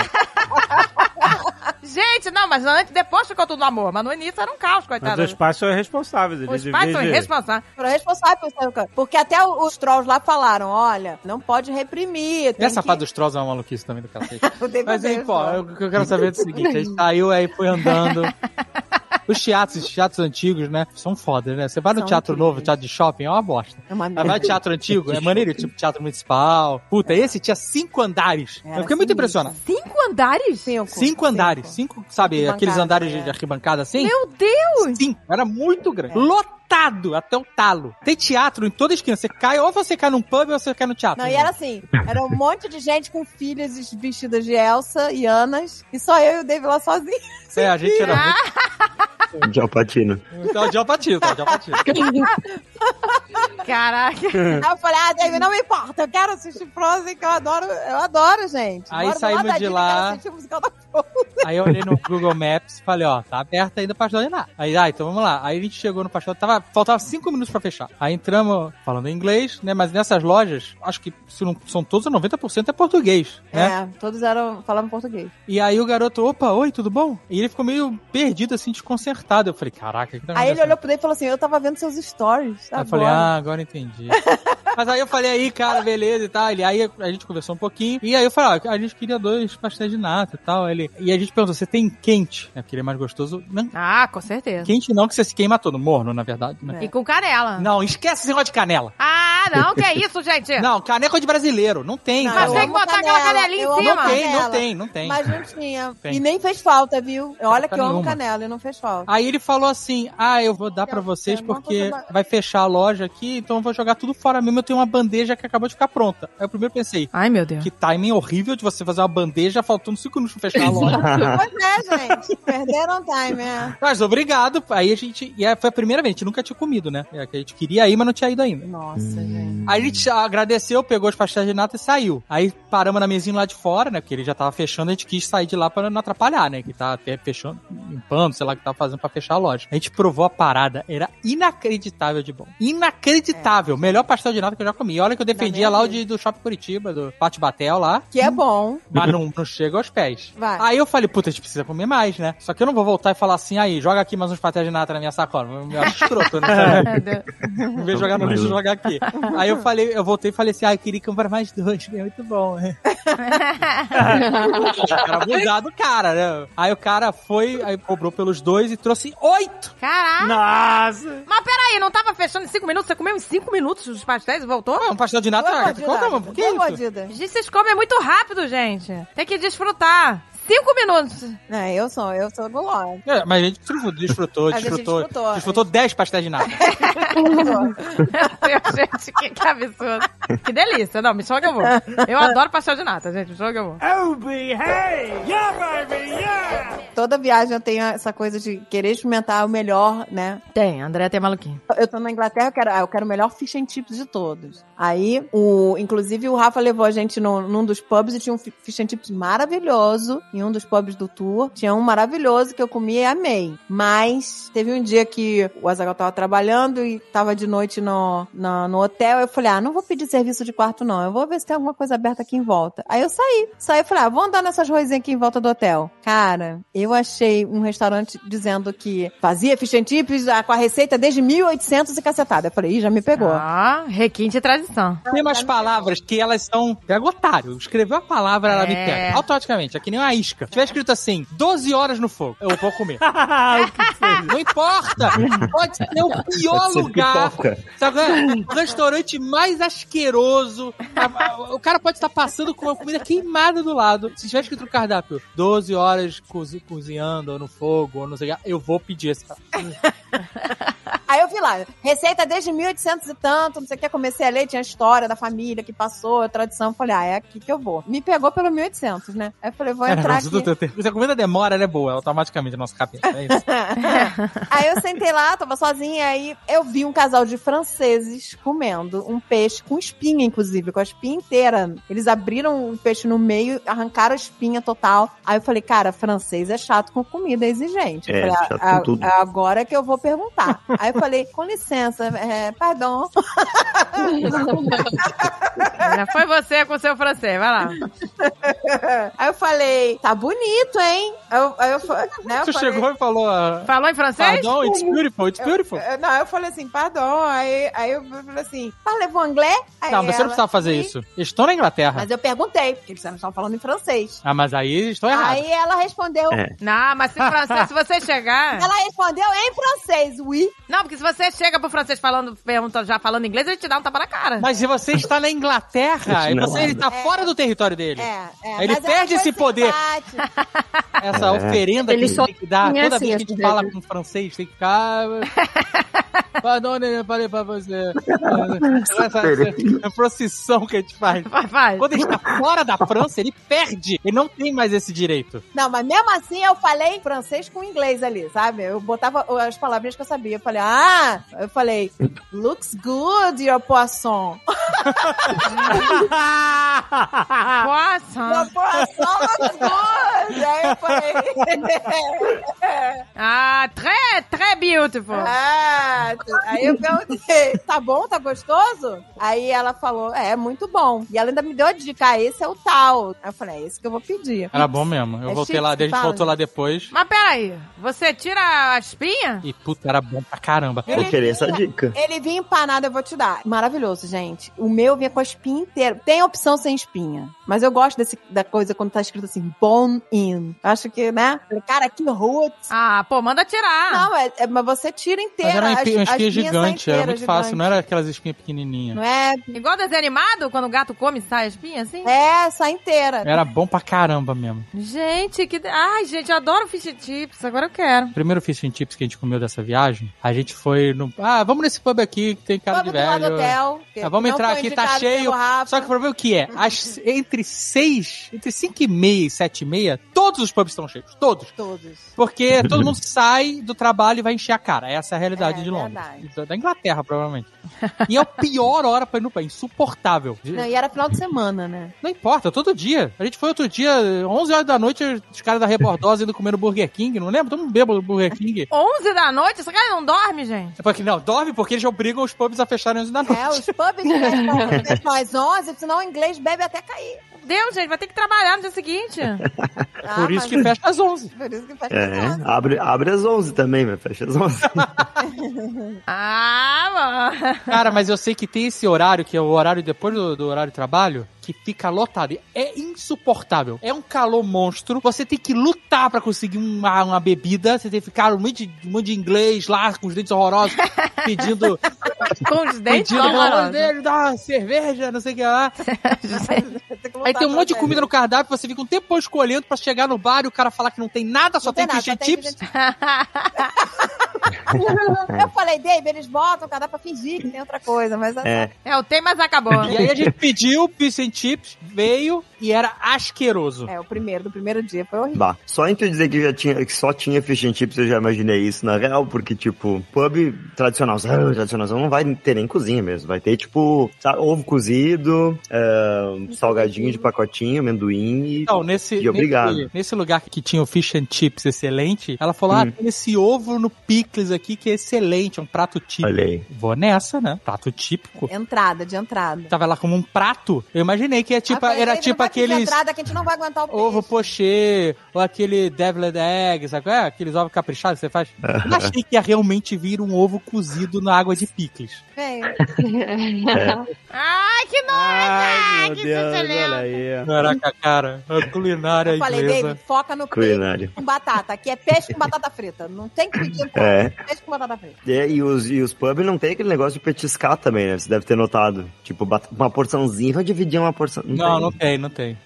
[SPEAKER 1] Gente, não, mas antes, depois ficou tudo no amor. Mas no início era um caos,
[SPEAKER 5] Mas
[SPEAKER 1] coitada.
[SPEAKER 5] os pais são irresponsáveis. Eles
[SPEAKER 1] Os pais são
[SPEAKER 5] deviam de-
[SPEAKER 1] irresponsáveis.
[SPEAKER 2] Foram responsáveis pelo seu- Porque até o- os trolls lá falaram: olha, não pode reprimir. <laughs> Tem
[SPEAKER 6] Essa
[SPEAKER 2] que... <laughs>
[SPEAKER 6] fada dos trolls é uma maluquice também do cacete.
[SPEAKER 2] Tem que
[SPEAKER 6] Mas
[SPEAKER 2] fazer
[SPEAKER 6] aí, pô,
[SPEAKER 2] isso.
[SPEAKER 6] eu- o que eu quero saber é o seguinte: a gente saiu aí, foi andando. Os teatros, esses teatros antigos, né? São foda, né? Você vai no
[SPEAKER 2] São
[SPEAKER 6] teatro
[SPEAKER 2] incríveis.
[SPEAKER 6] novo, teatro de shopping, é uma bosta.
[SPEAKER 2] É uma
[SPEAKER 6] Aí vai no teatro antigo, é maneiro, tipo teatro municipal. Puta, esse tinha cinco andares.
[SPEAKER 2] Era
[SPEAKER 6] eu fiquei muito
[SPEAKER 2] sinistro.
[SPEAKER 6] impressionado.
[SPEAKER 1] Cinco andares?
[SPEAKER 2] Cinco.
[SPEAKER 6] Cinco andares, cinco, sabe,
[SPEAKER 2] Arquibancada,
[SPEAKER 6] aqueles andares
[SPEAKER 2] é.
[SPEAKER 6] de arquibancada assim?
[SPEAKER 1] Meu Deus!
[SPEAKER 6] Cinco, era muito grande. Lotado até o talo. Tem teatro em toda esquina. Você cai, ou você cai num pub ou você cai no teatro.
[SPEAKER 2] Não, e era assim, era um monte de gente com filhas vestidas de Elsa e Anas, e só eu e o David lá sozinho.
[SPEAKER 6] É, a
[SPEAKER 2] <laughs>
[SPEAKER 6] gente era muito.
[SPEAKER 3] <laughs> De Alpatino.
[SPEAKER 6] Então, de alpatia, tá? De alpatia.
[SPEAKER 1] Caraca.
[SPEAKER 2] Aí eu falei, ah, David, não me importa, eu quero assistir Frozen, que eu adoro, eu adoro, gente.
[SPEAKER 6] Aí
[SPEAKER 2] Moro do
[SPEAKER 6] saímos
[SPEAKER 2] lado da
[SPEAKER 6] de
[SPEAKER 2] Disney,
[SPEAKER 6] lá.
[SPEAKER 2] quero assistir o musical da Frozen.
[SPEAKER 6] Aí eu olhei no Google Maps e falei, ó, tá aberto ainda o pastel de nata. Aí, ah, então vamos lá. Aí a gente chegou no pastel, tava, faltava cinco minutos pra fechar. Aí entramos falando inglês, né? Mas nessas lojas, acho que se não são todos, 90% é português, né?
[SPEAKER 2] É, todos eram, falavam português.
[SPEAKER 6] E aí o garoto, opa, oi, tudo bom? E ele ficou meio perdido, assim, desconcertado. Eu falei, caraca, que tá
[SPEAKER 2] Aí ele
[SPEAKER 6] acontecendo?
[SPEAKER 2] olhou pro David e falou assim, eu tava vendo seus stories
[SPEAKER 6] Aí
[SPEAKER 2] agora.
[SPEAKER 6] eu falei, ah, agora entendi.
[SPEAKER 2] <laughs>
[SPEAKER 6] Mas aí eu falei, aí, cara, beleza e tal. Ele, aí a gente conversou um pouquinho. E aí eu falei, ó, a gente queria dois pastéis de nata e tal. Ele, e a gente perguntou, você tem quente? É porque ele é mais gostoso. Não,
[SPEAKER 1] Ah, com certeza.
[SPEAKER 6] Quente não, que você se queima todo, morno, na verdade, né?
[SPEAKER 1] E com canela.
[SPEAKER 6] Não, esquece esse negócio de canela.
[SPEAKER 1] Ah, não, que isso, gente?
[SPEAKER 6] Não, canela é coisa de brasileiro. Não tem,
[SPEAKER 2] Não,
[SPEAKER 1] Mas
[SPEAKER 6] canela.
[SPEAKER 1] tem que
[SPEAKER 2] amo
[SPEAKER 1] botar aquela
[SPEAKER 2] canela,
[SPEAKER 1] canelinha
[SPEAKER 2] eu
[SPEAKER 1] em cima.
[SPEAKER 2] amo
[SPEAKER 6] Não tem,
[SPEAKER 2] canela.
[SPEAKER 6] não tem, não tem.
[SPEAKER 2] Mas não tinha.
[SPEAKER 6] Tem.
[SPEAKER 2] E nem fez falta, viu? Olha que eu amo
[SPEAKER 6] nenhuma. Ah.
[SPEAKER 2] canela, e não fez falta.
[SPEAKER 6] Aí ele falou assim: Ah, eu vou dar pra vocês porque vai fechar a loja aqui, então eu vou jogar tudo fora mesmo. Eu tenho uma bandeja que acabou de ficar pronta. Aí eu primeiro pensei:
[SPEAKER 1] Ai, meu Deus.
[SPEAKER 6] Que timing horrível de você fazer uma bandeja faltando cinco minutos pra fechar a loja.
[SPEAKER 2] Pois é, gente. Perderam time, é.
[SPEAKER 6] Mas É, obrigado. Aí a gente. E aí foi a primeira vez, a gente nunca tinha comido, né? É que a gente queria ir, mas não tinha ido ainda.
[SPEAKER 2] Nossa, gente.
[SPEAKER 1] gente.
[SPEAKER 6] Aí ele te- agradeceu, pegou os pastéis de nata e saiu. Aí paramos na mesinha lá de fora, né? Porque ele já tava fechando, a gente quis sair de lá pra não atrapalhar, né? Que tava até fechando, limpando, sei lá o que tava fazendo pra fechar a loja. A gente provou a parada, era inacreditável de bom. Inacreditável! Melhor pastel de nata que eu já comi. E Olha que eu defendia lá o de, do Shopping Curitiba, do Pátio Batel lá,
[SPEAKER 2] Que é bom.
[SPEAKER 6] mas não, não chega aos pés.
[SPEAKER 2] Vai.
[SPEAKER 6] Aí eu falei, puta, a gente precisa comer mais, né? Só que eu não vou voltar e falar assim, aí, joga aqui mais uns pastéis de nata na minha sacola. Eu acho
[SPEAKER 1] <laughs>
[SPEAKER 6] escroto, né?
[SPEAKER 1] Meu Deus.
[SPEAKER 6] Em vez de jogar no lixo, jogar aqui. Aí eu falei, eu voltei e falei assim, ah, eu queria comprar mais dois, que é muito bom. <laughs> né? Era abusado o cara, né? Aí o cara foi, aí cobrou pelos dois e trouxe oito.
[SPEAKER 1] Caraca.
[SPEAKER 5] Nossa!
[SPEAKER 1] Mas peraí, não tava fechando em cinco minutos? Você comeu em cinco minutos os pastéis e voltou?
[SPEAKER 6] Ah, um pastel de nata,
[SPEAKER 2] Boa
[SPEAKER 6] Agatha, qual que é, mano? Por que
[SPEAKER 2] Boa
[SPEAKER 6] isso?
[SPEAKER 2] mordida.
[SPEAKER 1] Gente, vocês comem muito rápido, gente. Tem que desfrutar. Cinco minutos. <laughs>
[SPEAKER 2] Não, É, eu sou, eu sou
[SPEAKER 6] <laughs>
[SPEAKER 2] gulosa.
[SPEAKER 6] É, mas a gente desfrutou, desfrutou,
[SPEAKER 2] A gente
[SPEAKER 6] desfrutou,
[SPEAKER 2] desfrutou.
[SPEAKER 6] desfrutou, dez pastéis de nata.
[SPEAKER 1] Meu Deus, gente, que, que absurdo. Que delícia. Não, me chama que eu vou. Eu adoro pastel de nata, gente. Me chama que eu vou.
[SPEAKER 5] Oh, behave! Yeah, baby, yeah!
[SPEAKER 2] Toda viagem eu tenho essa coisa de querer experimentar o melhor, né?
[SPEAKER 1] Tem, André tem maluquinho.
[SPEAKER 2] Eu tô na Inglaterra, eu quero, ah, eu quero o melhor fish and chips de todos. Aí, o, inclusive, o Rafa levou a gente num, num dos pubs e tinha um fi- fish and chips maravilhoso. Em um dos pubs do tour, tinha um maravilhoso que eu comi e amei. Mas teve um dia que o Azagal tava trabalhando e tava de noite no, na- no hotel. Eu falei, ah, não vou pedir serviço de quarto, não. Eu vou ver se tem alguma coisa aberta aqui em volta. Aí eu saí. Saí e falei, ah, vou andar nessas ruazinhas aqui em volta do hotel. Cara, eu achei um restaurante dizendo que fazia fish and chips ah, com a receita desde 1800 e cacetada. Eu falei, ih, já me pegou.
[SPEAKER 1] Ah, requinte e tradição.
[SPEAKER 6] Tem umas palavras que elas são. Pega otário. Escreveu a palavra, ela me
[SPEAKER 1] É.
[SPEAKER 6] pega. Automaticamente, é que nem uma isca. Se tiver escrito assim, 12 horas no fogo, eu vou comer. Não importa! Pode ser o pior
[SPEAKER 3] <laughs> Pode ser
[SPEAKER 6] lugar.
[SPEAKER 3] É pipoca.
[SPEAKER 6] Sabe qual é? O restaurante mais asqueroso. A- a- O cara pode estar passando com uma comida queimada do lado. Se tiver escrito no cardápio, 12 horas cozi- cozinhando, ou no fogo, ou não sei o que, eu vou pedir esse cara.
[SPEAKER 2] Aí eu vi lá, receita desde 1800 e tanto, não sei o que. Comecei a ler, tinha a história da família que passou, a tradição. Eu falei, ah, é aqui que eu vou. Me pegou pelo 1800, né? Aí eu falei, vou entrar
[SPEAKER 6] Cara,
[SPEAKER 2] aqui.
[SPEAKER 6] se a comida demora, ela é boa, automaticamente, na nossa cabeça. É isso.
[SPEAKER 2] aí eu sentei lá, tava sozinha, aí eu vi um casal de franceses comendo um peixe com espinha, inclusive, com a espinha inteira. Eles abriram o peixe no meio, arrancaram a espinha total. Aí eu falei, cara, francês é chato com comida, é exigente. Eu
[SPEAKER 3] É,
[SPEAKER 2] falei, "Ah,
[SPEAKER 3] chato com
[SPEAKER 2] ah,
[SPEAKER 3] tudo."
[SPEAKER 2] Agora que eu vou
[SPEAKER 6] <laughs>
[SPEAKER 2] perguntar. aí eu falei, com licença, é, pardon. Ah,
[SPEAKER 1] Já foi você com o seu francês, vai lá.
[SPEAKER 6] É.
[SPEAKER 2] Aí eu falei, tá bonito, hein? Aí eu, aí eu fa- né, <laughs> eu
[SPEAKER 6] Você
[SPEAKER 2] falei-
[SPEAKER 6] chegou e falou. ah,
[SPEAKER 1] Falou em francês?
[SPEAKER 6] Pardon, it's beautiful, it's beautiful.
[SPEAKER 2] Eu- Não, eu falei assim, pardon. Aí, aí eu falei assim, parlez-vous anglais? Aí
[SPEAKER 6] Não, você
[SPEAKER 2] ela,
[SPEAKER 6] não precisava fazer
[SPEAKER 2] "Sim."
[SPEAKER 6] isso. Eles estão na Inglaterra.
[SPEAKER 2] Tá. Mas eu perguntei, porque eles estavam falando em francês.
[SPEAKER 6] Ah, mas aí eles estão errados.
[SPEAKER 2] Aí ela respondeu.
[SPEAKER 3] É.
[SPEAKER 1] Não, mas se, francês, se você chegar.
[SPEAKER 2] Ela respondeu em francês, oui.
[SPEAKER 1] Não, porque se você chega pro francês falando, perguntando, já falando inglês, ele te dá um tapa na cara.
[SPEAKER 6] Mas se você está na Inglaterra, e
[SPEAKER 3] Não.
[SPEAKER 6] você está fora do território dele.
[SPEAKER 2] É, é.
[SPEAKER 6] Ele
[SPEAKER 2] mas ela
[SPEAKER 6] perde
[SPEAKER 2] foi
[SPEAKER 6] esse poder.
[SPEAKER 2] simpática.
[SPEAKER 6] Essa
[SPEAKER 3] É.
[SPEAKER 6] oferenda
[SPEAKER 4] Ele
[SPEAKER 6] que
[SPEAKER 4] só
[SPEAKER 6] tem que dar,
[SPEAKER 4] tinha
[SPEAKER 6] toda
[SPEAKER 4] assim
[SPEAKER 6] vez
[SPEAKER 4] as
[SPEAKER 6] que a gente
[SPEAKER 4] coisas.
[SPEAKER 6] fala com francês, tem
[SPEAKER 2] <laughs>
[SPEAKER 6] que ficar. Pardon, né, falei pra você. Essa, essa procissão que a gente faz.
[SPEAKER 1] <laughs> Vai, vai.
[SPEAKER 6] Quando ele está fora da França, ele perde. Ele não tem mais esse direito.
[SPEAKER 2] Não, mas mesmo assim eu falei em francês com inglês ali, sabe? Eu botava as palavrinhas que eu sabia. Eu falei, ah, eu falei, looks good your poisson.
[SPEAKER 1] Poisson. Ah.
[SPEAKER 2] Your poisson looks good. Aí eu falei,
[SPEAKER 1] Ah, très, très beautiful.
[SPEAKER 2] ah, aí eu perguntei, <laughs> tá bom, tá gostoso? Aí ela falou, é, muito bom. E ela ainda me deu a dica, ah, esse é o tal. Aí eu falei, é esse que eu vou pedir.
[SPEAKER 6] Era bom mesmo. Eu
[SPEAKER 2] É
[SPEAKER 6] voltei
[SPEAKER 2] chique
[SPEAKER 6] lá,
[SPEAKER 2] que
[SPEAKER 6] a gente
[SPEAKER 2] fala.
[SPEAKER 6] voltou lá depois.
[SPEAKER 1] Mas peraí, você tira a espinha?
[SPEAKER 6] E puta, era bom pra caramba.
[SPEAKER 2] Ele
[SPEAKER 3] Vou querer essa
[SPEAKER 2] vinha-
[SPEAKER 3] dica.
[SPEAKER 2] Ele vinha empanado, eu vou te dar. Maravilhoso, gente. O meu vinha com a espinha inteira. Tem a opção sem espinha. Mas eu gosto desse, da coisa quando tá escrito assim, bone in. Acho que, né? Cara, que roots.
[SPEAKER 1] Ah, pô, manda tirar.
[SPEAKER 2] Não, é, é- mas você tira inteira.
[SPEAKER 6] Mas era uma
[SPEAKER 2] as-
[SPEAKER 6] espi- uma
[SPEAKER 2] as
[SPEAKER 6] espinha
[SPEAKER 2] espinhas saem
[SPEAKER 6] gigante, era
[SPEAKER 2] inteiras,
[SPEAKER 6] muito fácil, né? não
[SPEAKER 2] gigantes.
[SPEAKER 6] era aquelas espinhas pequenininhas.
[SPEAKER 2] Não é?
[SPEAKER 1] Igual desenho animado, quando o gato come, sai a espinha assim?
[SPEAKER 2] É, sai inteira.
[SPEAKER 6] Era bom pra caramba mesmo.
[SPEAKER 1] Gente, que. de- Ai, gente, eu adoro fish and chips, agora eu quero.
[SPEAKER 6] O primeiro fish and chips que a gente comeu dessa viagem, a gente foi no. Ah, vamos nesse pub aqui que tem cara
[SPEAKER 2] Vamos
[SPEAKER 6] de
[SPEAKER 2] do lado do
[SPEAKER 6] velho.
[SPEAKER 2] hotel. que
[SPEAKER 6] Ah, vamos
[SPEAKER 2] não
[SPEAKER 6] entrar
[SPEAKER 2] foi
[SPEAKER 6] aqui, tá
[SPEAKER 2] indicado pelo
[SPEAKER 6] cheio.
[SPEAKER 2] Rafa.
[SPEAKER 6] <laughs> Só que o problema é o que é? As, entre seis, entre cinco e meia e sete e meia, Todos os pubs estão cheios, todos.
[SPEAKER 2] Todos.
[SPEAKER 6] Porque todo mundo sai do trabalho e vai encher a cara. Essa é a realidade
[SPEAKER 2] É,
[SPEAKER 6] de Londres.
[SPEAKER 2] verdade.
[SPEAKER 6] E da- Da Inglaterra, provavelmente. E é a pior hora pra ir no pub, é <laughs> insuportável.
[SPEAKER 2] Não, e era final de semana, né?
[SPEAKER 6] Não importa, todo dia. A gente foi outro dia, 11 horas da noite, os caras da Rebordose indo comer no Burger King, não lembra? Todo mundo bêbado do Burger King.
[SPEAKER 1] 11 da noite? Essa cara não dorme, gente?
[SPEAKER 6] Eu falei que não, dorme porque eles obrigam os pubs a fecharem 11 da noite.
[SPEAKER 2] É, os pubs <laughs> fecham- fecham às 11, senão o inglês bebe até cair.
[SPEAKER 1] Meu Deus, gente, vai ter que trabalhar no dia seguinte.
[SPEAKER 2] Ah,
[SPEAKER 6] É Por isso
[SPEAKER 2] mas-
[SPEAKER 6] que fecha às 11.
[SPEAKER 2] <laughs> Por isso que fecha
[SPEAKER 3] É,
[SPEAKER 2] às 11.
[SPEAKER 3] abre, abre às 11 também, mas fecha às 11.
[SPEAKER 1] ah, mano.
[SPEAKER 6] Cara, mas eu sei que tem esse horário, que é o horário depois do, do horário de trabalho, que fica lotado. E É insuportável. É um calor monstro. Você tem que lutar pra conseguir uma, uma bebida. Você tem que ficar um monte, de- um monte de inglês lá, com os dentes horrorosos, pedindo,
[SPEAKER 1] Com os dentes
[SPEAKER 6] pedindo pelo amor de
[SPEAKER 1] horrorosos.
[SPEAKER 6] Deus, dá uma cerveja, não sei o que lá. Aí tem um monte de
[SPEAKER 2] né?
[SPEAKER 6] comida no cardápio, você fica um tempo escolhendo pra chegar no bar e o cara falar que não tem nada, só
[SPEAKER 2] Não
[SPEAKER 6] tem,
[SPEAKER 2] nada,
[SPEAKER 6] fish
[SPEAKER 2] só
[SPEAKER 6] and
[SPEAKER 2] tem
[SPEAKER 6] chips.
[SPEAKER 2] fish and chips. <laughs> Eu falei, Dave, eles botam o cardápio pra fingir que tem outra coisa, mas assim,
[SPEAKER 3] É,
[SPEAKER 1] É, o tem, mas acabou.
[SPEAKER 6] E aí a gente pediu fish and chips, veio e era asqueroso.
[SPEAKER 2] é o primeiro, do primeiro dia, foi horrível.
[SPEAKER 3] bah. Só entre eu dizer que, já tinha, que só tinha fish and chips, eu já imaginei isso, na real, porque, tipo, pub tradicional, <laughs> ah, tradicional não vai ter nem cozinha mesmo. Vai ter, tipo, sabe, ovo cozido, é, salgadinho de pacotinho, amendoim e...
[SPEAKER 6] Não, Então, nesse,
[SPEAKER 3] E obrigado.
[SPEAKER 6] nesse, nesse lugar que tinha o fish and chips excelente, ela
[SPEAKER 3] Hum.
[SPEAKER 6] falou: ah, tem esse ovo no picles aqui que é excelente, é um prato típico.
[SPEAKER 3] Olha aí.
[SPEAKER 6] Vou nessa, né? Prato típico.
[SPEAKER 2] Entrada, de entrada.
[SPEAKER 6] Tava lá como um prato. Eu imaginei que é tipo,
[SPEAKER 2] Ah,
[SPEAKER 6] era
[SPEAKER 2] Dave, não
[SPEAKER 6] tipo
[SPEAKER 2] vai pedir
[SPEAKER 6] aqueles
[SPEAKER 2] entrada que a gente não vai aguentar o
[SPEAKER 6] ovo
[SPEAKER 2] peixe.
[SPEAKER 6] pochê, ou aquele deviled egg, sabe? qual É, aqueles ovos caprichados que você faz. Eu não achei que ia realmente vir um ovo cozido na água de picles.
[SPEAKER 2] Veio.
[SPEAKER 1] Ai, que nojo!
[SPEAKER 5] Ai, meu
[SPEAKER 1] Que
[SPEAKER 5] Deus, olha
[SPEAKER 1] suculento!
[SPEAKER 5] aí.
[SPEAKER 6] Caraca, cara, a culinária
[SPEAKER 2] É. Eu falei,
[SPEAKER 6] inglesa.
[SPEAKER 2] Dave, foca no peixe
[SPEAKER 3] Culinária.
[SPEAKER 2] com batata. Aqui é peixe com batata frita. Não tem que pedir entrada,
[SPEAKER 3] É.
[SPEAKER 2] peixe com batata frita.
[SPEAKER 3] É, e os, e os pubs não tem aquele negócio de petiscar também, né? Você deve ter notado. Tipo, bata- uma porçãozinha, vai dividir uma porção.
[SPEAKER 6] Não, não tem, não tem.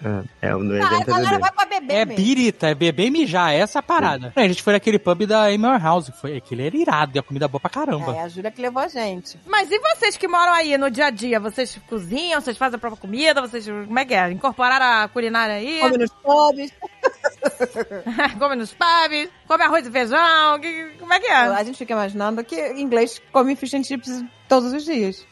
[SPEAKER 3] É, é um
[SPEAKER 2] Ah, a
[SPEAKER 3] evento é
[SPEAKER 2] galera
[SPEAKER 3] bebê.
[SPEAKER 2] vai pra beber
[SPEAKER 6] É
[SPEAKER 2] mesmo.
[SPEAKER 6] birita, é beber e mijar, é essa a parada. A gente foi naquele pub da Emma House, foi, aquele era irado, e a comida boa pra caramba.
[SPEAKER 2] É, a Júlia que levou a gente.
[SPEAKER 1] Mas e vocês que moram aí no dia a dia? Vocês cozinham, vocês fazem a própria comida, vocês. Como é que é? Incorporaram a culinária aí?
[SPEAKER 2] Come nos pobres.
[SPEAKER 1] <laughs> Come nos pubs, come arroz e feijão. que- como é que é?
[SPEAKER 2] A gente fica imaginando que inglês come fish and chips todos os dias.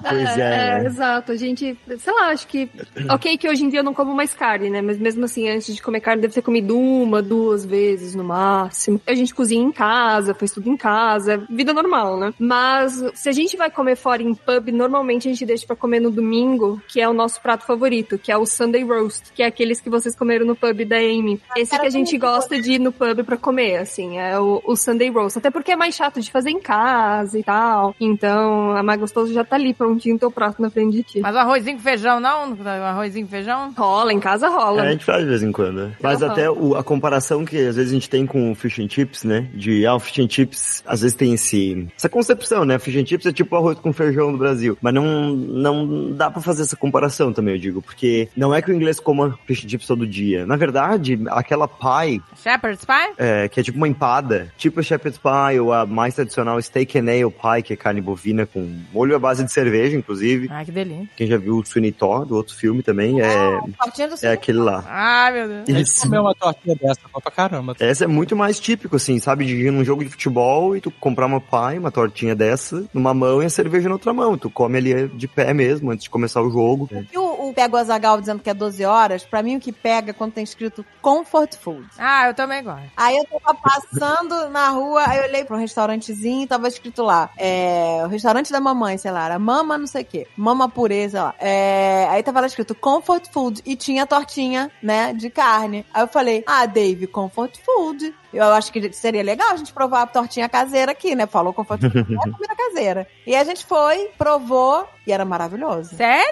[SPEAKER 3] Pois é,
[SPEAKER 4] É,
[SPEAKER 3] né?
[SPEAKER 4] exato. A gente, sei lá, acho que. Ok, que hoje em dia eu não como mais carne, né? Mas mesmo assim, antes de comer carne, deve ter comido uma, duas vezes no máximo. A gente cozinha em casa, faz tudo em casa, vida normal, né? Mas se a gente vai comer fora em pub, normalmente a gente deixa pra comer no domingo, que é o nosso prato favorito, que é o Sunday Roast, que é aqueles que vocês comeram no pub da Amy. Esse que a gente gosta de ir no pub pra comer, assim, é o, o Sunday Roast. Até porque é mais chato de fazer em casa e tal. Então, a mais gostoso já tá ali, prontinho, teu prato na frente de ti.
[SPEAKER 1] Mas o arrozinho com feijão, não? O arrozinho com feijão?
[SPEAKER 4] Rola, em casa
[SPEAKER 3] É,
[SPEAKER 4] rola.
[SPEAKER 3] a gente faz de vez em quando. né? Mas
[SPEAKER 4] Aham.
[SPEAKER 3] até o- a comparação que às vezes a gente tem com o fish and chips, né? De, ah, o fish and chips às vezes tem esse, essa concepção, né? Fish and chips é tipo arroz com feijão no Brasil. Mas não, não dá pra fazer essa comparação também, eu digo. Porque não é que o inglês coma fish and chips todo dia. Na verdade, aquela pie
[SPEAKER 1] Shepherd's pie?
[SPEAKER 3] É, que é tipo uma empada, tipo a shepherd's pie ou a mais tradicional steak and ale pie, que é carne bovina com molho à base de cerveja, inclusive.
[SPEAKER 1] Ai, que delícia.
[SPEAKER 3] Quem já viu o Sweeney Todd, do outro filme também, é,
[SPEAKER 2] Partindo do
[SPEAKER 3] é aquele lá.
[SPEAKER 1] Ai, meu Deus.
[SPEAKER 6] A gente comeu uma tortinha dessa, boa pra caramba.
[SPEAKER 3] Essa é muito mais típico, assim, sabe? De ir num jogo de futebol e tu comprar uma pie, uma tortinha dessa, numa mão e a cerveja na outra mão. Tu come ali de pé mesmo, antes de começar o jogo.
[SPEAKER 2] E o, o Pega o Azagal dizendo que é 12 horas, pra mim o que pega é quando tem escrito comfort food.
[SPEAKER 1] Ah, eu também gosto.
[SPEAKER 2] Aí eu tava passando na rua, aí eu olhei pra um restaurantezinho e tava escrito lá, é, o restaurante da mamãe, sei lá, era mama não sei o quê, mama purê, sei lá. É, aí tava lá escrito comfort food e tinha tortinha, né, de carne. Aí eu falei, ah, Dave, comfort food. Eu acho que seria legal a gente provar a tortinha caseira aqui, né? Falou comfort food, é comida caseira. E a gente foi, provou e era maravilhoso.
[SPEAKER 6] Era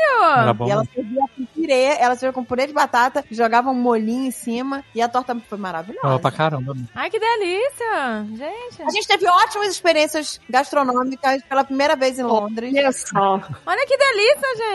[SPEAKER 1] Sério?
[SPEAKER 6] bom.
[SPEAKER 2] E ela servia com purê, ela servia com purê de batata, jogava um molinho em cima e a torta foi maravilhosa.
[SPEAKER 6] Tava pra caramba.
[SPEAKER 1] Ai, que delícia. Gente.
[SPEAKER 2] A gente teve ótimas experiências gastronômicas pela primeira vez em
[SPEAKER 6] Oh,
[SPEAKER 2] Londres.
[SPEAKER 4] Olha só.
[SPEAKER 1] Olha que delícia,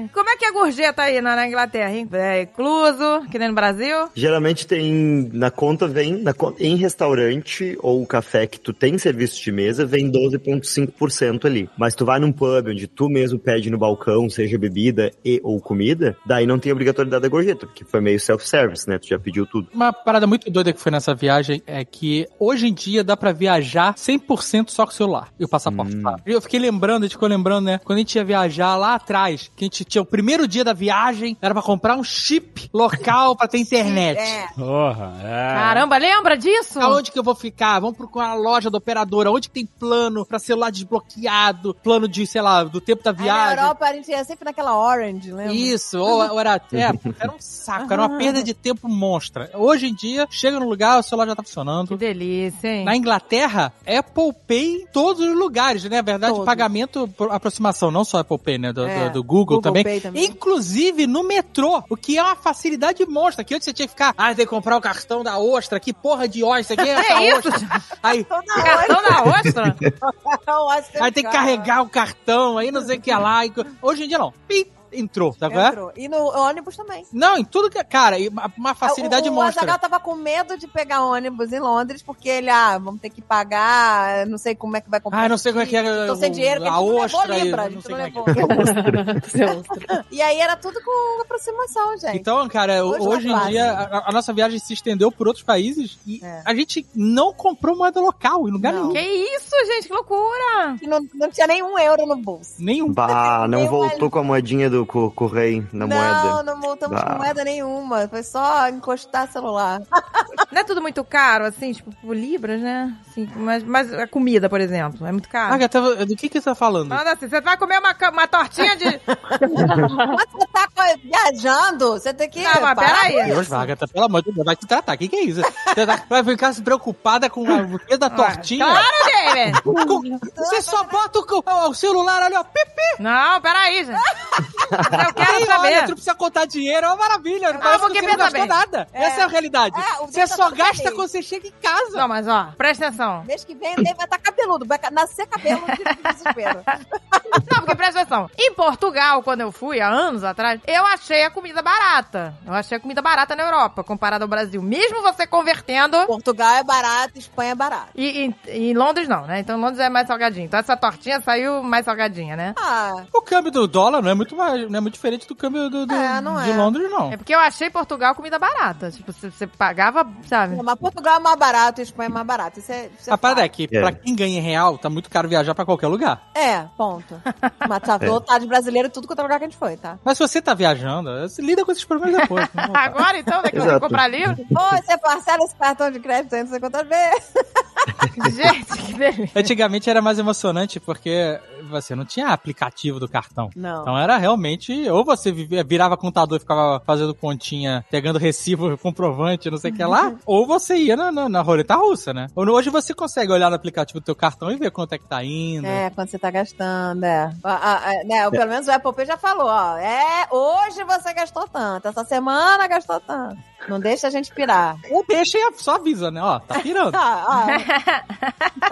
[SPEAKER 1] gente. Como é que é a gorjeta aí na, na Inglaterra, hein? É incluso, que nem no Brasil.
[SPEAKER 3] Geralmente tem, na conta vem, na con- em restaurante ou café que tu tem serviço de mesa, vem 12,5% ali. Mas tu vai num pub onde tu mesmo pede no balcão, seja bebida e ou comida, Daí não tem obrigatoriedade da gorjeta, porque foi meio self-service, né? Tu já pediu tudo.
[SPEAKER 6] Uma parada muito doida que foi nessa viagem é que hoje em dia dá pra viajar 100% só com o celular e o passaporte.
[SPEAKER 3] Hum.
[SPEAKER 6] claro. E Eu fiquei lembrando, a gente ficou lembrando, né? Quando a gente ia viajar lá atrás, que a gente tinha o primeiro dia da viagem, era pra comprar um chip local
[SPEAKER 2] <laughs>
[SPEAKER 6] pra ter internet.
[SPEAKER 2] É.
[SPEAKER 5] Porra, é.
[SPEAKER 1] Caramba, lembra disso?
[SPEAKER 6] Aonde que eu vou ficar? Vamos procurar a loja da operadora. Onde que tem plano pra celular desbloqueado? Plano de, sei lá, do tempo da
[SPEAKER 2] Aí É na
[SPEAKER 6] viagem.
[SPEAKER 2] Europa Uhum. a gente ia sempre naquela Orange, lembra?
[SPEAKER 6] Isso, ou, ou era, é,
[SPEAKER 2] <laughs>
[SPEAKER 6] era um saco, era uma
[SPEAKER 2] Uhum.
[SPEAKER 6] perda de tempo monstra. Hoje em dia, chega no lugar, o celular já tá
[SPEAKER 1] Que
[SPEAKER 6] funcionando.
[SPEAKER 1] delícia, hein?
[SPEAKER 6] Na Inglaterra, Apple Pay em todos os lugares, né? Na verdade,
[SPEAKER 2] Todos.
[SPEAKER 6] pagamento por aproximação, não só Apple Pay, né? Do,
[SPEAKER 2] É,
[SPEAKER 6] do- do Google,
[SPEAKER 2] Google
[SPEAKER 6] também.
[SPEAKER 2] Pay <laughs> também.
[SPEAKER 6] Inclusive no metrô, o que é uma facilidade monstra. Que antes você tinha que ficar, ah, tem que comprar o cartão da ostra, que porra de ostra, que
[SPEAKER 2] <laughs>
[SPEAKER 6] é essa
[SPEAKER 1] isso?
[SPEAKER 6] ostra? Aí, <laughs>
[SPEAKER 1] Cartão na ostra?
[SPEAKER 2] Então, acho
[SPEAKER 6] aí tem que carregar o cartão, aí não sei o que lá. E co- Hoje em dia não. Pim, entrou, tá vendo?
[SPEAKER 2] Entrou. E no ônibus também.
[SPEAKER 6] Não, em tudo que. Cara, e uma- uma facilidade
[SPEAKER 2] o, o
[SPEAKER 6] monstra.
[SPEAKER 2] Azaghal tava com medo de pegar ônibus em Londres, porque ele, ah, vamos ter que pagar, não sei como é que vai comprar.
[SPEAKER 6] Ah, não sei como é que era.
[SPEAKER 2] Tô sem
[SPEAKER 6] o-
[SPEAKER 2] dinheiro, porque
[SPEAKER 6] a
[SPEAKER 2] a gente não levou
[SPEAKER 6] ostra.
[SPEAKER 2] é libra,
[SPEAKER 6] e-
[SPEAKER 2] a
[SPEAKER 6] não
[SPEAKER 2] gente
[SPEAKER 6] sei
[SPEAKER 2] não
[SPEAKER 6] como é que
[SPEAKER 2] levou.
[SPEAKER 6] é.
[SPEAKER 2] <laughs> E aí era tudo com aproximação, gente.
[SPEAKER 6] Então, cara,
[SPEAKER 2] Hoje
[SPEAKER 6] hoje,
[SPEAKER 2] tá
[SPEAKER 6] em
[SPEAKER 2] fácil.
[SPEAKER 6] dia a, a nossa viagem se estendeu por outros países e
[SPEAKER 2] É.
[SPEAKER 6] a gente não comprou moeda local em lugar
[SPEAKER 2] Não.
[SPEAKER 1] que
[SPEAKER 6] nenhum.
[SPEAKER 1] isso, gente? Que loucura!
[SPEAKER 2] E não, não tinha nem um euro no bolso.
[SPEAKER 6] Nenhum.
[SPEAKER 3] Bah, não
[SPEAKER 2] Meu
[SPEAKER 3] voltou com a moedinha do co- com o rei na moeda.
[SPEAKER 2] Não, não voltamos
[SPEAKER 3] Bah.
[SPEAKER 2] com moeda nenhuma. Foi só encostar celular.
[SPEAKER 1] Não é tudo muito caro, assim, tipo, por libras, né? Assim, mas, mas a comida, por exemplo, é muito caro.
[SPEAKER 6] Ah, Agatha, do que, que você tá falando?
[SPEAKER 1] Manda assim, você vai comer uma, ca- uma tortinha de.
[SPEAKER 2] Quando você tá co- viajando, você tem que.
[SPEAKER 1] Não, mas
[SPEAKER 2] parar.
[SPEAKER 1] peraí.
[SPEAKER 6] Deus, Agatha, pelo amor de Deus, vai te tratar. O que, que é isso? Você tá- vai ficar se preocupada com a- o
[SPEAKER 2] Ah,
[SPEAKER 6] peso da <laughs> tortinha?
[SPEAKER 2] tá.
[SPEAKER 1] Claro, Jamie!
[SPEAKER 6] Com- você só bota o, co- o celular, olha, ó, pipi,
[SPEAKER 1] Não, peraí, gente. Mas Eu quero
[SPEAKER 6] aí, olha, tu
[SPEAKER 1] saber.
[SPEAKER 6] não precisa contar dinheiro, é uma
[SPEAKER 2] Ah,
[SPEAKER 6] maravilha. Não
[SPEAKER 1] mas
[SPEAKER 6] parece
[SPEAKER 1] vou
[SPEAKER 6] que você
[SPEAKER 1] querer
[SPEAKER 6] não gastou
[SPEAKER 1] também.
[SPEAKER 6] nada.
[SPEAKER 2] É.
[SPEAKER 6] Essa é a
[SPEAKER 2] É,
[SPEAKER 6] realidade.
[SPEAKER 2] o
[SPEAKER 6] você
[SPEAKER 2] dedo
[SPEAKER 6] só
[SPEAKER 2] tá
[SPEAKER 6] gasta
[SPEAKER 2] feliz.
[SPEAKER 6] quando você chega em casa.
[SPEAKER 1] Não, mas ó, presta atenção.
[SPEAKER 2] Mês que vem ele vai estar cabeludo, vai ca- nascer cabelo de desespero.
[SPEAKER 1] Não, porque presta atenção. Em Portugal, quando eu fui, há anos atrás, eu achei a comida barata. Eu achei a comida barata na Europa, comparada ao Brasil. Mesmo você convertendo
[SPEAKER 2] Portugal é barato, Espanha é barato.
[SPEAKER 1] E, e- e Londres não, né? Então Londres é mais salgadinho. Então essa tortinha saiu mais salgadinha, né?
[SPEAKER 2] Ah,
[SPEAKER 6] O câmbio do dólar não é muito, mais, não é muito diferente do câmbio do, do-
[SPEAKER 2] É, não
[SPEAKER 6] de
[SPEAKER 2] é.
[SPEAKER 6] Londres, não.
[SPEAKER 1] É porque eu achei Portugal comida barata. Tipo, você, você pagava, sabe?
[SPEAKER 2] não, mas Portugal é mais barato, Espanha é mais barato. Isso é, isso é
[SPEAKER 6] A parada é
[SPEAKER 2] fato.
[SPEAKER 6] que,
[SPEAKER 3] É.
[SPEAKER 6] pra quem ganha em real, tá muito caro viajar pra qualquer lugar.
[SPEAKER 2] É, ponto. Mas tá
[SPEAKER 3] É.
[SPEAKER 2] lotado de brasileiro em tudo quanto é lugar que a gente foi, tá?
[SPEAKER 6] Mas se você tá viajando, você lida com esses problemas depois. né? não
[SPEAKER 2] <laughs>
[SPEAKER 6] vou voltar.
[SPEAKER 1] Agora então, daqui você
[SPEAKER 3] Exato.
[SPEAKER 1] comprar livro.
[SPEAKER 2] Ou você parcela esse cartão de crédito aí não sei quantas vezes.
[SPEAKER 1] Gente, que delícia.
[SPEAKER 6] Antigamente era mais emocionante porque você não tinha aplicativo do cartão.
[SPEAKER 2] Não.
[SPEAKER 6] Então era realmente, ou você vivia- virava contador e ficava fazendo continha, pegando recibo, <laughs> comprovante, não sei o
[SPEAKER 2] <laughs>
[SPEAKER 6] que lá, ou você ia na, na, na roleta russa, né? Ou no- Hoje você consegue olhar no aplicativo do teu cartão e ver quanto é que tá indo.
[SPEAKER 2] É, quando você tá gastando, é. Ah, ah, é, né, Pelo menos o Apple Pay já falou, ó. É, hoje você gastou tanto, essa semana gastou tanto. Não deixa a gente pirar.
[SPEAKER 6] Ou deixa e só avisa, né? Ó,
[SPEAKER 2] <laughs>
[SPEAKER 6] tá pirando.
[SPEAKER 2] Ah, ah,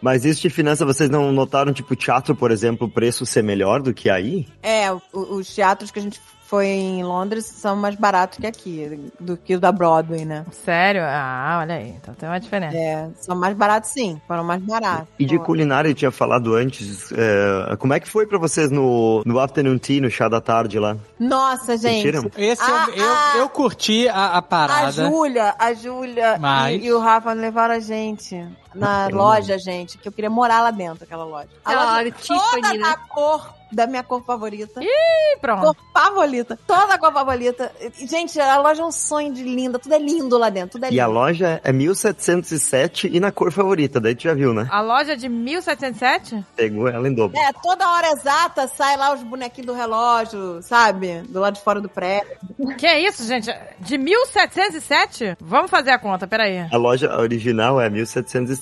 [SPEAKER 3] Mas isso de finança, vocês não notaram, tipo, teatro, por exemplo, o preço ser melhor do que aí?
[SPEAKER 2] é, o- os teatros que a gente foi em Londres são mais baratos que aqui, do que o da Broadway, né?
[SPEAKER 1] Sério? Ah, olha aí. Então tem uma diferença.
[SPEAKER 2] É, são mais baratos sim, foram mais baratos.
[SPEAKER 3] E de
[SPEAKER 2] Foram.
[SPEAKER 3] culinária, eu tinha falado antes, é, como é que foi pra vocês no, no afternoon tea, no chá da tarde lá?
[SPEAKER 2] Nossa, gente.
[SPEAKER 3] Sentiram?
[SPEAKER 6] Esse eu-
[SPEAKER 2] Ah,
[SPEAKER 6] eu,
[SPEAKER 2] ah.
[SPEAKER 6] eu curti a, a
[SPEAKER 2] A
[SPEAKER 6] parada.
[SPEAKER 2] Júlia, a Júlia
[SPEAKER 6] Mas-
[SPEAKER 2] e, e o Rafa levaram a gente na
[SPEAKER 3] Eu
[SPEAKER 2] loja, gente, que eu queria morar lá dentro, aquela loja. A
[SPEAKER 4] Aquela
[SPEAKER 2] loja
[SPEAKER 4] Tiffany,
[SPEAKER 2] toda
[SPEAKER 4] né?
[SPEAKER 2] da cor, da minha cor favorita.
[SPEAKER 1] E pronto.
[SPEAKER 2] Cor favorita. Toda a cor favorita. E, Gente, a loja é um sonho de linda. Tudo é lindo lá dentro. Tudo é
[SPEAKER 3] E
[SPEAKER 2] lindo.
[SPEAKER 3] a loja é 1707 e na cor favorita, daí tu já viu, né?
[SPEAKER 1] A loja de 1707?
[SPEAKER 3] Pegou ela em dobro.
[SPEAKER 2] É, toda hora exata sai lá os bonequinhos do relógio, sabe? Do lado de fora do prédio.
[SPEAKER 1] Que é isso, gente? De 1707? Vamos fazer a conta, peraí.
[SPEAKER 3] A loja original é 1707.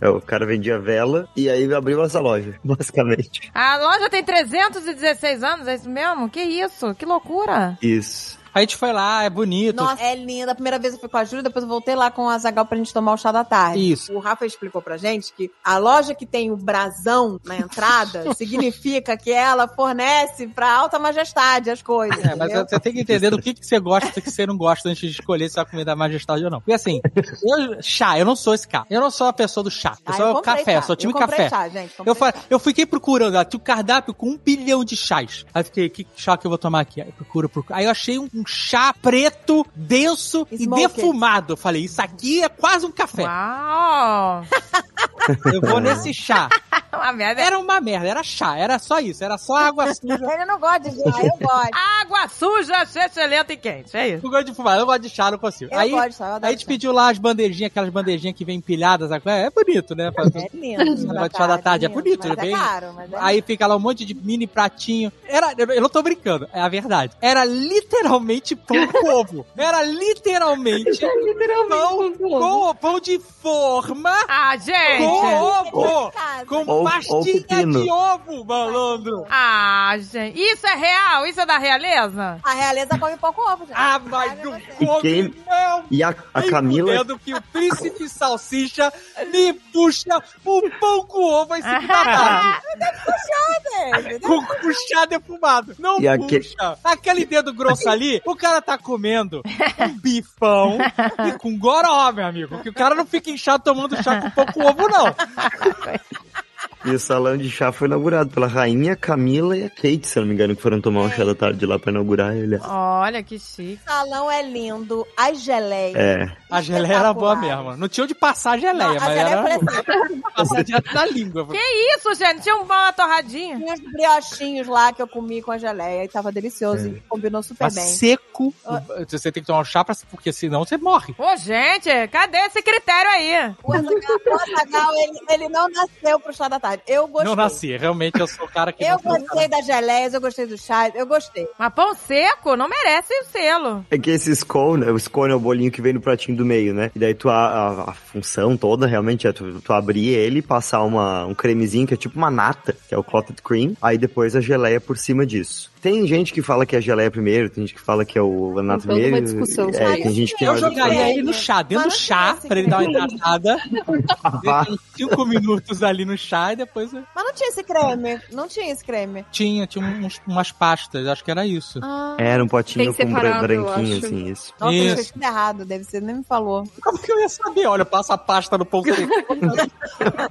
[SPEAKER 3] É, O cara vendia vela e aí abriu essa loja, <laughs> basicamente.
[SPEAKER 1] A loja tem 316 anos, é isso mesmo? Que isso? Que loucura.
[SPEAKER 3] Isso.
[SPEAKER 6] A gente foi lá, é bonito.
[SPEAKER 2] Nossa, é linda. A primeira vez eu fui com a Júlia, depois eu voltei lá com a Zagal pra gente tomar o chá da tarde.
[SPEAKER 6] Isso.
[SPEAKER 2] O Rafa explicou pra gente que a loja que tem o brasão
[SPEAKER 6] <laughs>
[SPEAKER 2] na entrada significa que ela fornece pra alta majestade as coisas.
[SPEAKER 6] É, mas
[SPEAKER 2] entendeu?
[SPEAKER 6] você tem que entender do que, que você gosta e do que você não gosta antes de escolher se vai comer da majestade ou não. Porque assim, eu, chá, eu não sou esse cara. Eu não sou a pessoa do chá.
[SPEAKER 2] Ah,
[SPEAKER 6] Eu sou o
[SPEAKER 2] comprei
[SPEAKER 6] é café,
[SPEAKER 2] chá.
[SPEAKER 6] eu sou time
[SPEAKER 2] eu comprei
[SPEAKER 6] café.
[SPEAKER 2] Chá, gente, comprei
[SPEAKER 6] Eu, fa-
[SPEAKER 2] chá.
[SPEAKER 6] eu fiquei procurando, ela tinha um cardápio com um bilhão de chás. Aí eu fiquei, que chá que eu vou tomar aqui? Aí eu procuro, procuro. Aí eu achei um, um chá preto, denso
[SPEAKER 2] Smoky.
[SPEAKER 6] e defumado. Eu falei, isso aqui é quase um café.
[SPEAKER 1] Uau!
[SPEAKER 6] Eu vou nesse chá.
[SPEAKER 1] Uma merda.
[SPEAKER 6] Era uma merda, era chá, era só isso, era só água suja.
[SPEAKER 2] Ele não gosta de chá, eu gosto.
[SPEAKER 1] Água suja, excelente e quente. É isso.
[SPEAKER 6] Eu gosto de fumar, eu gosto de chá, não consigo.
[SPEAKER 2] Eu
[SPEAKER 6] aí,
[SPEAKER 2] gosto de chá, eu adoro
[SPEAKER 6] aí a gente
[SPEAKER 2] chá.
[SPEAKER 6] pediu lá as bandejinhas, aquelas bandejinhas que vem empilhadas. sabe? É bonito, né?
[SPEAKER 2] É lindo.
[SPEAKER 6] Chá da tarde é
[SPEAKER 2] lindo,
[SPEAKER 6] bonito,
[SPEAKER 2] mas
[SPEAKER 6] né? Bem-
[SPEAKER 2] É caro, mas é
[SPEAKER 6] Aí fica lá um monte de mini pratinho. Era, eu eu não tô brincando, é a verdade. Era literalmente pão com ovo. Era literalmente
[SPEAKER 4] Literalmente.
[SPEAKER 6] pão com ovo. Pão de forma
[SPEAKER 1] Ah,
[SPEAKER 6] com
[SPEAKER 1] gente!
[SPEAKER 2] é
[SPEAKER 6] ovo.
[SPEAKER 2] Casa.
[SPEAKER 6] Com
[SPEAKER 3] Ou- ou
[SPEAKER 6] pastinha
[SPEAKER 3] pepino.
[SPEAKER 6] de ovo, malandro.
[SPEAKER 1] Ah, gente. Isso é real? Isso é da realeza?
[SPEAKER 2] A realeza come pão com ovo, gente.
[SPEAKER 6] Ah, mas
[SPEAKER 2] Olha
[SPEAKER 6] não
[SPEAKER 2] você.
[SPEAKER 6] come
[SPEAKER 3] quem-
[SPEAKER 6] não.
[SPEAKER 3] E a, a
[SPEAKER 6] Nem
[SPEAKER 3] Camila.
[SPEAKER 6] fudendo que o príncipe salsicha me puxa o pão com ovo em cima <laughs> da tarde.
[SPEAKER 2] Gente,
[SPEAKER 6] Com puxar defumado. Não
[SPEAKER 3] E
[SPEAKER 6] puxa.
[SPEAKER 3] aquele-
[SPEAKER 6] Aquele dedo grosso ali, o cara tá comendo um bifão e com goró, meu amigo. Que o cara não fica inchado tomando chá com pão com ovo, não.
[SPEAKER 3] E o salão de chá foi inaugurado pela rainha Camila e a Kate, se eu não me engano, que foram tomar um chá da tarde lá pra inaugurar ele.
[SPEAKER 1] Olha que chique.
[SPEAKER 2] O salão é lindo, as geleias.
[SPEAKER 3] É.
[SPEAKER 6] A geleia era boa mesmo. Não tinha onde passar a
[SPEAKER 2] Não,
[SPEAKER 6] geleia, é
[SPEAKER 2] a
[SPEAKER 6] mas
[SPEAKER 2] geleia é
[SPEAKER 6] era
[SPEAKER 2] foi assim,
[SPEAKER 6] passar direto na língua.
[SPEAKER 1] Que isso, gente? Tinha uma torradinha.
[SPEAKER 2] tinha uns briochinhos lá que eu comi com a geleia e tava delicioso e combinou super
[SPEAKER 6] Mas
[SPEAKER 2] bem.
[SPEAKER 6] Tá seco, você tem que tomar um chá, pra, porque senão você morre.
[SPEAKER 1] Ô, gente, cadê esse critério aí?
[SPEAKER 2] O Azaghal, o Azaghal, ele, ele não nasceu pro chá da tarde. Eu gostei.
[SPEAKER 6] Não nasci, realmente eu sou o cara que
[SPEAKER 2] Eu
[SPEAKER 6] não
[SPEAKER 2] gostei das geleias, eu gostei do chá, eu gostei.
[SPEAKER 1] Mas pão seco não merece o selo.
[SPEAKER 3] É que esse scone, né? O scone é o bolinho que vem no pratinho do meio, né? E daí tu, a, a, a função toda realmente é tu, tu abrir ele, passar uma, um cremezinho que é tipo uma nata, que é o clotted cream, aí depois a geleia por cima disso. Tem gente que fala que é a geleia primeiro, tem gente que fala que é o a nata
[SPEAKER 4] Tem toda Então, uma
[SPEAKER 3] primeiro.
[SPEAKER 4] discussão
[SPEAKER 3] é,
[SPEAKER 2] sobre
[SPEAKER 3] tem
[SPEAKER 2] isso.
[SPEAKER 3] gente que
[SPEAKER 6] Eu
[SPEAKER 3] mais-
[SPEAKER 6] jogaria
[SPEAKER 2] Mas-
[SPEAKER 6] ele no chá, dentro do
[SPEAKER 2] Mas-
[SPEAKER 6] chá, pra ele dar
[SPEAKER 2] <laughs>
[SPEAKER 6] uma hidratada.
[SPEAKER 3] Vá.
[SPEAKER 6] Deixa uns Cinco minutos ali no chá e depois. eu-
[SPEAKER 2] Mas não tinha esse creme, não tinha esse creme.
[SPEAKER 6] Tinha, tinha um, uns- umas pastas, acho que era isso.
[SPEAKER 2] Ah,
[SPEAKER 3] Era um
[SPEAKER 4] Tem
[SPEAKER 3] potinho
[SPEAKER 4] que
[SPEAKER 3] com bran-
[SPEAKER 4] separar, eu
[SPEAKER 3] branquinho,
[SPEAKER 4] acho.
[SPEAKER 3] assim, isso.
[SPEAKER 2] nossa,
[SPEAKER 6] Isso.
[SPEAKER 2] eu fiz tudo errado, deve ser, nem me falou.
[SPEAKER 6] Como que eu ia saber? Olha, passa a pasta no pão seco.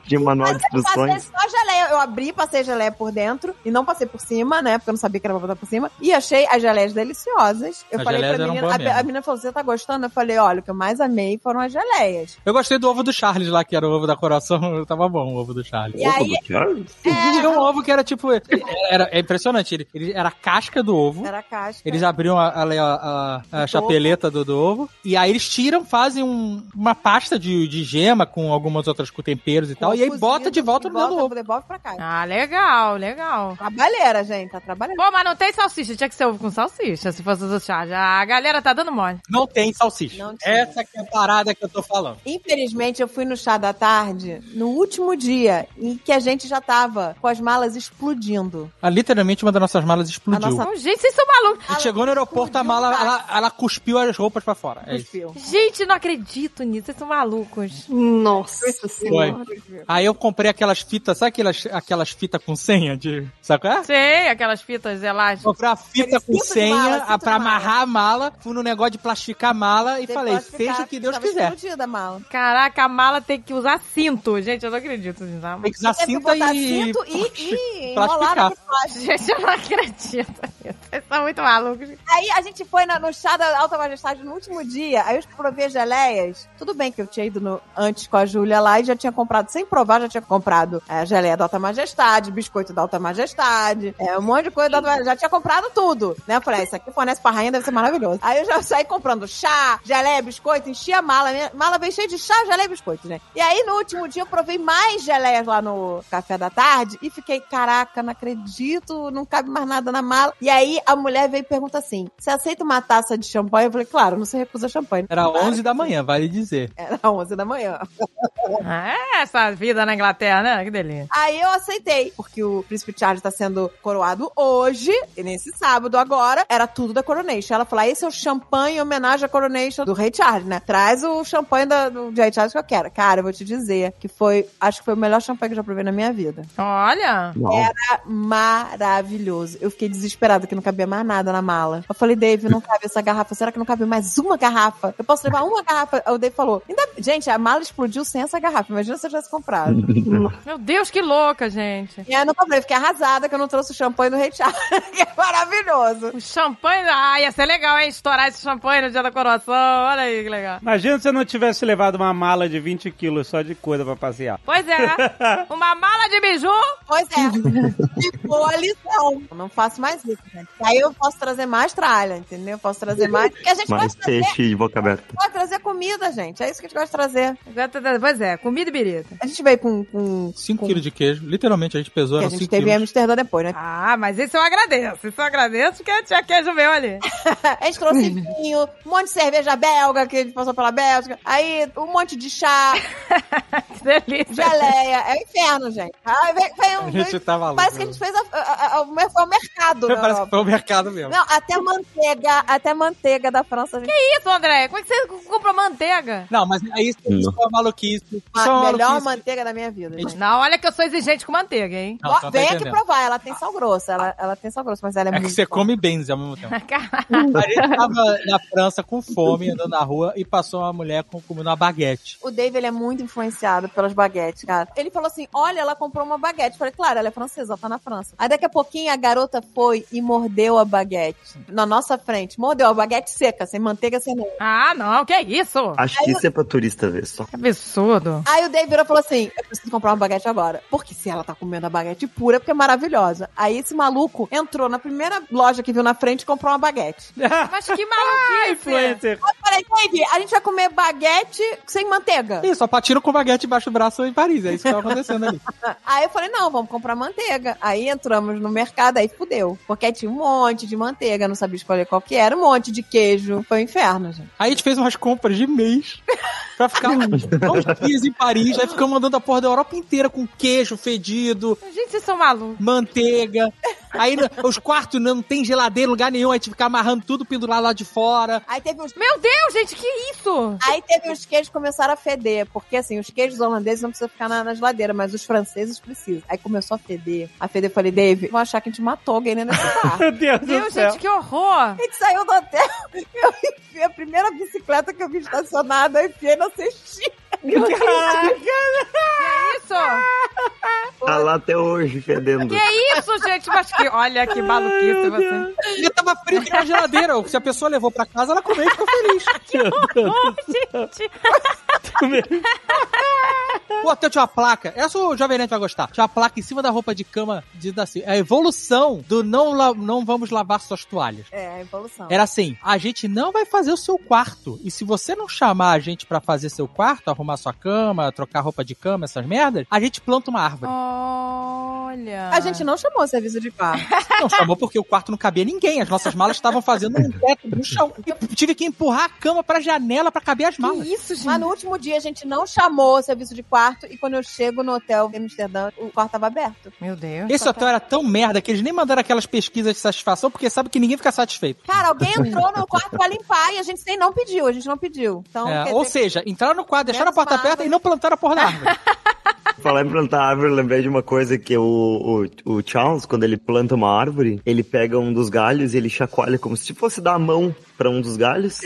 [SPEAKER 3] Tinha um manual de
[SPEAKER 2] Mas eu passei
[SPEAKER 3] instruções.
[SPEAKER 2] só a geleia. Eu abri, passei a geleia por dentro e não passei por cima, né? Porque eu não sabia que era pra botar por cima. E achei as geleias deliciosas. Eu
[SPEAKER 6] As
[SPEAKER 2] falei pra
[SPEAKER 6] geleias eram
[SPEAKER 2] menina,
[SPEAKER 6] boas
[SPEAKER 2] a,
[SPEAKER 6] mesmo.
[SPEAKER 2] a menina falou: você tá gostando? Eu falei, olha, o que eu mais amei foram as geleias.
[SPEAKER 6] Eu gostei do ovo do Charles lá, que era o ovo da coração. <laughs> Tava bom o ovo do Charles.
[SPEAKER 2] E aí, é.
[SPEAKER 6] Tinha um ovo que era tipo. era- Era, é impressionante. Ele, ele- era a casca do ovo.
[SPEAKER 2] era a casca.
[SPEAKER 6] Hum? Eles abriam a, ali a- a- a chapeleta do, do ovo. E aí eles tiram, fazem um- uma pasta de, de gema com algumas outras com temperos e tal. E aí bota de volta no
[SPEAKER 2] bota,
[SPEAKER 6] dentro do ovo.
[SPEAKER 2] Devolve pra cá.
[SPEAKER 1] Ah, legal, legal.
[SPEAKER 2] Trabalheira, gente, tá trabalhando.
[SPEAKER 1] Pô, mas não tem salsicha. Tinha que ser ovo com salsicha, se fosse do chá. Já- A galera tá dando mole.
[SPEAKER 6] Não tem salsicha.
[SPEAKER 2] Não tinha.
[SPEAKER 6] Essa que é a parada que eu tô falando.
[SPEAKER 2] Infelizmente, eu fui no chá da tarde no último dia em que a gente já tava com as malas explodindo.
[SPEAKER 6] Ah, literalmente uma das nossas malas explodiu.
[SPEAKER 2] nossa-
[SPEAKER 1] Então, gente, vocês são malucos.
[SPEAKER 6] A gente chegou no aeroporto, a mala, ela, ela cuspiu as roupas pra fora. É isso.
[SPEAKER 2] Cuspiu.
[SPEAKER 1] Gente, não acredito nisso. Vocês são malucos.
[SPEAKER 4] Nossa senhora.
[SPEAKER 6] Aí eu comprei aquelas fitas, sabe aquelas, aquelas fitas com senha de. Sabe qual é?
[SPEAKER 1] Sei, aquelas fitas elásticas.
[SPEAKER 6] Comprei a fita
[SPEAKER 2] Aquele cinto
[SPEAKER 6] com
[SPEAKER 2] de
[SPEAKER 6] senha
[SPEAKER 2] mala,
[SPEAKER 6] a-
[SPEAKER 2] cinto de
[SPEAKER 6] pra
[SPEAKER 2] mala.
[SPEAKER 6] amarrar a mala, fui no negócio de plastificar a mala e
[SPEAKER 2] Você
[SPEAKER 6] falei,
[SPEAKER 2] pode ficar,
[SPEAKER 6] seja o que Deus
[SPEAKER 2] tava
[SPEAKER 6] quiser.
[SPEAKER 2] Explodida a mala.
[SPEAKER 1] Caraca, a mala tem que usar cinto. Gente, eu não acredito nisso. tá?
[SPEAKER 6] Tem que usar
[SPEAKER 2] Teve que
[SPEAKER 6] cinta
[SPEAKER 2] botar
[SPEAKER 6] e.
[SPEAKER 2] cinto e, e enrolar
[SPEAKER 6] plastificar.
[SPEAKER 2] no plástico.
[SPEAKER 1] Gente, eu não acredito nisso. Vocês são muito malucos.
[SPEAKER 2] Aí a gente foi na- no chá da Alta Majestade no último dia, aí eu provei as geleias. Tudo bem que eu tinha ido no- antes com a Júlia lá e já tinha comprado, sem provar, já tinha comprado é, a geleia da Alta Majestade, biscoito da Alta Majestade, é, um monte de coisa da Alta Majestade. Já tinha comprado tudo, né? Eu falei, ah, isso aqui fornece pra rainha, deve ser maravilhoso. Aí eu já saí comprando chá, geleia, biscoito, enchi a mala. Minha mala veio cheia de chá, geleia e biscoito, né? E aí no último dia eu provei mais geleias lá no café da tarde e fiquei, caraca, não acredito, não cabe mais nada na mala. E aí Aí a mulher veio e pergunta assim: Você aceita uma taça de champanhe? Eu falei: Claro, não se recusa champanhe.
[SPEAKER 6] Era
[SPEAKER 2] Claro.
[SPEAKER 6] 11 da manhã, vale dizer.
[SPEAKER 2] Era 11 da manhã.
[SPEAKER 1] Ah, é essa vida na Inglaterra, né? Que delícia.
[SPEAKER 2] Aí eu aceitei, porque o príncipe Charles tá sendo coroado hoje, e nesse sábado agora, era tudo da Coronation. Ela falou: "Ah, esse é o champanhe em homenagem à Coronation do Rei Charles, né? Traz o champanhe da- do Rei Charles que eu quero. Cara, eu vou te dizer que foi, acho que foi o melhor champanhe que eu já provei na minha vida.
[SPEAKER 1] Olha.
[SPEAKER 3] Uau.
[SPEAKER 2] Era maravilhoso. Eu fiquei desesperada que não cabia mais nada na mala. Eu falei, Dave, não cabe essa garrafa. Será que não cabe mais uma garrafa? Eu posso levar uma garrafa? Aí O Dave falou, "Ainda- gente, a mala explodiu sem essa garrafa. Imagina se eu tivesse comprado.
[SPEAKER 1] Meu Deus, que louca, gente.
[SPEAKER 2] E aí eu não comprei, fiquei arrasada que eu não trouxe o champanhe do Rei Charles, <laughs> que é maravilhoso.
[SPEAKER 1] O champanhe. Ah, ia ser legal, hein? Estourar esse champanhe no dia da coroação. Olha aí que legal.
[SPEAKER 5] Imagina se eu não tivesse levado uma mala de 20 quilos só de coisa pra passear.
[SPEAKER 1] Pois é. Uma mala de biju.
[SPEAKER 2] Pois é, ficou a lição. Eu não faço mais isso, gente. Aí eu posso trazer mais tralha, entendeu? Eu posso trazer mais. Porque a gente
[SPEAKER 3] Mais
[SPEAKER 2] gosta de trazer,
[SPEAKER 3] peixe de boca aberta.
[SPEAKER 2] gosta de trazer comida, gente. É isso que a gente gosta de trazer.
[SPEAKER 1] Pois é, comida e birita.
[SPEAKER 2] A gente veio com. com...
[SPEAKER 6] 5 kg de queijo. Literalmente, a gente pesou,
[SPEAKER 2] que a
[SPEAKER 6] eram
[SPEAKER 2] gente
[SPEAKER 6] 5
[SPEAKER 2] teve em
[SPEAKER 6] quilos.
[SPEAKER 2] Amsterdã depois,
[SPEAKER 6] <laughs>
[SPEAKER 2] né?
[SPEAKER 1] Ah, mas isso eu agradeço. Isso eu agradeço porque tinha queijo meu ali. <laughs>
[SPEAKER 2] A gente trouxe vinho, um monte de cerveja belga que a gente passou pela Bélgica, aí um monte de chá,
[SPEAKER 1] Que delícia.
[SPEAKER 2] geleia. É o inferno, gente. Aí vem, vem um.
[SPEAKER 6] A gente tá maluco.
[SPEAKER 2] Parece que a
[SPEAKER 6] <laughs>
[SPEAKER 2] gente fez a, a- a- o mer- o mercado. né? na
[SPEAKER 6] Parece que
[SPEAKER 2] Europa.
[SPEAKER 6] foi o mercado mesmo.
[SPEAKER 2] Não, até manteiga, até manteiga da França. a gente
[SPEAKER 1] Isso, André. Como é que você compra manteiga?
[SPEAKER 6] Não, mas é isso, isso é uma maluquice. Isso é
[SPEAKER 2] Ma
[SPEAKER 6] uma
[SPEAKER 2] melhor
[SPEAKER 6] maluquice.
[SPEAKER 2] manteiga da minha vida. gente.
[SPEAKER 1] Não, olha que eu sou exigente com manteiga, hein? <laughs>
[SPEAKER 6] Não,
[SPEAKER 2] Ó,
[SPEAKER 6] você não tá
[SPEAKER 2] vem aqui
[SPEAKER 6] entendendo.
[SPEAKER 2] provar, ela tem sal grosso, ela, ela tem sal grosso, mas ela é,
[SPEAKER 6] É
[SPEAKER 2] muito
[SPEAKER 6] que você
[SPEAKER 2] boa.
[SPEAKER 6] come bens ao
[SPEAKER 1] <laughs>
[SPEAKER 6] mesmo tempo.
[SPEAKER 1] Caraca.
[SPEAKER 6] A gente tava na França com fome, andando na rua, e passou uma mulher com, comendo uma baguete.
[SPEAKER 2] O Dave, ele é muito influenciado pelas baguetes, cara. Ele falou assim, olha, ela comprou uma baguete. Eu falei, claro, ela é francesa, ela tá na França. Aí daqui a pouquinho a garota foi e mordeu a baguete. Na nossa frente, mordeu a baguete seca, sem manteiga, sem nada.
[SPEAKER 1] Ah, não. Que isso?
[SPEAKER 3] Acho que isso é pra turista ver só.
[SPEAKER 1] Que absurdo.
[SPEAKER 2] Aí o Dave virou e falou assim, eu preciso comprar uma baguete agora. Porque se ela tá comendo a baguete pura, é porque é maravilhosa. Aí esse maluco entrou na primeira loja que viu na frente e comprou uma baguete.
[SPEAKER 1] Mas que maluquice.
[SPEAKER 5] Influencer.
[SPEAKER 2] Eu falei, Dave, a gente vai comer baguete sem manteiga.
[SPEAKER 6] Isso, só patiram com baguete embaixo do braço em Paris. É isso que tá acontecendo ali.
[SPEAKER 2] Aí eu falei, não, vamos comprar manteiga. Aí entramos no mercado, aí fudeu. Porque tinha um monte de manteiga, não sabia escolher qual que era, um monte de queijo. Foi um inferno, gente.
[SPEAKER 6] Aí a gente fez umas compras de mês pra ficar uns dias em Paris. Aí ficamos andando a porra da Europa inteira com queijo fedido,
[SPEAKER 1] Gente, vocês são malucos.
[SPEAKER 6] manteiga. Aí no- os quartos não, não tem geladeira em lugar nenhum. Aí a gente fica amarrando tudo pendurado lá de fora.
[SPEAKER 2] Aí teve uns...
[SPEAKER 1] Meu Deus, gente, que isso?
[SPEAKER 2] Aí teve os queijos que começaram a feder, porque assim, os queijos holandeses não precisam ficar na, na geladeira, mas os franceses precisam. Aí começou a feder. A feder, eu falei, Dave, vão achar que a gente matou alguém né, nesse bar.
[SPEAKER 5] Meu Deus
[SPEAKER 1] Meu
[SPEAKER 5] do
[SPEAKER 1] Deus, <laughs>
[SPEAKER 5] céu.
[SPEAKER 1] gente, que horror.
[SPEAKER 2] <laughs> A gente saiu do hotel, <laughs> eu enfiei a primeira bicicleta que eu vi estacionada, eu enfiei na cestinha.
[SPEAKER 1] Isso.
[SPEAKER 3] Tá lá até hoje, fedendo.
[SPEAKER 1] Que isso, gente? Mas que. Olha que maluquice você.
[SPEAKER 6] E tava frio na geladeira. Se a pessoa levou pra casa, ela comeu e ficou feliz.
[SPEAKER 1] Ô, gente.
[SPEAKER 6] O hotel tinha uma placa. Essa o Jovem Nerd vai gostar. Tinha uma placa em cima da roupa de cama dizendo assim: a evolução do não, la- não vamos lavar suas toalhas.
[SPEAKER 2] É, a evolução.
[SPEAKER 6] Era assim: a gente não vai fazer o seu quarto. E se você não chamar a gente pra fazer seu quarto, arrumar sua cama, trocar roupa de cama, essas merdas, a gente planta uma
[SPEAKER 1] <laughs>
[SPEAKER 6] árvore.
[SPEAKER 1] Olha.
[SPEAKER 2] A gente não chamou o serviço de carro.
[SPEAKER 3] <laughs>
[SPEAKER 6] Não chamou porque o quarto não cabia ninguém. As nossas malas estavam fazendo um teto no chão. Eu tive que empurrar a cama pra janela pra caber as malas.
[SPEAKER 1] Que isso, gente?
[SPEAKER 2] Mas no último dia a gente não chamou o serviço de quarto e quando eu chego no hotel em Amsterdã, o quarto tava aberto.
[SPEAKER 1] Meu Deus.
[SPEAKER 6] Esse hotel era tão merda que eles nem mandaram aquelas pesquisas de satisfação porque sabe que ninguém fica satisfeito.
[SPEAKER 2] Cara, alguém entrou no quarto pra limpar e a gente nem não pediu, a gente não pediu. Então,
[SPEAKER 6] É,
[SPEAKER 2] quer
[SPEAKER 6] ou
[SPEAKER 2] dizer,
[SPEAKER 6] seja, entraram no quadro, deixaram a
[SPEAKER 2] menos
[SPEAKER 6] porta
[SPEAKER 2] uma
[SPEAKER 6] aberta
[SPEAKER 2] árvore.
[SPEAKER 6] e não plantaram a porra da
[SPEAKER 2] <laughs>
[SPEAKER 6] árvore.
[SPEAKER 3] Falar em plantar árvore, eu lembrei de uma coisa que o, o, o Charles, quando ele planta uma árvore, ele pega um dos galhos e ele chacoalha como se fosse dar a mão pra um dos galhos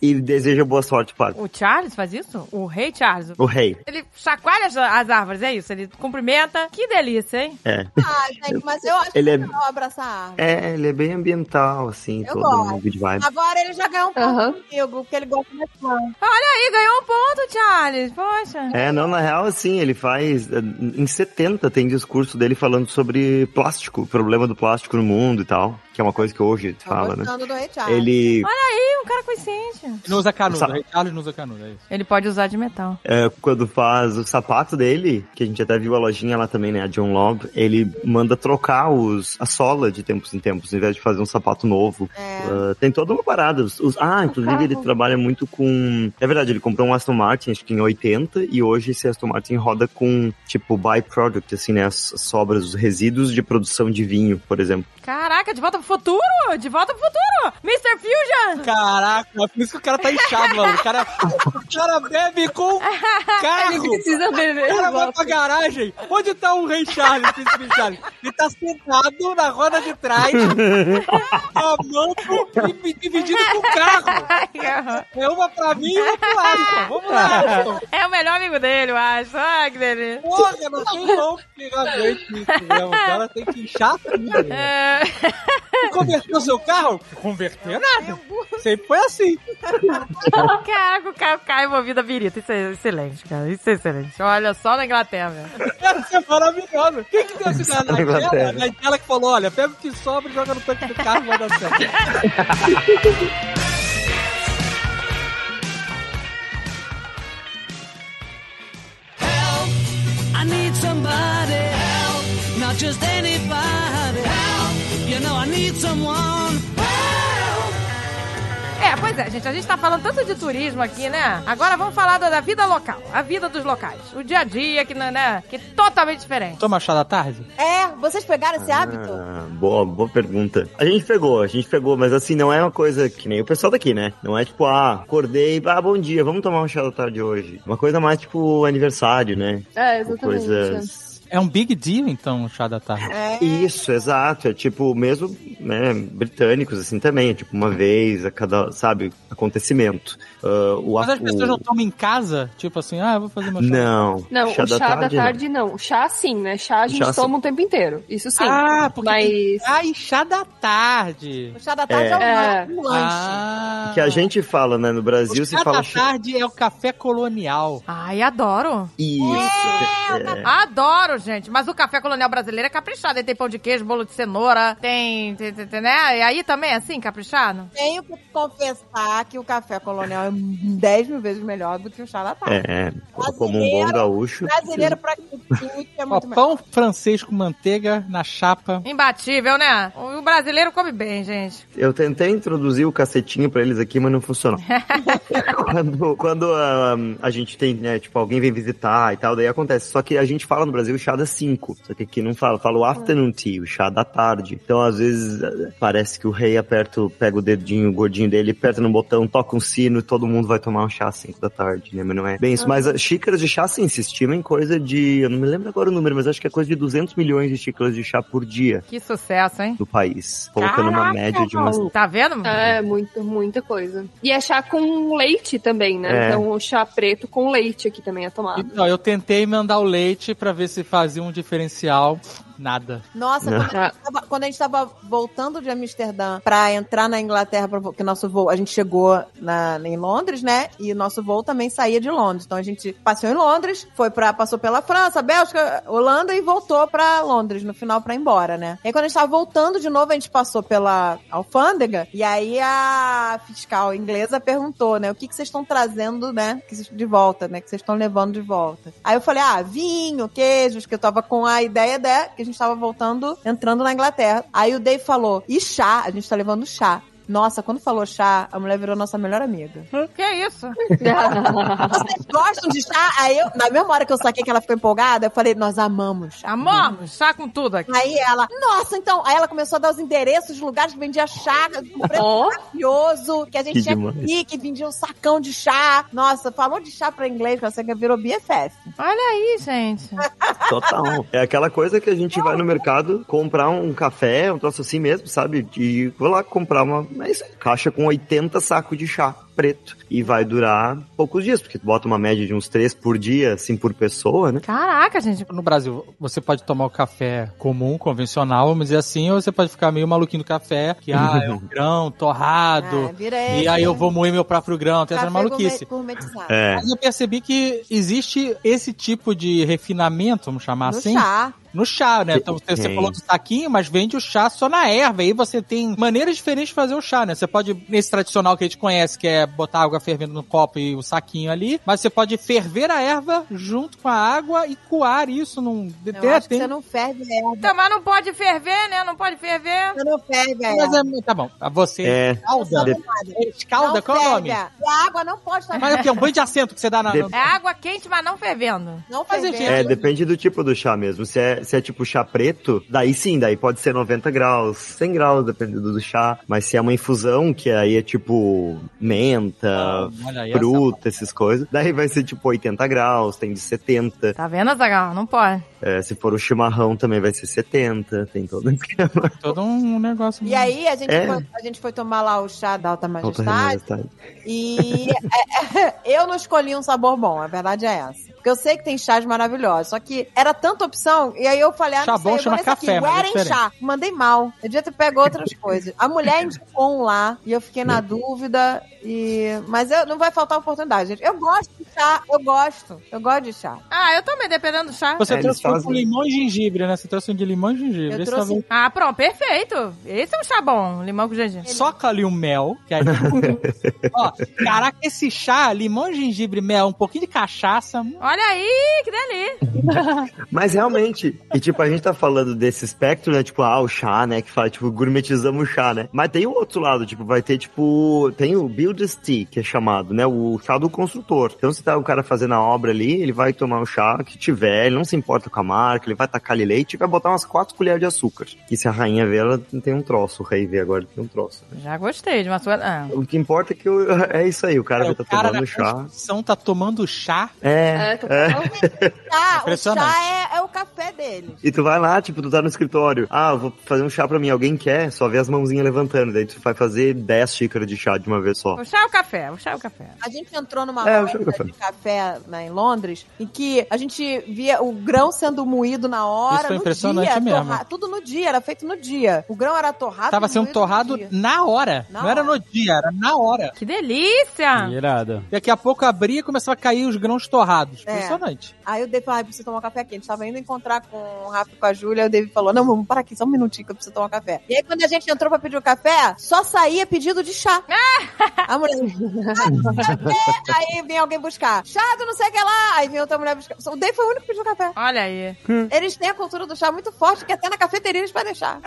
[SPEAKER 3] e deseja boa sorte para
[SPEAKER 1] O Charles faz isso? O rei Charles.
[SPEAKER 3] o rei.
[SPEAKER 1] Ele chacoalha as, as árvores, é isso. Ele cumprimenta. Que delícia, hein?
[SPEAKER 3] É.
[SPEAKER 2] ah, gente, mas eu acho
[SPEAKER 3] Ele é-
[SPEAKER 2] que não abraçar a árvore.
[SPEAKER 3] É, ele é bem ambiental, assim,
[SPEAKER 2] Eu
[SPEAKER 3] todo
[SPEAKER 2] gosto.
[SPEAKER 3] um good vibe.
[SPEAKER 2] Agora ele já ganhou um ponto
[SPEAKER 4] Aham.
[SPEAKER 2] comigo, porque ele gosta mais de planta.
[SPEAKER 1] Aí, ganhou um ponto, Charles. Poxa.
[SPEAKER 3] É, não, na real, assim, ele faz. eh, Em 70 tem discurso dele falando sobre plástico, o problema do plástico no mundo e tal, que é uma coisa que hoje
[SPEAKER 2] Tá
[SPEAKER 3] fala, né?
[SPEAKER 2] gostando do Rei Charles.
[SPEAKER 3] Ele que
[SPEAKER 1] Ih, um cara consciente.
[SPEAKER 6] Ele não usa canudo,
[SPEAKER 3] Sabe.
[SPEAKER 6] o Ray Charles não usa canudo, é isso.
[SPEAKER 1] Ele pode usar de metal.
[SPEAKER 3] é, quando faz o sapato dele, que a gente até viu a lojinha lá também, né? A John Lobb, ele manda trocar os, a sola de tempos em tempos, ao invés de fazer um sapato novo. Ah, tem toda uma parada. Os- os- ah, inclusive ele trabalha muito com. É verdade, ele comprou um Aston Martin, acho que em 80, e hoje esse Aston Martin roda com, tipo, byproduct, assim, né? As as sobras, os resíduos de produção de vinho, por exemplo.
[SPEAKER 1] Caraca, de volta pro futuro! De volta pro futuro! Mr. Fusion!
[SPEAKER 6] Caraca, por isso que o cara tá inchado, mano. O cara, o cara bebe
[SPEAKER 2] <laughs>
[SPEAKER 6] com
[SPEAKER 4] Ele
[SPEAKER 6] carro.
[SPEAKER 4] precisa beber.
[SPEAKER 6] O cara vai
[SPEAKER 4] volta.
[SPEAKER 6] pra garagem. Onde tá o Rei Charles, o príncipe Rei Charles? Ele tá sentado na roda de
[SPEAKER 2] <laughs>
[SPEAKER 6] trás, tomando e pe- dividindo com o carro.
[SPEAKER 1] <laughs>
[SPEAKER 6] É uma pra mim e uma pro Alisson. Vamos lá, Alisson.
[SPEAKER 1] É o melhor amigo dele, eu acho. Ai, que delícia.
[SPEAKER 6] Porra, não tem como pegar gente nisso, né? O cara tem que inchar tudo. né?
[SPEAKER 1] É,
[SPEAKER 6] Converteu seu carro? Converteu nada. Sempre foi assim.
[SPEAKER 1] Caraca, o cara cai envolvido a birita. Isso é excelente, cara. Isso é excelente. Olha, só na Inglaterra mesmo.
[SPEAKER 6] Essa é maravilhosa. Quem que deu esse na
[SPEAKER 3] Na é Inglaterra.
[SPEAKER 6] Nigela? Na Nigela que falou, olha, pega o que sobra e joga no tanque do carro e vai dar certo.
[SPEAKER 8] I need somebody help, not just anybody help. You know I need someone help.
[SPEAKER 1] É, pois é, gente. A gente tá falando tanto de turismo aqui, né? Agora vamos falar da da vida local. A vida dos locais. O dia a dia, que, não- né? Que é totalmente diferente.
[SPEAKER 6] Toma chá da tarde?
[SPEAKER 2] É, vocês pegaram esse
[SPEAKER 6] Então.
[SPEAKER 2] hábito?
[SPEAKER 3] Ah, boa, boa pergunta. A gente pegou, a gente pegou, mas assim, não é uma coisa que nem o pessoal daqui, né? Não é tipo, ah, acordei, ah, bom dia, vamos tomar um chá da tarde hoje. Uma coisa mais tipo aniversário, né?
[SPEAKER 4] É,
[SPEAKER 3] Tipo,
[SPEAKER 4] exatamente.
[SPEAKER 3] Coisas.
[SPEAKER 6] É um big deal, então, o chá da tarde.
[SPEAKER 2] É.
[SPEAKER 3] Isso, exato. É tipo, mesmo, né, britânicos, assim, também. É tipo, uma vez a cada, sabe, acontecimento. Ah, o
[SPEAKER 6] Mas as
[SPEAKER 3] o-
[SPEAKER 6] pessoas não tomam em casa? Tipo assim, ah, eu vou fazer meu chá.
[SPEAKER 3] Não.
[SPEAKER 4] Não, o chá da
[SPEAKER 3] não.
[SPEAKER 4] tarde não. O Chá sim, né? Chá a gente
[SPEAKER 3] né? Chá, sim.
[SPEAKER 4] toma o tempo inteiro. Isso sim.
[SPEAKER 6] Ah, porque
[SPEAKER 4] Mas.
[SPEAKER 6] Ah, e chá da tarde.
[SPEAKER 2] O chá da tarde é, um
[SPEAKER 4] É.
[SPEAKER 2] lan- um lanche.
[SPEAKER 6] Ah.
[SPEAKER 3] Que a gente fala, né, no Brasil,
[SPEAKER 6] O
[SPEAKER 3] se
[SPEAKER 6] chá
[SPEAKER 3] fala...
[SPEAKER 6] da tarde é o café colonial.
[SPEAKER 1] Ai, adoro.
[SPEAKER 3] Isso. é.
[SPEAKER 1] Adoro, gente. Mas o café colonial brasileiro é caprichado. Aí tem pão de queijo, bolo de cenoura, tem, tem, tem- tem, né? E aí também é assim, caprichado?
[SPEAKER 2] Tenho que confessar que o café colonial é 10 mil vezes melhor do que o chá da tarde.
[SPEAKER 3] É, como um bom gaúcho.
[SPEAKER 2] Brasileiro pratica tudo que é
[SPEAKER 6] Ó,
[SPEAKER 2] muito melhor.
[SPEAKER 6] pão francês com manteiga na chapa.
[SPEAKER 1] Imbatível, né? O brasileiro come bem, gente.
[SPEAKER 3] Eu tentei introduzir o cacetinho pra eles aqui, mas não funcionou. quando quando ah, a, gente tem, né, tipo, alguém vem visitar e tal, daí acontece. Só que a gente fala no Brasil chá das 5. Só que aqui não fala, fala o afternoon tea, o chá da tarde. Então, às vezes, ah, parece que o rei aperta, o- pega o dedinho gordinho dele, aperta no botão, toca um sino e todo mundo vai tomar um chá às 5 da tarde, né? Mas não é bem isso. Mas ah, xícaras de chá, sim, se estima em coisa de. Eu não me lembro agora o número, mas acho que é coisa de 200 milhões de xícaras de chá por dia
[SPEAKER 1] Que sucesso, hein?
[SPEAKER 3] do país. Colocando uma média de umas
[SPEAKER 1] Tá vendo?
[SPEAKER 4] É, muito, muita coisa. E é chá com leite também, né?
[SPEAKER 3] É.
[SPEAKER 4] Então o chá preto com leite aqui também é tomado.
[SPEAKER 6] Então, eu tentei mandar o leite pra ver se fazia um diferencial. Nada.
[SPEAKER 2] Nossa,
[SPEAKER 3] Não.
[SPEAKER 2] quando
[SPEAKER 4] Ah,
[SPEAKER 2] a, gente tava, quando a gente tava voltando de Amsterdã pra entrar na Inglaterra, pra vo- que nosso voo, a gente chegou na, em Londres, né? E o nosso voo também saía de Londres. Então a gente passeou em Londres, foi para passou pela França, Bélgica, Holanda e voltou pra Londres no final pra ir embora, né? E aí quando a gente tava voltando de novo, a gente passou pela alfândega e aí a fiscal inglesa perguntou, né? O que que vocês estão trazendo, né? que vocês- De volta, né? Que vocês estão levando de volta. Aí eu falei, ah, vinho, queijos, que eu tava com a ideia da que a gente tava voltando, entrando na Inglaterra. Aí o Dave falou, e chá? A gente tá levando chá. Nossa, quando falou chá, a mulher virou nossa melhor amiga.
[SPEAKER 1] Que isso?
[SPEAKER 2] Vocês gostam de chá? Aí eu, na mesma hora que eu saquei que ela ficou empolgada, eu falei, nós amamos.
[SPEAKER 1] Amor, chá com tudo aqui.
[SPEAKER 2] Aí ela, nossa, então. Aí ela começou a dar os endereços de lugares que vendia chá, um preço
[SPEAKER 4] Ó,
[SPEAKER 2] maravilhoso, que a gente
[SPEAKER 3] Que
[SPEAKER 2] tinha
[SPEAKER 3] demais.
[SPEAKER 2] aqui, que vendia um sacão de chá. Nossa, falou de chá pra inglês, você virou BFF.
[SPEAKER 1] Olha aí, gente.
[SPEAKER 3] Total. É aquela coisa que a gente vai no mercado comprar um café, um troço assim mesmo, sabe? E vou lá comprar uma mas, caixa com 80 sacos de chá. preto. E vai durar poucos dias, porque tu bota uma média de uns três por dia, assim, por pessoa, né?
[SPEAKER 1] Caraca, gente.
[SPEAKER 6] No Brasil, você pode tomar o café comum, convencional, vamos dizer assim, ou você pode ficar meio maluquinho do café, que ah, é um grão torrado,
[SPEAKER 2] Ah, vira
[SPEAKER 6] e aí eu vou moer meu próprio grão, tem essa maluquice.
[SPEAKER 2] Gourmetizado.
[SPEAKER 3] É.
[SPEAKER 6] Mas eu percebi que existe esse tipo de refinamento, vamos chamar
[SPEAKER 2] no
[SPEAKER 6] assim,
[SPEAKER 2] chá.
[SPEAKER 6] no chá, né? Então você, você
[SPEAKER 3] Sim.
[SPEAKER 6] falou do saquinho, mas vende o chá só na erva. Aí você tem maneiras diferentes de fazer o chá, né? Você pode, nesse tradicional que a gente conhece, que é botar água fervendo no copo e o saquinho ali, mas você pode ferver a erva junto com a água e coar isso num.
[SPEAKER 2] Eu
[SPEAKER 6] Tem-
[SPEAKER 2] acho que
[SPEAKER 6] tem-
[SPEAKER 2] você não ferve erva.
[SPEAKER 1] Então, mas não pode ferver, né? Não pode ferver.
[SPEAKER 2] Você não ferve a
[SPEAKER 6] Mas
[SPEAKER 2] erva.
[SPEAKER 6] é, tá bom. Você
[SPEAKER 3] É.
[SPEAKER 6] escalda.
[SPEAKER 3] de-
[SPEAKER 6] Escalda,
[SPEAKER 2] não
[SPEAKER 6] qual é o nome?
[SPEAKER 2] ferve a- E a água não pode estar
[SPEAKER 6] Mas é o quê? Um banho de assento que você dá na.
[SPEAKER 3] De-
[SPEAKER 6] na-
[SPEAKER 1] É água quente, mas não fervendo.
[SPEAKER 2] Não
[SPEAKER 6] Mas,
[SPEAKER 2] ferve.
[SPEAKER 6] gente,
[SPEAKER 3] É, depende do tipo do chá mesmo. Se é, se é tipo chá preto, daí sim, daí pode ser 90 graus, 100 graus, dependendo do chá. Mas se é uma infusão, que aí é tipo
[SPEAKER 2] Ah.
[SPEAKER 3] menta,
[SPEAKER 6] Olha aí,
[SPEAKER 3] Ah,
[SPEAKER 6] é
[SPEAKER 3] fruta, essas coisas, daí vai ser tipo 80 graus, tem de 70.
[SPEAKER 1] Tá vendo, Zagal? Não pode.
[SPEAKER 3] É, se for o chimarrão, também vai ser 70, tem todo
[SPEAKER 6] essa- todo um negócio.
[SPEAKER 2] E aí a gente,
[SPEAKER 3] É.
[SPEAKER 2] foi, a gente foi tomar lá o chá da Alta
[SPEAKER 3] Alta
[SPEAKER 2] Majestade
[SPEAKER 3] Majestade.
[SPEAKER 2] e é, <laughs> é, eu não escolhi um sabor bom, a verdade é essa. Porque eu sei que tem chás maravilhosos, só que era tanta opção, e aí eu falei, ah,
[SPEAKER 6] Chá
[SPEAKER 2] não sei,
[SPEAKER 6] bom
[SPEAKER 2] eu vou
[SPEAKER 6] chama
[SPEAKER 2] nesse aqui,
[SPEAKER 6] café, mas é
[SPEAKER 2] Guarem
[SPEAKER 6] diferente.
[SPEAKER 2] chá. Mandei mal, eu devia ter pego outras coisas. A
[SPEAKER 6] <laughs>
[SPEAKER 2] mulher indicou um lá, e eu fiquei na dúvida, e... mas eu, não vai faltar oportunidade, gente. Eu gosto de chá, eu gosto, eu gosto de chá.
[SPEAKER 1] Ah, eu também, dependendo do chá.
[SPEAKER 6] Você
[SPEAKER 3] É, eles
[SPEAKER 6] trouxe um com
[SPEAKER 3] fazem-
[SPEAKER 6] limão e gengibre, né? Você trouxe um de limão e gengibre.
[SPEAKER 2] Eu
[SPEAKER 6] Esse tá
[SPEAKER 2] trouxe
[SPEAKER 6] tava-
[SPEAKER 1] Ah, pronto, perfeito. Esse é um chá bom, limão com gengibre.
[SPEAKER 6] Soca ali o mel,
[SPEAKER 3] <laughs>
[SPEAKER 6] que aí. Ó, caraca, esse chá, limão, gengibre, mel, um pouquinho de cachaça. hum,
[SPEAKER 1] Olha aí, que delícia.
[SPEAKER 3] Mas realmente, e tipo, a gente tá falando desse espectro, né? Tipo, ah, o chá, né? Que fala, tipo, gourmetizamos o chá, né? Mas tem o outro lado, tipo, vai ter, tipo, tem o build tea, que é chamado, né? O chá do construtor. Então, se tá o cara fazendo a obra ali, ele vai tomar o chá que tiver, ele não se importa com a marca, ele vai tacar ali leite e vai botar umas quatro colheres de açúcar. E se a rainha vê, ela tem um troço, o rei vê agora tem um troço.
[SPEAKER 1] Já gostei de uma sua. Ah.
[SPEAKER 3] O que importa é que o- é isso aí, o cara vai
[SPEAKER 6] o
[SPEAKER 3] estar
[SPEAKER 6] cara
[SPEAKER 3] tomando
[SPEAKER 6] na
[SPEAKER 3] chá.
[SPEAKER 6] construção tá tomando chá.
[SPEAKER 3] É,
[SPEAKER 4] É, tá
[SPEAKER 2] Chá, o
[SPEAKER 6] Impressionante.
[SPEAKER 2] chá é, é o café dele.
[SPEAKER 3] E tu vai lá, tipo, tu tá no escritório. Ah, eu vou fazer um chá pra mim. Alguém quer? Só vê as mãozinhas levantando. Daí tu vai fazer 10 xícaras de chá de uma vez só.
[SPEAKER 1] O chá é o café, o chá é o café.
[SPEAKER 2] A gente entrou numa
[SPEAKER 3] É, eu
[SPEAKER 2] loja
[SPEAKER 3] chamo café.
[SPEAKER 2] de café né, em Londres em que a gente via o grão sendo moído na hora.
[SPEAKER 6] Isso foi
[SPEAKER 2] no
[SPEAKER 6] impressionante
[SPEAKER 2] dia,
[SPEAKER 6] mesmo.
[SPEAKER 2] torra- Tudo no dia, era feito no dia. O grão era torrado.
[SPEAKER 6] Tava
[SPEAKER 2] e
[SPEAKER 6] sendo
[SPEAKER 2] moído no
[SPEAKER 6] torrado
[SPEAKER 2] dia.
[SPEAKER 6] na hora.
[SPEAKER 2] tá Na
[SPEAKER 6] não era no dia, era na hora.
[SPEAKER 1] Que delícia!
[SPEAKER 5] Irado.
[SPEAKER 6] Daqui a pouco abria e começava a cair os grãos torrados.
[SPEAKER 2] É.
[SPEAKER 6] Impressionante.
[SPEAKER 2] Aí o David falou: ah, eu preciso tomar um café aqui. A gente tava indo encontrar com o Rafa e com a Júlia. aí O David falou: não, vamos parar aqui só um minutinho que eu preciso tomar um café. E aí, quando a gente entrou pra pedir o café, só saía pedido de chá. a mulher. "Ah, não sei o quê." aí vinha alguém buscar. Chá do não sei o que lá. Aí vinha outra mulher buscar. O David foi o único que pediu café.
[SPEAKER 1] Olha aí.
[SPEAKER 2] Eles têm a cultura do chá muito forte, que até na cafeteria eles podem deixar.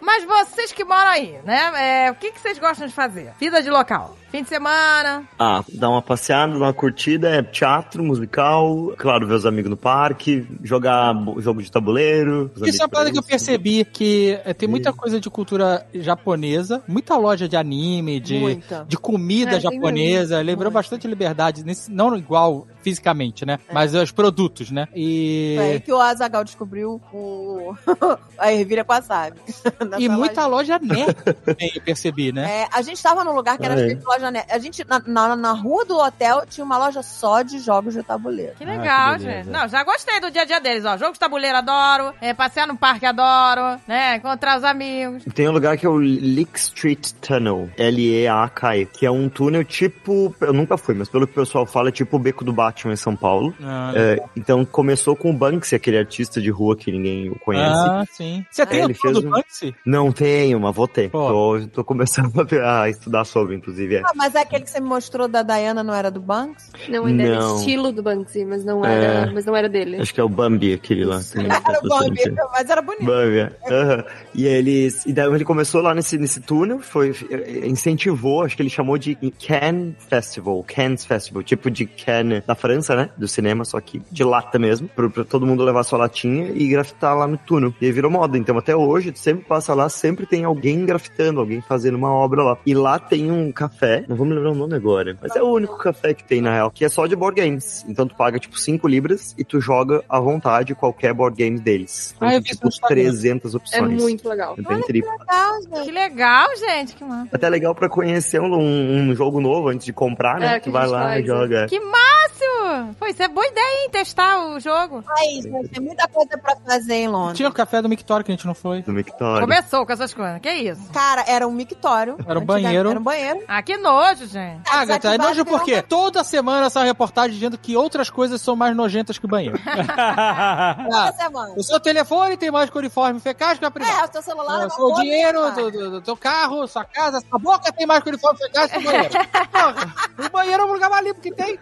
[SPEAKER 1] Mas vocês que moram aí, né? é, o que, que vocês gostam de fazer? Vida de local. Fim de semana.
[SPEAKER 3] Ah, dá uma passeada, dá uma curtida. É teatro, musical. Claro, ver os amigos no parque. Jogar bo- jogo de tabuleiro. os né? amigos
[SPEAKER 6] Isso é uma coisa
[SPEAKER 3] pra
[SPEAKER 6] que eu
[SPEAKER 3] isso.
[SPEAKER 6] percebi, que eh, tem muita coisa de cultura japonesa, muita loja de anime, de,
[SPEAKER 2] Muita.
[SPEAKER 6] de comida
[SPEAKER 4] É, tem
[SPEAKER 6] japonesa. Lembrou
[SPEAKER 2] muito.
[SPEAKER 6] bastante liberdade, nesse, não igual fisicamente, né? Mas os produtos, né? E.
[SPEAKER 2] Foi É aí que o Azagal descobriu o... <laughs> a ervilha com wasabi. <laughs> Nessa
[SPEAKER 6] E muita
[SPEAKER 2] loja. <laughs>
[SPEAKER 6] loja nerd também, eu percebi, né?
[SPEAKER 2] É, a gente tava num lugar que era
[SPEAKER 3] Ah, é.
[SPEAKER 2] cheio de loja né? A gente, na, na, na rua do hotel, tinha uma loja só de jogos de tabuleiro.
[SPEAKER 1] Que
[SPEAKER 5] Ah,
[SPEAKER 1] legal,
[SPEAKER 5] que beleza.
[SPEAKER 1] gente. Não, já gostei do dia a dia deles, ó. Jogo de tabuleiro adoro. é, passear no parque adoro. Né? Encontrar os amigos.
[SPEAKER 3] Tem um lugar que é o Leak Street Tunnel, L-E-A-K-E, que é um túnel tipo. Eu nunca fui, mas pelo que o pessoal fala, é tipo o Beco do Batman em São Paulo.
[SPEAKER 6] Ah,
[SPEAKER 3] É, então começou com o Banksy, aquele artista de rua que ninguém conhece.
[SPEAKER 6] ah, sim. Você tem
[SPEAKER 3] ele
[SPEAKER 6] o fez
[SPEAKER 3] fez
[SPEAKER 6] do
[SPEAKER 3] um-
[SPEAKER 6] Banksy?
[SPEAKER 3] Não tenho, mas vou ter.
[SPEAKER 6] Pô.
[SPEAKER 3] Tô, tô começando a, <laughs> a estudar sobre, inclusive. é.
[SPEAKER 2] Ah, mas aquele que você me mostrou da Diana não era do Banks?
[SPEAKER 4] Não, ainda era
[SPEAKER 3] Não.
[SPEAKER 4] estilo do Banksy, mas não era, mas não era dele.
[SPEAKER 3] Acho que é o Bambi, aquele lá. que não
[SPEAKER 2] Era o
[SPEAKER 3] tá
[SPEAKER 2] Bambi,
[SPEAKER 3] sendo-
[SPEAKER 2] mas era bonito.
[SPEAKER 3] Bambi, é. Aham. E eles. E daí ele começou lá nesse, nesse túnel, foi, eh, incentivou, acho que ele chamou de Cannes Festival, Cannes Festival, tipo de Cannes da França, né? Do cinema, só que de lata mesmo, pra, pra todo mundo levar sua latinha e grafitar lá no túnel. E aí virou moda. Então até hoje, tu sempre passa lá, sempre tem alguém grafitando, alguém fazendo uma obra lá. E lá tem um café, não vou me lembrar o nome agora, mas é o único café que tem, na real, que é só de board games. Então tu paga, tipo, 5 libras e tu joga à vontade qualquer board game deles. Então,
[SPEAKER 6] Ah,
[SPEAKER 3] tem,
[SPEAKER 6] eu vi
[SPEAKER 3] tipo,
[SPEAKER 6] isso no Instagram.
[SPEAKER 3] 300
[SPEAKER 4] É
[SPEAKER 3] opções.
[SPEAKER 4] muito legal.
[SPEAKER 3] É bem tripa.
[SPEAKER 2] Legal, gente.
[SPEAKER 1] Que legal, gente. Que massa.
[SPEAKER 3] Até legal pra conhecer um, um jogo novo antes de comprar, né?
[SPEAKER 4] É,
[SPEAKER 3] tu
[SPEAKER 4] que a
[SPEAKER 3] vai
[SPEAKER 4] gente
[SPEAKER 3] lá
[SPEAKER 4] faz,
[SPEAKER 3] e
[SPEAKER 4] é.
[SPEAKER 3] joga.
[SPEAKER 1] Que máximo! Pô, isso é boa ideia, hein? Testar o jogo.
[SPEAKER 2] Aí, gente, tem muita coisa pra fazer em Londres.
[SPEAKER 6] Tinha o café do Mictório que a gente não foi.
[SPEAKER 3] Do Mictório.
[SPEAKER 1] Começou com essas coisas. Que isso?
[SPEAKER 2] Cara, era um mictório.
[SPEAKER 6] Era um
[SPEAKER 2] Antigamente
[SPEAKER 6] banheiro.
[SPEAKER 2] Era um banheiro.
[SPEAKER 1] Ah, que nojo, gente.
[SPEAKER 6] Ah, Gata, é
[SPEAKER 2] Desativado
[SPEAKER 6] nojo por quê?
[SPEAKER 2] virou-
[SPEAKER 6] Toda semana essa reportagem dizendo que outras coisas são mais nojentas
[SPEAKER 2] <laughs>
[SPEAKER 6] que banheiro.
[SPEAKER 2] Toda
[SPEAKER 6] Ah,
[SPEAKER 2] semana.
[SPEAKER 6] o seu telefone tem mais coliforme fecais que a privada.
[SPEAKER 2] É, o seu celular
[SPEAKER 6] Ah,
[SPEAKER 2] uma
[SPEAKER 6] seu
[SPEAKER 2] boa
[SPEAKER 6] dinheiro,
[SPEAKER 2] mensagem.
[SPEAKER 6] do, do, do teu carro, sua casa, sua boca tem mais coliforme fecais que
[SPEAKER 2] <laughs>
[SPEAKER 6] o banheiro. Porra, o banheiro é um lugar mais limpo que tem.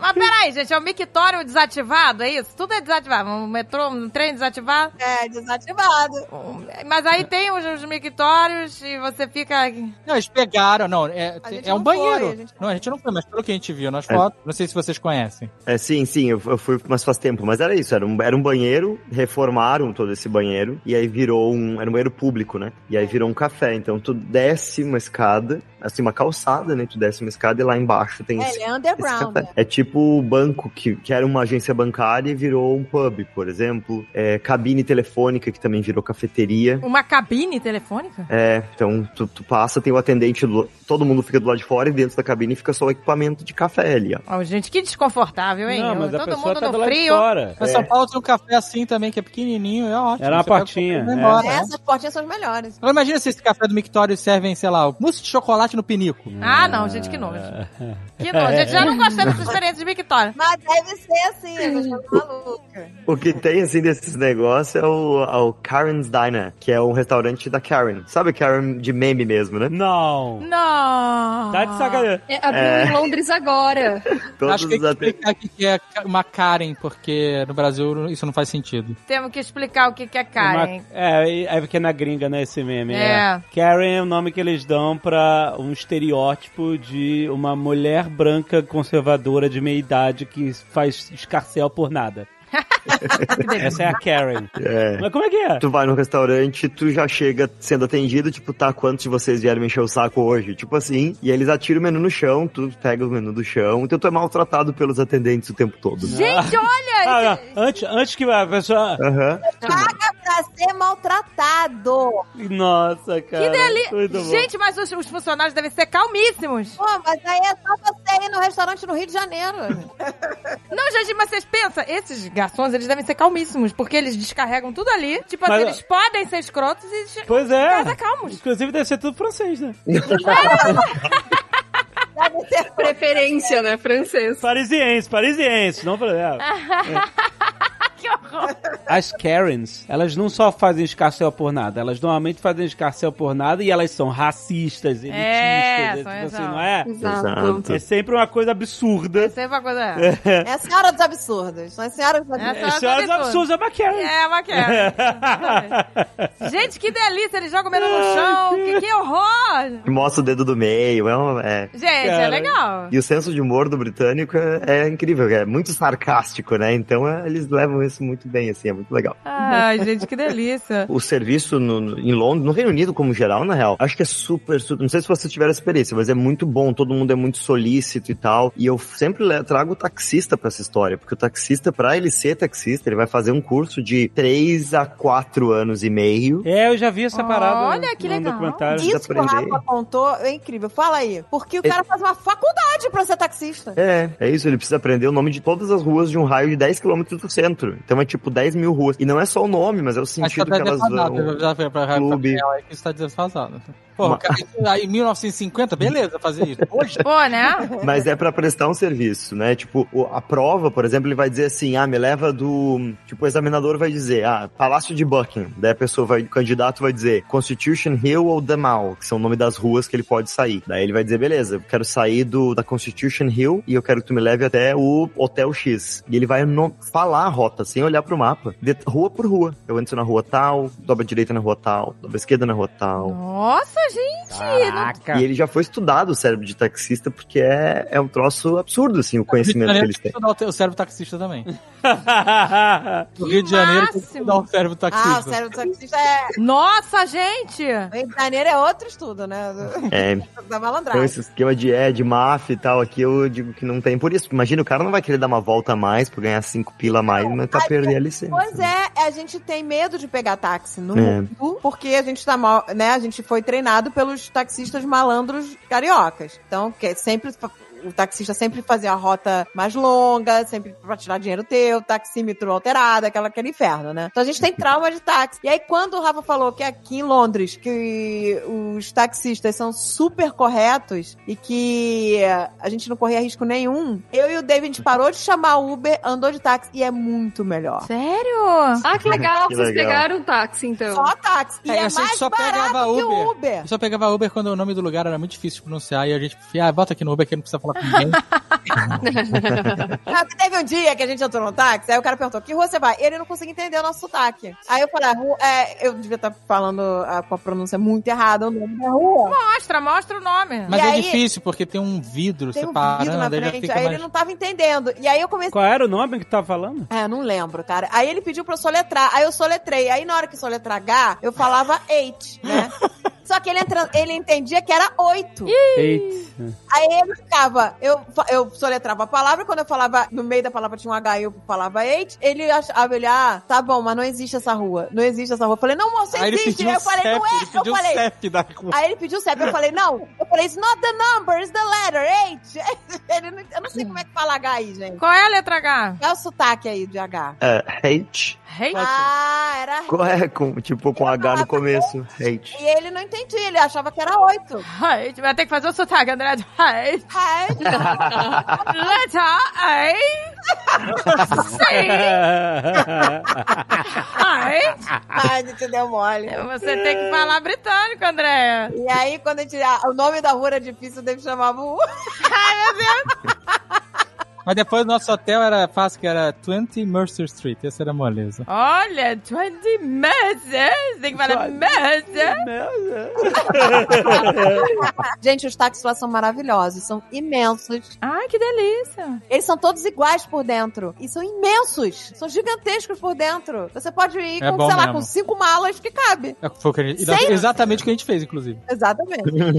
[SPEAKER 1] Mas peraí, gente, é o mictório desativado, é isso? Tudo é desativado. Um metrô, um trem desativado.
[SPEAKER 2] É, desativado.
[SPEAKER 1] Um- Mas aí tem os, os mictórios e você fica.
[SPEAKER 6] Não, eles pegaram, não, é,
[SPEAKER 2] A gente
[SPEAKER 6] é um
[SPEAKER 2] não
[SPEAKER 6] banheiro.
[SPEAKER 2] foi, a gente-
[SPEAKER 6] Não, a gente não foi, mas pelo que a gente viu nas fotos, não sei se vocês conhecem.
[SPEAKER 3] É, sim, sim, eu, eu fui, mas faz tempo. Mas era isso, era um, era um banheiro, reformaram todo esse banheiro, e aí virou um. Era um banheiro público, né? E aí virou um café. Então tu desce uma escada, assim, uma calçada, né? Tu desce uma escada e lá embaixo tem
[SPEAKER 2] É,
[SPEAKER 3] esse,
[SPEAKER 2] ele é
[SPEAKER 3] esse
[SPEAKER 2] underground.
[SPEAKER 4] né?
[SPEAKER 3] café. É tipo o banco que, que era uma agência bancária e virou um pub, por exemplo. É, cabine telefônica, que também virou cafeteria.
[SPEAKER 1] Uma cabine telefônica?
[SPEAKER 3] É, então tu, tu passa, tem o atendente, do- todo mundo fica do lado de fora e dentro da cabine fica só o equipamento de café ali, ó.
[SPEAKER 1] Ó, gente, que
[SPEAKER 5] <laughs>
[SPEAKER 1] desconfortável, hein?
[SPEAKER 5] Não, mas a
[SPEAKER 1] Todo
[SPEAKER 5] pessoa
[SPEAKER 1] mundo
[SPEAKER 5] tá do
[SPEAKER 1] no
[SPEAKER 5] lado de
[SPEAKER 1] frio.
[SPEAKER 5] fora.
[SPEAKER 6] Mas
[SPEAKER 3] É.
[SPEAKER 6] São Paulo tem um café assim também, que é pequenininho, é ótimo.
[SPEAKER 5] Era uma
[SPEAKER 6] Você pega o
[SPEAKER 5] portinha,
[SPEAKER 6] café e vai
[SPEAKER 5] é.
[SPEAKER 6] embora, né?
[SPEAKER 2] Essas portinhas são as melhores.
[SPEAKER 6] Agora imagina se esse café do Mictório servem, sei lá, mousse de chocolate no pinico.
[SPEAKER 1] Ah, não, gente, que nojo. Que nojo.
[SPEAKER 5] É.
[SPEAKER 1] Gente, já não gostei dessa experiência de mictório.
[SPEAKER 2] Mas deve ser assim, essas coisas malucas.
[SPEAKER 3] O que tem, assim, desses negócios é o, é o Karen's Diner, que é um restaurante da Karen. Sabe Karen de meme mesmo, né?
[SPEAKER 5] <laughs> Não.
[SPEAKER 1] Não.
[SPEAKER 5] Tá de sacanagem.
[SPEAKER 4] É, abriu em Londres agora.
[SPEAKER 3] Todos
[SPEAKER 6] Acho que tem
[SPEAKER 3] os
[SPEAKER 6] que <laughs>
[SPEAKER 3] atendentes.
[SPEAKER 6] explicar aqui que é uma Karen, porque no Brasil isso não faz sentido.
[SPEAKER 1] Temos que explicar o que que é Karen.
[SPEAKER 5] Uma- é, é porque é na gringa, né, esse meme.
[SPEAKER 1] É.
[SPEAKER 5] Karen é o nome que eles dão pra um estereótipo de uma mulher branca conservadora de meia idade que faz escarcel
[SPEAKER 1] <laughs>
[SPEAKER 5] por nada. Essa é a Karen.
[SPEAKER 3] É.
[SPEAKER 5] Mas como é que é?
[SPEAKER 3] Tu vai no restaurante, tu já chega sendo atendido, tipo, tá, quantos de vocês vieram me encher o saco hoje? Tipo assim, e eles atiram o menu no chão, tu pega o menu do chão, então tu é maltratado pelos atendentes o tempo todo. né?
[SPEAKER 1] Gente, olha!
[SPEAKER 5] Ah, não, antes, antes que a pessoa.
[SPEAKER 3] Aham.
[SPEAKER 2] Paga pra ser maltratado.
[SPEAKER 5] Nossa, cara.
[SPEAKER 1] Que delícia!
[SPEAKER 5] Muito bom.
[SPEAKER 1] Gente, mas os, os funcionários devem ser calmíssimos.
[SPEAKER 2] Pô, mas aí é só você ir no restaurante no Rio de Janeiro.
[SPEAKER 1] Não, gente, mas vocês pensam, esses garçons, eles devem ser calmíssimos, porque eles descarregam tudo ali. Tipo assim,
[SPEAKER 5] Mas-
[SPEAKER 1] eles podem ser escrotos e che-
[SPEAKER 5] Pois
[SPEAKER 1] casa
[SPEAKER 5] é.
[SPEAKER 1] calmos.
[SPEAKER 5] Inclusive deve ser tudo francês, né?
[SPEAKER 2] Deve ser
[SPEAKER 4] <laughs> Preferência, né? Francesa.
[SPEAKER 5] Parisiense, parisiense, não é. problema.
[SPEAKER 1] Que horror!
[SPEAKER 5] As Karens, elas não só fazem escarcel por nada, elas normalmente fazem escarcel por nada e elas são racistas, elitistas,
[SPEAKER 1] É,
[SPEAKER 5] é, tipo
[SPEAKER 1] são,
[SPEAKER 5] assim,
[SPEAKER 1] são.
[SPEAKER 5] não é?
[SPEAKER 4] Exato.
[SPEAKER 5] É sempre uma coisa absurda.
[SPEAKER 1] Isso aí é uma coisa. É,
[SPEAKER 2] É a senhora dos absurdos. São as senhoras dos absurdos.
[SPEAKER 1] Essa-
[SPEAKER 5] É, senhoras
[SPEAKER 1] absurda.
[SPEAKER 5] absurdas, é uma Karen.
[SPEAKER 1] é uma quebra. gente, que delícia! Eles jogam o menu no chão. Que, que horror!
[SPEAKER 3] Tu Mostra o dedo do meio, é, um, é
[SPEAKER 1] Gente, é
[SPEAKER 5] Cara.
[SPEAKER 1] legal.
[SPEAKER 3] E o senso de humor do britânico é, é incrível, é muito sarcástico, né? Então é, eles levam isso muito bem, assim, é muito legal.
[SPEAKER 1] Ai, gente, que delícia.
[SPEAKER 3] O serviço no- no- em Londres, no Reino Unido como geral, na real, acho que é super, super. Não sei se você tiver experiência, mas é muito bom, todo mundo é muito solícito e tal. E eu sempre le- trago o taxista pra essa história, porque o taxista, pra ele ser taxista, ele vai fazer um curso de 3 a 4 anos e meio.
[SPEAKER 5] É, eu já vi essa parada.
[SPEAKER 1] Olha, que
[SPEAKER 5] num
[SPEAKER 1] legal.
[SPEAKER 5] Documentário.
[SPEAKER 2] Isso que o
[SPEAKER 3] aprender.
[SPEAKER 2] Rafa contou é incrível. Fala aí. Porque o cara faz uma faculdade pra ser taxista.
[SPEAKER 3] É, é isso, ele precisa aprender o nome de todas as ruas de um raio de 10 km do centro. Então é tipo 10 mil ruas. E não é só o nome, mas é o
[SPEAKER 6] Acho que
[SPEAKER 3] sentido
[SPEAKER 6] tá
[SPEAKER 3] que elas
[SPEAKER 6] defasado.
[SPEAKER 3] vão.
[SPEAKER 6] Eu já fui pra Rádio
[SPEAKER 3] clube.
[SPEAKER 6] Gabriel, aí que isso tá defasado. Pô,
[SPEAKER 3] Uma-
[SPEAKER 6] cara, isso aí em 1950, beleza, fazer
[SPEAKER 3] <laughs>
[SPEAKER 6] isso. Hoje,
[SPEAKER 1] Pô, né?
[SPEAKER 3] Mas é pra prestar um serviço, né? Tipo, o- a prova, por exemplo, ele vai dizer assim: ah, me leva do. Tipo, o examinador vai dizer, ah, Palácio de Buckingham. Daí a pessoa vai, o candidato vai dizer Constitution Hill ou The Mall, que são o nome das ruas que ele pode sair. Daí ele vai dizer, beleza, eu quero sair do, da Constitution Hill e eu quero que tu me leve até o Hotel X. E ele vai no- falar a rota, sem olhar pro mapa, de- rua por rua. Eu entro na rua tal, dobra a direita na rua tal, dobra a esquerda na rua tal.
[SPEAKER 1] Nossa, gente! não-
[SPEAKER 5] Caraca.
[SPEAKER 3] E ele já foi estudado, o cérebro de taxista, porque é, é um troço absurdo, assim, o
[SPEAKER 2] tá
[SPEAKER 3] conhecimento que eles têm.
[SPEAKER 6] O cérebro taxista também. No Rio de Janeiro tem que
[SPEAKER 1] máximo!
[SPEAKER 6] estudar o cérebro taxista.
[SPEAKER 2] Ah, o cérebro do taxista é.
[SPEAKER 1] Nossa, gente!
[SPEAKER 2] O Rio de Janeiro é outro estudo, né? Do-
[SPEAKER 3] É,
[SPEAKER 2] <laughs> Da
[SPEAKER 3] então
[SPEAKER 2] malandragem.
[SPEAKER 3] esse esquema de é, de máfia e tal, aqui eu digo que não tem. Por isso, imagina, o cara não vai querer dar uma volta a mais pra ganhar cinco pila a mais, mas tá
[SPEAKER 2] aí-
[SPEAKER 3] perdendo a licença.
[SPEAKER 2] Pois é, a gente tem medo de pegar táxi no
[SPEAKER 3] É.
[SPEAKER 2] mundo, porque a gente tá mal, né? A gente foi treinado pelos taxistas malandros cariocas. Então, que é sempre o taxista sempre fazia a rota mais longa, sempre pra tirar dinheiro teu, taxímetro alterado, aquela, aquele inferno, né? Então a gente tem trauma de táxi. E aí quando o Rafa falou que aqui em Londres, que os taxistas são super corretos e que a gente não corria risco nenhum, eu e o David a gente parou de chamar Uber, andou de táxi e é muito melhor.
[SPEAKER 1] Sério?
[SPEAKER 4] Ah, que legal.
[SPEAKER 3] Que
[SPEAKER 4] Vocês
[SPEAKER 3] legal.
[SPEAKER 4] pegaram o táxi, então.
[SPEAKER 2] Só táxi. E
[SPEAKER 6] É,
[SPEAKER 2] é,
[SPEAKER 6] eu sei que
[SPEAKER 2] mais
[SPEAKER 6] só
[SPEAKER 2] barato
[SPEAKER 6] pegava
[SPEAKER 2] que
[SPEAKER 6] Uber.
[SPEAKER 2] o Uber.
[SPEAKER 6] Eu só pegava Uber quando o nome do lugar era muito difícil de pronunciar e a gente, ah, bota aqui no Uber que não precisa falar com
[SPEAKER 2] <laughs>
[SPEAKER 6] ninguém.
[SPEAKER 2] Ah, teve um dia que a gente entrou no táxi, aí o cara perguntou, que rua você vai? Ele não conseguia entender o nosso sotaque. Aí eu falei, "A rua, é, eu devia estar falando ah, com a pronúncia muito errada o nome da rua.
[SPEAKER 1] Mostra, mostra o nome.
[SPEAKER 6] Mas
[SPEAKER 2] E
[SPEAKER 6] é
[SPEAKER 2] aí-
[SPEAKER 6] difícil, porque tem um vidro
[SPEAKER 2] Tem um
[SPEAKER 6] separando,
[SPEAKER 2] vidro na
[SPEAKER 6] aí né? já
[SPEAKER 2] frente,
[SPEAKER 6] fica
[SPEAKER 2] aí
[SPEAKER 6] mais...
[SPEAKER 2] ele não tava entendendo. E aí eu comecei...
[SPEAKER 5] <laughs> Qual era o nome que tava falando?
[SPEAKER 2] Ah, eu não lembro, cara. Aí ele pediu pra eu soletrar. Aí eu soletrei. Aí na hora que soletra H, eu falava eight,
[SPEAKER 6] <laughs>
[SPEAKER 2] né? Só que ele, entra- ele entendia que era oito.
[SPEAKER 5] Eita.
[SPEAKER 2] Aí ele ficava, eu, fa- eu soletrava a palavra, quando eu falava, no meio da palavra tinha um H e eu falava eight, ele achava, ele, ah, tá bom, mas não existe essa rua, não existe essa rua. Eu falei, não, moça,
[SPEAKER 6] Aí ele
[SPEAKER 2] existe.
[SPEAKER 6] pediu
[SPEAKER 2] Aí
[SPEAKER 6] um
[SPEAKER 2] eu falei,
[SPEAKER 6] CEP,
[SPEAKER 2] não é,
[SPEAKER 6] ele
[SPEAKER 2] eu
[SPEAKER 6] pediu um
[SPEAKER 2] falei.
[SPEAKER 6] CEP
[SPEAKER 5] <laughs>
[SPEAKER 6] da rua.
[SPEAKER 2] Aí ele pediu o CEP, eu falei, não. Eu falei, it's not the number, it's the letter, eight. <laughs> Ele não- eu não sei como é que fala H aí, gente.
[SPEAKER 1] Qual é a letra H?
[SPEAKER 2] Qual é o sotaque aí de H?
[SPEAKER 3] É, hate.
[SPEAKER 1] Hate?
[SPEAKER 2] Ah, era...
[SPEAKER 3] Qual é? Com, tipo, com H no
[SPEAKER 2] é
[SPEAKER 3] começo.
[SPEAKER 2] um
[SPEAKER 3] Hate.
[SPEAKER 2] E ele não entendia, ele achava que era oito.
[SPEAKER 1] Hate. Vai ter que fazer o sotaque, André. de Hate.
[SPEAKER 2] Ai, <laughs>
[SPEAKER 1] Letra A. Sim. Hate.
[SPEAKER 2] ai, gente, deu mole.
[SPEAKER 1] Você tem que falar britânico, Andréia.
[SPEAKER 2] E aí, quando a gente. ah, o nome da rua era difícil, o David chamava o.
[SPEAKER 6] Mas depois o nosso hotel era fácil, que era 20 Mercer Street. Essa era a moleza.
[SPEAKER 1] Olha, 20 meses. Tem que falar meses.
[SPEAKER 2] Gente, os táxis lá são maravilhosos, são imensos.
[SPEAKER 1] Ai, que delícia.
[SPEAKER 2] Eles são todos iguais por dentro. E são imensos. São gigantescos por dentro. Você pode ir
[SPEAKER 6] É
[SPEAKER 2] com,
[SPEAKER 6] bom
[SPEAKER 2] sei lá,
[SPEAKER 6] mesmo.
[SPEAKER 2] com cinco malas que cabe.
[SPEAKER 6] É, Foi o que a gente-
[SPEAKER 2] Sei.
[SPEAKER 6] exatamente o que a gente fez, inclusive.
[SPEAKER 2] Exatamente.
[SPEAKER 6] Uhum.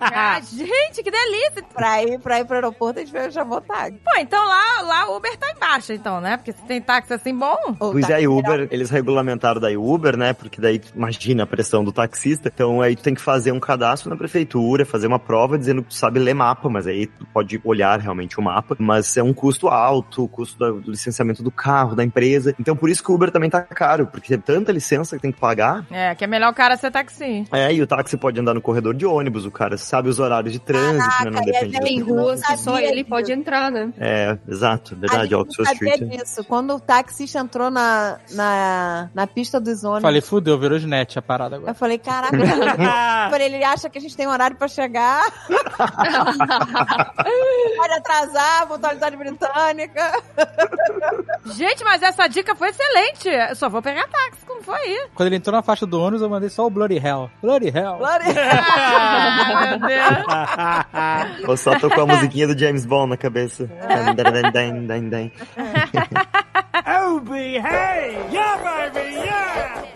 [SPEAKER 1] Ah, gente, que delícia.
[SPEAKER 2] pra, ir, pra ir pro aeroporto, a gente veio chamar o táxi.
[SPEAKER 1] Pô, então lá, lá o Uber tá embaixo, então, né? Porque se tem táxi assim bom...
[SPEAKER 2] Ou
[SPEAKER 3] Pois é,
[SPEAKER 2] táxi
[SPEAKER 3] e Uber, eles regulamentaram daí o Uber, né? Porque daí, tu imagina a pressão do taxista. Então aí tu tem que fazer um cadastro na prefeitura, fazer uma prova dizendo que tu sabe ler mapa, mas aí tu pode olhar realmente o mapa. Mas é um custo alto, o custo da- do licenciamento do carro, da empresa. Então por isso que o Uber também tá caro, porque tem tanta licença que tem que pagar.
[SPEAKER 1] É, que é melhor o cara ser taxista.
[SPEAKER 3] É, e o táxi pode andar no corredor de ônibus, o cara sabe os horários de trânsito, né? Não
[SPEAKER 2] Caraca, é e a
[SPEAKER 3] depende.
[SPEAKER 2] gente-
[SPEAKER 4] Tem
[SPEAKER 3] do-
[SPEAKER 4] ruas que só
[SPEAKER 2] Sabia
[SPEAKER 4] ele
[SPEAKER 2] disso.
[SPEAKER 4] pode entrar, né?
[SPEAKER 3] É, exato,
[SPEAKER 2] A
[SPEAKER 3] verdade,
[SPEAKER 2] gente
[SPEAKER 3] Oxford
[SPEAKER 2] não sabia
[SPEAKER 3] Street.
[SPEAKER 2] disso. Quando o taxista entrou na, na, na pista dos ônibus,
[SPEAKER 6] Falei, fudeu, virou net a parada
[SPEAKER 2] eu <laughs>
[SPEAKER 6] agora.
[SPEAKER 2] falei, caraca,
[SPEAKER 6] <laughs>
[SPEAKER 2] eu falei, ele acha que a gente tem um horário pra chegar. <laughs> Pode atrasar, pontualidade britânica.
[SPEAKER 1] Gente, mas essa dica foi excelente. Eu só vou pegar táxi, como foi aí?
[SPEAKER 6] Quando ele entrou na faixa do ônibus, eu mandei só o Bloody Hell. Bloody Hell.
[SPEAKER 2] Glória.
[SPEAKER 1] Ah, meu Deus.
[SPEAKER 3] Eu
[SPEAKER 2] <laughs>
[SPEAKER 3] só tô com a musiquinha do James Bond na cabeça.
[SPEAKER 2] É.
[SPEAKER 3] Dan, dan, dan, dan, dan, dan.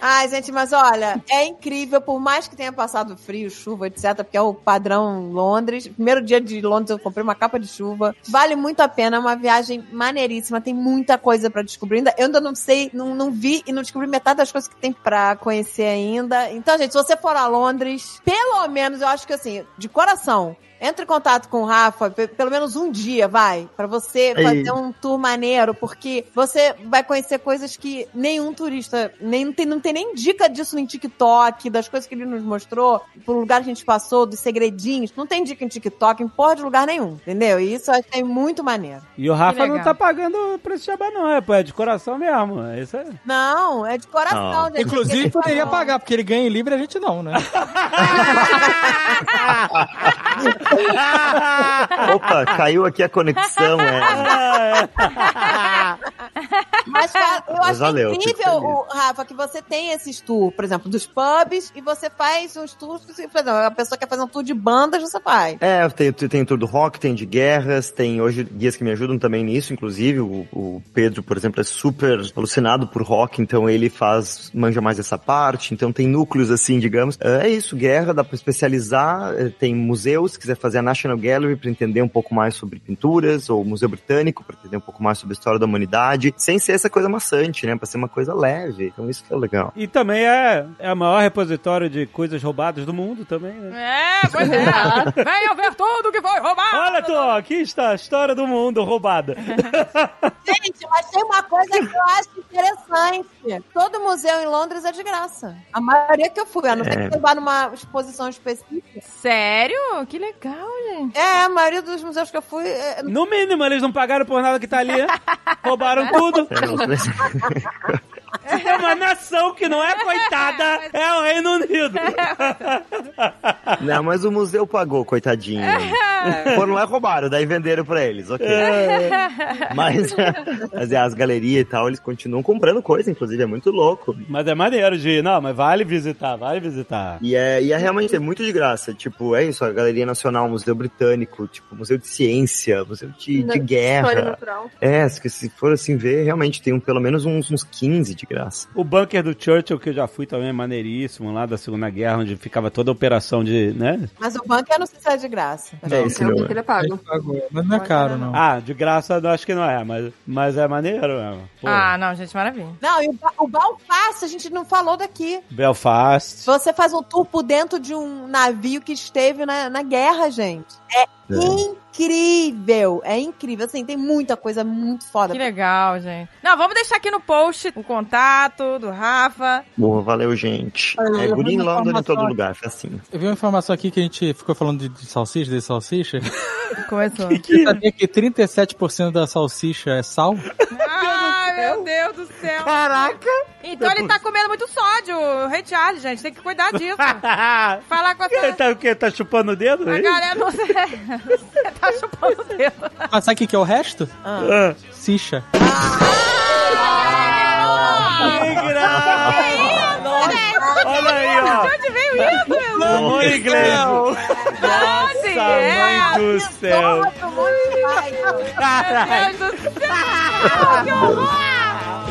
[SPEAKER 2] Ai, gente, mas olha, é incrível, por mais que tenha passado frio, chuva, etc, porque é o padrão Londres. Primeiro dia de Londres eu comprei uma capa de chuva. Vale muito a pena, é uma viagem maneiríssima, tem muita coisa pra descobrir ainda. Eu ainda não sei, não, não vi e não descobri metade das coisas que tem pra conhecer ainda. Então, gente, se você for a Londres, pelo menos eu acho que assim, de coração, entre em contato com o Rafa, pe- pelo menos um dia, vai, Pra você
[SPEAKER 3] Aí.
[SPEAKER 2] fazer um tour maneiro, porque você vai conhecer coisas que nenhum turista, nem, não, tem, não tem nem dica disso em TikTok, das coisas que ele nos mostrou, pro lugar que a gente passou, dos segredinhos, não tem dica em TikTok, em porra de lugar nenhum, entendeu? E isso eu achei muito maneiro.
[SPEAKER 5] E o Rafa
[SPEAKER 1] legal.
[SPEAKER 5] não tá pagando preço de jabá, não. É, pô, é de coração mesmo. É isso
[SPEAKER 2] <laughs>
[SPEAKER 5] aí.
[SPEAKER 2] Não, é de coração,
[SPEAKER 3] Não.
[SPEAKER 2] gente.
[SPEAKER 6] Inclusive,
[SPEAKER 2] Porque-
[SPEAKER 6] poderia pagar, porque ele ganha em livre e a gente não, né?
[SPEAKER 3] <laughs> Opa, caiu aqui a conexão, é.
[SPEAKER 2] <laughs> Mas fa- eu
[SPEAKER 3] Mas
[SPEAKER 2] acho
[SPEAKER 3] valeu,
[SPEAKER 2] que é
[SPEAKER 3] fico
[SPEAKER 2] incrível,
[SPEAKER 3] feliz.
[SPEAKER 2] o- Rafa, que você tem esses tours, por exemplo, dos pubs, e você faz uns tours, por exemplo, a pessoa quer fazer um tour de bandas, você faz.
[SPEAKER 3] É, tem, tem tour do rock, tem de guerras, tem hoje guias que me ajudam também nisso, inclusive o, o Pedro, por exemplo, é super alucinado por rock, então ele faz, manja mais essa parte, então tem núcleos assim, digamos. É isso, guerra, dá pra especializar, eh, tem museus, se quiser fazer a National Gallery pra entender um pouco mais sobre pinturas, ou Museu Britânico pra entender um pouco mais sobre a história da humanidade, sem ser essa coisa maçante, né, pra ser uma coisa leve, então isso que é
[SPEAKER 5] <laughs>
[SPEAKER 3] legal.
[SPEAKER 5] E também é, é o maior repositório de coisas roubadas do mundo também, né?
[SPEAKER 1] É, pois <laughs> é. Venham ver tudo que foi roubado.
[SPEAKER 5] Olha, Tô, aqui está a história do mundo roubada.
[SPEAKER 2] Gente, mas tem uma coisa que eu acho interessante. Todo museu em Londres é de graça. A maioria que eu fui, a não ser
[SPEAKER 3] É.
[SPEAKER 2] que você vá numa exposição específica.
[SPEAKER 1] Sério? Que legal, gente.
[SPEAKER 2] É, a maioria dos museus que eu fui. é,
[SPEAKER 5] No mínimo, eles não pagaram por nada que tá ali. Roubaram tudo.
[SPEAKER 3] É, não, mas-
[SPEAKER 5] É uma nação que não é coitada, é o Reino Unido.
[SPEAKER 3] não, mas o museu
[SPEAKER 4] <laughs>
[SPEAKER 3] pagou, coitadinho. Foram lá e roubaram, daí venderam pra eles, ok. <laughs> Mas, mas é, as galerias e tal, eles continuam comprando coisa, inclusive, é muito louco.
[SPEAKER 5] Mas é maneiro de ir. Não, mas vale visitar, vale visitar.
[SPEAKER 3] E é, e é realmente é muito de graça. Tipo, é isso, a Galeria Nacional, Museu Britânico, tipo, Museu de Ciência, Museu de, de
[SPEAKER 4] História
[SPEAKER 3] Guerra.
[SPEAKER 4] natural.
[SPEAKER 3] É, se se for assim ver, realmente tem um, pelo menos uns, uns 15 de graça.
[SPEAKER 5] O bunker do Churchill, que eu já fui também, é maneiríssimo, lá da Segunda Guerra, onde ficava toda a operação de, né?
[SPEAKER 2] Mas o banco eu não sei se é de graça.
[SPEAKER 3] É isso,
[SPEAKER 4] É
[SPEAKER 3] meu.
[SPEAKER 4] o que ele paga.
[SPEAKER 6] Mas não é caro, não.
[SPEAKER 5] Ah, de graça eu acho que não é, mas, mas é maneiro mesmo. Pô,
[SPEAKER 1] Ah, não, gente, maravilha.
[SPEAKER 2] Não, e o, Ba- o Belfast a gente não falou daqui.
[SPEAKER 5] Belfast.
[SPEAKER 2] Você faz um tour por dentro de um navio que esteve na, na guerra, gente.
[SPEAKER 3] É.
[SPEAKER 2] Incrível! É incrível. Assim, tem muita coisa muito foda.
[SPEAKER 1] Que legal, gente. Não, vamos deixar aqui no post o contato do Rafa.
[SPEAKER 3] Boa, valeu, gente. É Green London em todo lugar, facinho.
[SPEAKER 6] Ah, Eu vi uma informação aqui que a gente ficou falando de, de salsicha, de salsicha.
[SPEAKER 1] <laughs> Começou.
[SPEAKER 6] Você sabia que 37% da salsicha é sal?
[SPEAKER 1] Ai, meu Deus do céu.
[SPEAKER 5] Caraca!
[SPEAKER 1] Então ele tá comendo muito sódio, o Rei Charles, gente. Tem que cuidar disso. Falar com a
[SPEAKER 5] <laughs> Ele tá o quê? Tá chupando o dedo?
[SPEAKER 1] A
[SPEAKER 5] hein?
[SPEAKER 1] galera não sei. Você tá chupando o dedo.
[SPEAKER 6] Mas sabe o que que é o resto?
[SPEAKER 5] Ah.
[SPEAKER 6] Sicha.
[SPEAKER 5] Ah. Que graça! Nossa, Olha aí,
[SPEAKER 1] Onde veio isso, meu?
[SPEAKER 5] ó. Amor inglês.
[SPEAKER 1] Nossa, é.
[SPEAKER 5] Nossa, mãe do céu. <laughs> Caralho.
[SPEAKER 1] É, Meu Deus do céu, que horror!